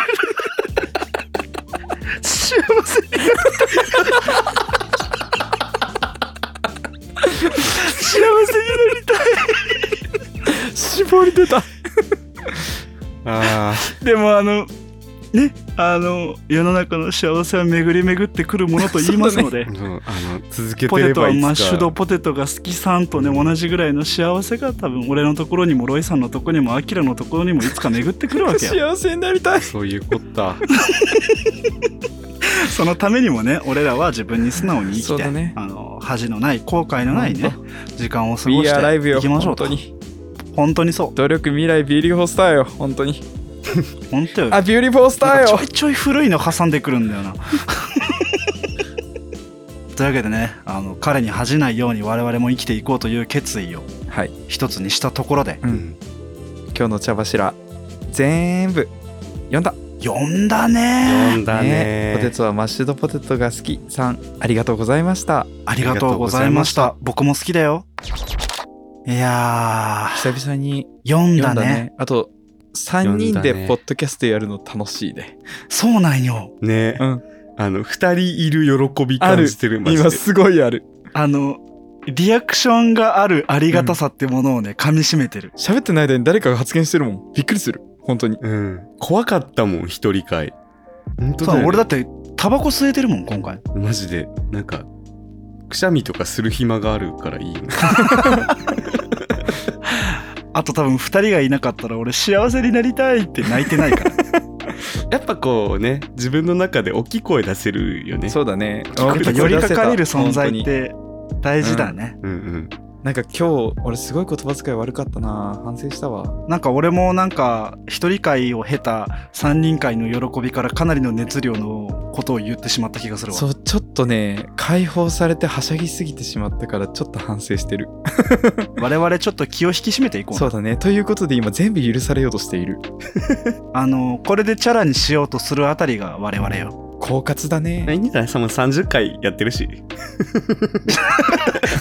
S1: 幸せになった幸せになりたい
S2: 絞り出た
S4: あ
S1: でもあのねあの世の中の幸せは巡り巡ってくるものと言いますので、
S4: あの続けて
S1: ポ
S4: れ
S1: テト
S4: ば
S1: はい
S4: つか
S1: マッシュドポテトが好きさんとね同じぐらいの幸せが多分俺のところにもロイさんのところにもアキラのところにもいつか巡ってくるわけよ
S2: [laughs] 幸せになりたい
S4: そういうこった
S1: [laughs] そのためにもね俺らは自分に素直に生
S2: そ
S1: き
S2: う
S1: て、
S2: だね
S1: あの恥のない後悔のないね
S2: 本
S1: 時間を過
S2: We
S1: ごし
S2: are
S1: て
S2: live
S1: い
S2: よ
S1: きましょ
S2: 本
S1: うと
S2: 当に
S1: 本当にそ
S2: 努力未来ビューティフォースターよ本当に
S1: う本当よ
S2: あビューティフォースター
S1: なんか
S2: よ
S1: ちょいちょい古いの挟んでくるんだよな [laughs] というわけでねあの彼に恥じないように我々も生きていこうという決意を
S2: はい
S1: 一つにしたところで
S2: うん今日の茶柱全部読んだ
S1: 呼んだね
S4: 読んだね
S2: ポテトはマッシュドポテトが好きさんありがとうございました
S1: ありがとうございました僕も好きだよいや
S2: 久々に
S1: ー読ん
S2: 読
S1: だ
S2: んだ
S1: ね
S2: ねあと3
S4: 読ん
S2: 人
S4: だ
S2: で
S4: ね
S2: ポッドキャストやるの楽しいね
S1: そうなんよ
S4: ね、
S2: うん
S4: あの二人いる喜び感じてるマジで
S2: 今すごいある
S1: あのリアクションがあるありがたさってものをね、噛みしめてる
S2: 喋ってない間に誰かが発言してるもんびっくりする本当に
S4: うん、怖かったもん一人会本当
S1: そう
S4: だよ
S1: 俺だってタバコ吸えてるもん今回
S4: マジでなんかくしゃみとかする暇があるからいいよね
S1: あと多分2人がいなかったら俺幸せになりたいって泣いてないから
S4: [laughs]
S1: [laughs]
S4: やっぱこうね自分の中で大きい声出せるよね
S2: そうだね
S1: やっぱ寄りかかれる存在って大事だね、
S4: うんうん
S2: なんか今日俺すごい言葉遣い悪かったな反省したわ
S1: なんか俺もなんか一人会を経た三人会の喜びからかなりの熱量のことを言ってしまった気がするわ
S2: そうちょっとね解放されてはしゃぎすぎてしまったからちょっと反省してる
S1: 我々ちょっと気を引き締めていこう
S2: そうだねということで今全部許されようとしている
S1: あのこれでチャラにしようとするあたりが我々
S2: [laughs]
S1: よ
S2: 狡猾だね
S4: いいんじゃないさもう30回やってるし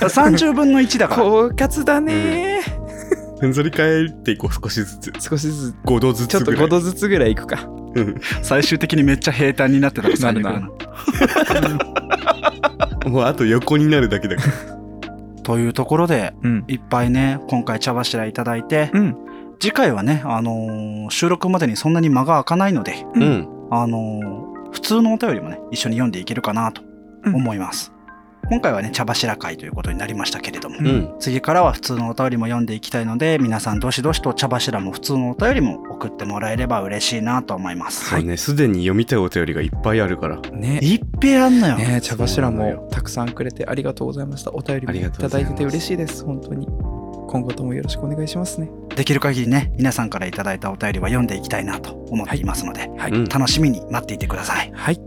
S1: 30分の1だから
S2: 狡猾だね、
S4: ふんぞり返っていこう少しずつ
S2: 少しずつ
S4: 5度ず
S2: ちょ
S4: つ
S2: っと
S4: ぐら
S2: 5
S4: い
S2: 度ずつぐらいいくか
S1: 最終的にめっちゃ平坦になってたら
S2: なるな
S1: 最悪だ
S4: もうあと横になるだけだから
S1: というところで
S2: うん
S1: いっぱいね今回茶柱いただいて
S2: うん
S1: 次回はね、あのー収録までにそんなに間が空かないので
S4: [laughs] うん
S1: あのー普通のお便りもね一緒に読んでいけるかなと思います、今回はね茶柱会ということになりましたけれども、
S2: うん
S4: うん
S1: 次からは普通のお便りも読んでいきたいので皆さんどしどしと茶柱も普通のお便りも送ってもらえれば嬉しいなと思います、
S4: そうねすでに読みたいお便りがいっぱいあるから
S2: ね
S1: いっぺえあんのよ、
S2: ね茶柱
S4: そうなの
S2: もたくさんくれてありがとうございましたお便りも
S4: あり
S2: い
S4: がとう
S2: た
S4: ご
S2: だ
S4: ざい
S2: い
S4: ま
S2: て
S4: す
S2: て嬉しいです本当に今後ともよろしくお願いしますね
S1: できる限りね皆さんからいただいたお便りは読んでいきたいなと思っていますので、
S2: はい、
S4: うん
S1: 楽しみに待っていてください
S2: はい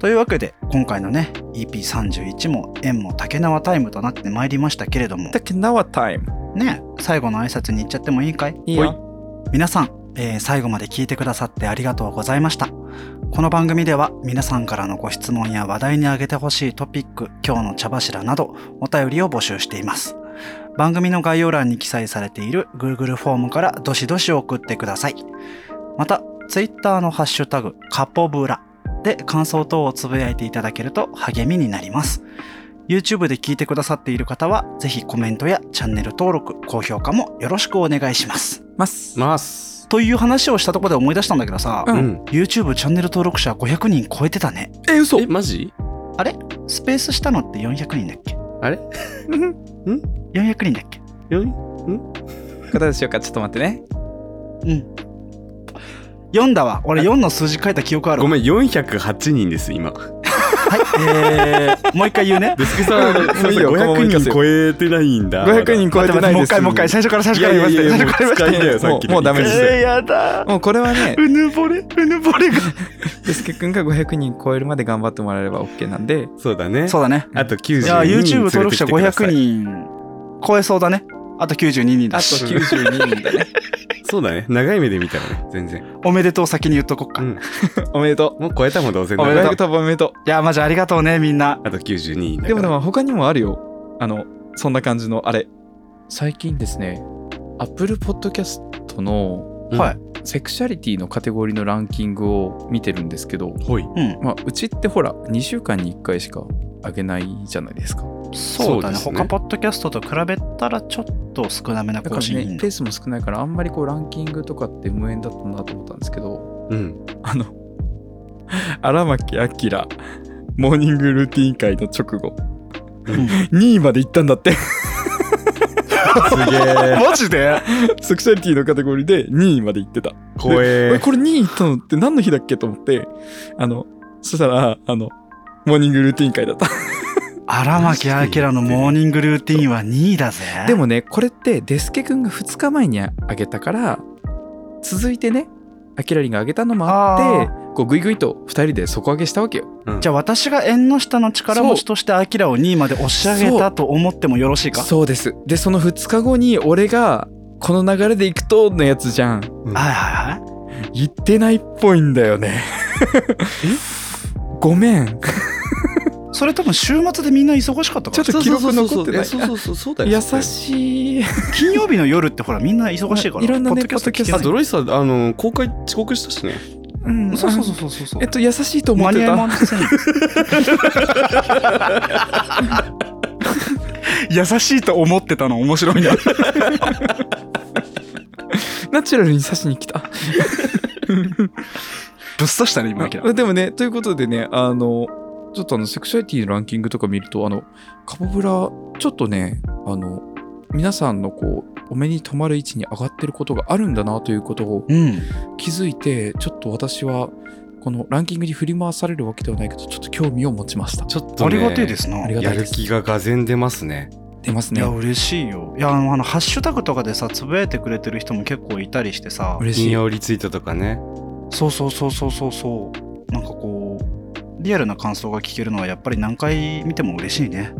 S1: というわけで今回のね EP31 も縁も竹縄タイムとなってまいりましたけれども
S2: 竹縄タイム
S1: ね最後の挨拶に行っちゃってもいいかい
S2: いいよ
S1: 皆さん、えー最後まで聞いてくださってありがとうございましたこの番組では皆さんからのご質問や話題に挙げてほしいトピック今日の茶柱などお便りを募集しています番組の概要欄に記載されている Google フォームからどしどし送ってくださいまた Twitter のハッシュタグカポブラで感想等をつぶやいていただけると励みになります YouTube で聞いてくださっている方は、ぜひコメントやチャンネル登録、高評価もよろしくお願いします。
S2: ます。
S4: ます。
S1: という話をしたところで思い出したんだけどさ、
S2: うん
S4: うん。
S1: YouTube チャンネル登録者500人超えてたね。
S2: え、嘘
S4: え、マジ
S1: スペースしたのって400人だっけ
S4: あれ
S1: ?400 人だっけ
S4: よい
S2: 方でしょうかちょっと待ってね。
S1: うん。4だわ。俺4の数字書いた記憶ある
S5: ご
S1: わ。
S5: めん、408人です、今。
S1: はい。えー、 [laughs] もう一回
S5: [laughs]
S1: 言うね。
S5: デスクさん、
S2: もういいよ
S5: すいません
S2: このまま行
S5: 500
S2: かせ
S5: 人
S2: よ
S5: 超えてないんだ。
S2: 500人超えてないです。
S1: もう一回もう一回最初から最初
S5: い
S1: か
S5: や
S1: ら
S5: い
S1: 言い
S5: や
S1: ま
S5: い
S1: す
S5: や
S1: ね
S5: い
S1: 最
S5: や、もう使い
S1: 初から言いま。
S5: だよ、さっきの。
S2: もうもうダメです
S5: い
S1: えー、やだー。
S2: もうこれはね、
S1: [laughs] うぬぼれ、うぬぼれが。
S2: デスケ君が500人超えるまで頑張ってもらえれば OK なんで、
S5: そうだね。
S1: そうだね。
S5: あと90
S1: い
S5: 人
S1: や、YouTube 登
S5: 連れ
S1: 録
S5: てき
S1: 者
S5: てください
S1: 500。人超えそうだね。あと92人
S2: あと
S1: だし。
S2: 92人だね。
S5: そうだね。長い目で見たらね、全然。
S1: おめでとう先に言っとこっか。
S5: うん
S1: い
S2: おめでと
S5: もう超えたも同然
S2: う。
S5: だ
S2: お
S5: か
S2: め
S5: ら
S2: でとう。おめでと
S1: や、マジありがとうね、みんな。
S5: あと92人だ
S2: う。
S5: から。
S2: でもでも他にもあるよ。あの、そんな感じのあれ。最近ですね、Apple Podcast の
S4: うん
S1: はい。
S2: セクシャリティのカテゴリーのランキングを見てるんですけど、
S5: ほい。
S1: うん。
S2: まあ、うちってほら、2週間に1回しか上げないじゃないですか。
S1: そうだね。
S5: そうですね
S1: 他ポッドキャストと比べたらちょっと少なめな
S2: だか
S1: 更
S2: ら
S1: 新頻
S2: ね、
S1: 度
S2: ペースも少ないから、あんまりこうランキングとかって無縁だったなと思ったんですけど、 [laughs]
S5: うん。
S2: あの、荒牧明モーニングルーティン会の直後、
S1: うん
S2: 2位まで行ったんだって、
S5: すげえ。
S1: マジで
S2: セクシャリティのカテゴリーで2位まで行ってた。
S5: 怖
S2: え
S5: え。
S2: これ2位行ったのって何の日だっけと思って、あの、そしたら、あの、モーニングルーティン会だった。
S1: 荒牧明のモーニングルーティンは2位だぜ。
S2: で、もね、これってデスケ君が2日前にあげたから、続いてね、アキラリンがあげたのもあって、こうグイグイと2人で底上げしたわけよ。
S1: じゃあ私が縁の下の力持ちとしてアキラを2位まで押し上げたと思ってもよろしいか
S2: そうです。で、その2日後に俺が、この流れで行くとのやつじゃん。
S5: うん
S1: はいはいはい。
S2: 行ってないっぽいんだよね。ごめん。
S1: それとも週末でみんな忙しかったから
S2: ちょっと記録残ってない。
S4: そうそうそうそうだよ。
S2: 優しい。
S1: 金曜日の夜ってほらみんな忙しいから
S2: いろんなね
S1: 聞けな
S2: ポッ
S1: い
S2: ドキャスト
S4: あ、ドロイさん、あの、公開遅刻したしね。
S2: うん
S1: そうそうそうそうそう
S2: えっと、優しいと思っ
S1: 間に
S2: て
S1: 合い
S2: た。
S1: ません [laughs] 優しいと思ってたの面白いな
S2: ナチュラルに刺しに来た。
S1: ぶっ刺したね今明
S2: でもね、ということでね、あの、ちょっとあの、セクシュアリティのランキングとか見ると、あの、カポブラ、ちょっとね、あの、皆さんのこう、お目に留まる位置に上がってることがあるんだなということを
S1: うん
S2: 気づいて、ちょっと私は、このランキングに振り回されるわけではないけど、ちょっと興味を持ちました。
S4: ちょっ
S1: あ
S4: と、ね、
S1: りがてえですな
S2: あり
S1: い
S2: がた
S4: や
S2: いで
S4: る
S2: す。
S4: 気がが然出ますね。
S2: 出ます
S1: や
S2: ね。
S1: 嬉しいよいやあのあのハッシュタグとかでさつぶやいてくれてる人も結構いたりしてさ
S2: 嬉
S4: 引
S2: しい。
S4: 用リツイートとかね。
S1: そうそうそうそうそうそうなんかこうリアルな感想が聞けるのはやっぱり何回見ても嬉しいね、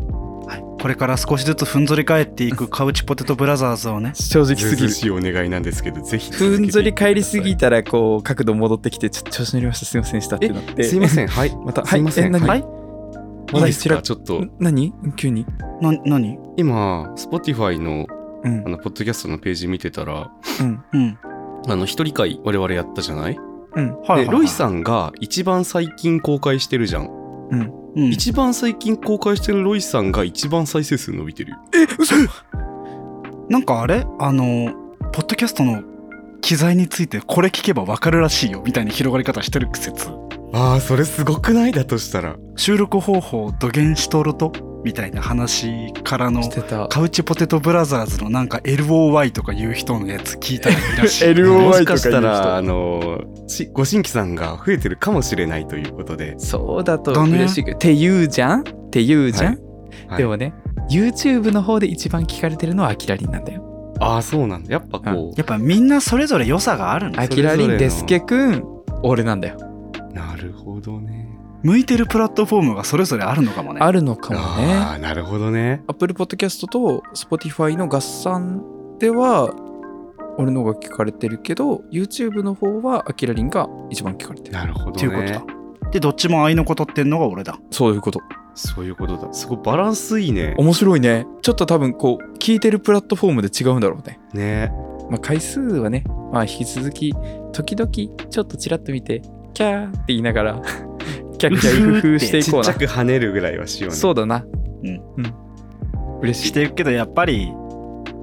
S1: はい、これから少しずつふんぞり返っていくカウチポテトブラザーズをね
S2: 正直
S5: ず
S2: す
S5: う
S2: ぎ
S5: ずう
S2: る。
S5: しいお願いなんですけど、ぜひ。
S2: ふんぞり返りすぎ。たら、こう、角度戻ってきて、ちょっと調子乗りました。すいませんでしたってなって。
S4: すいません、はい。
S2: また、は
S4: す
S2: い
S4: いま、せん
S2: 何、、
S4: はいいいです
S2: ちら
S4: かちょっと、
S2: 何急に。
S1: な何
S4: 今、Spotify の、
S2: うん
S4: あ。の、ポッドキャストのページ見てたら、
S2: うん。
S1: うん
S4: あの、一人会我々やったじゃない
S2: うん。
S1: はいはいはい
S4: で、ロイさんが一番最近公開してるじゃん。
S1: うん
S4: 一番最近公開してるロイさんが一番再生数伸びてるよ。
S1: なんかあれあのポッドキャストの機材についてこれ聞けばわかるらしいよみたいな広がり方してる説
S5: ああ、それすごくないだとしたら。
S1: 収録方法を土源しとるとみたいな話からの
S2: してた。
S1: カウチポテトブラザーズのなんか LOY とかいう人のやつ聞いたら
S2: [laughs]
S1: いいらしい
S5: も
S2: LOI
S5: し
S2: と
S5: かしたら、
S2: か
S5: あの、しご新規さんが増えてるかもしれないということで。
S2: そうだと
S1: だね
S2: 嬉しいけど。って言うじゃんって言うじゃん、
S5: はい
S2: でもね、YouTube の方で一番聞かれてるのはアキラリンなんだよ。
S4: ああ、そうなんだ。やっぱこ
S1: やっぱみんなそれぞれ良さがあるんだ
S2: ア
S1: よ
S2: キラリン、デスケくん、俺なんだよ。
S5: なるほどね。
S1: 向いてるプラットフォームがそれぞれあるのかもね
S2: あるのかも
S5: あ
S2: ね。
S5: あ、なるほどね。
S2: Apple Podcast と Spotify の合算では、俺の方が聞かれてるけど、YouTube の方はアキラリンが一番聞かれてる。
S5: なるほ
S1: ってい
S5: ど
S1: うこと
S5: ね
S1: だ。でどっちも愛のことってんのが俺だ
S2: そういうこと。
S5: そういうことだ。すごいバランスいいね。
S2: 面白いね。ちょっと多分こう、聞いてるプラットフォームで違うんだろうね。
S5: ね。
S2: まあ、回数はね、まあ、引き続き、時々、ちょっとちらっと見て、キャーって言いながら、キャッキャイフフしてい
S5: ち
S2: こ
S5: っ
S2: う
S5: ちゃ
S2: な。
S5: く跳ねるぐらいはしようね。
S2: そうだな。嬉しい
S1: してるけどやっぱり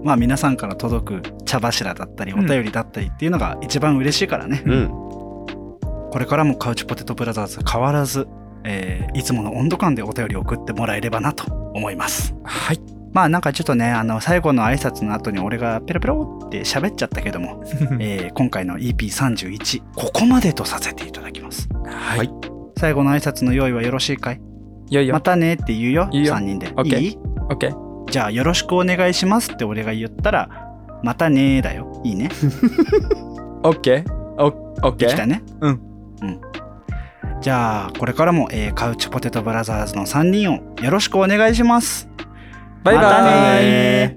S1: まあ皆さんから届く茶柱だったりお
S2: うん
S1: 便りだったりっていうのが一番嬉しいからね、
S4: うん
S1: これからもカウチポテトブラザーズ変わらず、えーいつもの温度感でお便り送ってもらえればなと思います
S2: はい
S1: まあなんかちょっとねあの最後の挨拶の後に俺がペロペロって喋っちゃったけども、えー今回の EP31 ここまでとさせていただきます
S2: はい
S1: 最後の挨拶の用意はよろしいかい
S2: いやい
S1: ま
S2: や
S1: たねって言うよ
S2: いいよ
S1: 3人で
S2: オッケー
S1: いい
S2: OK
S1: じゃあよろしくお願いしますって俺が言ったらまたねーだよいいね
S2: OK オッケ
S1: できた
S2: ー
S1: ね
S2: うん
S1: うんじゃあこれからも、えーカウチポテトブラザーズの3人をよろしくお願いします
S2: バイバイ、
S1: またね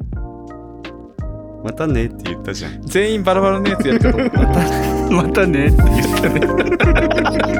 S5: またねって言ったじゃん。
S2: [laughs] 全員バラバラのやつやるかと思った
S1: ーまたねーって言ったね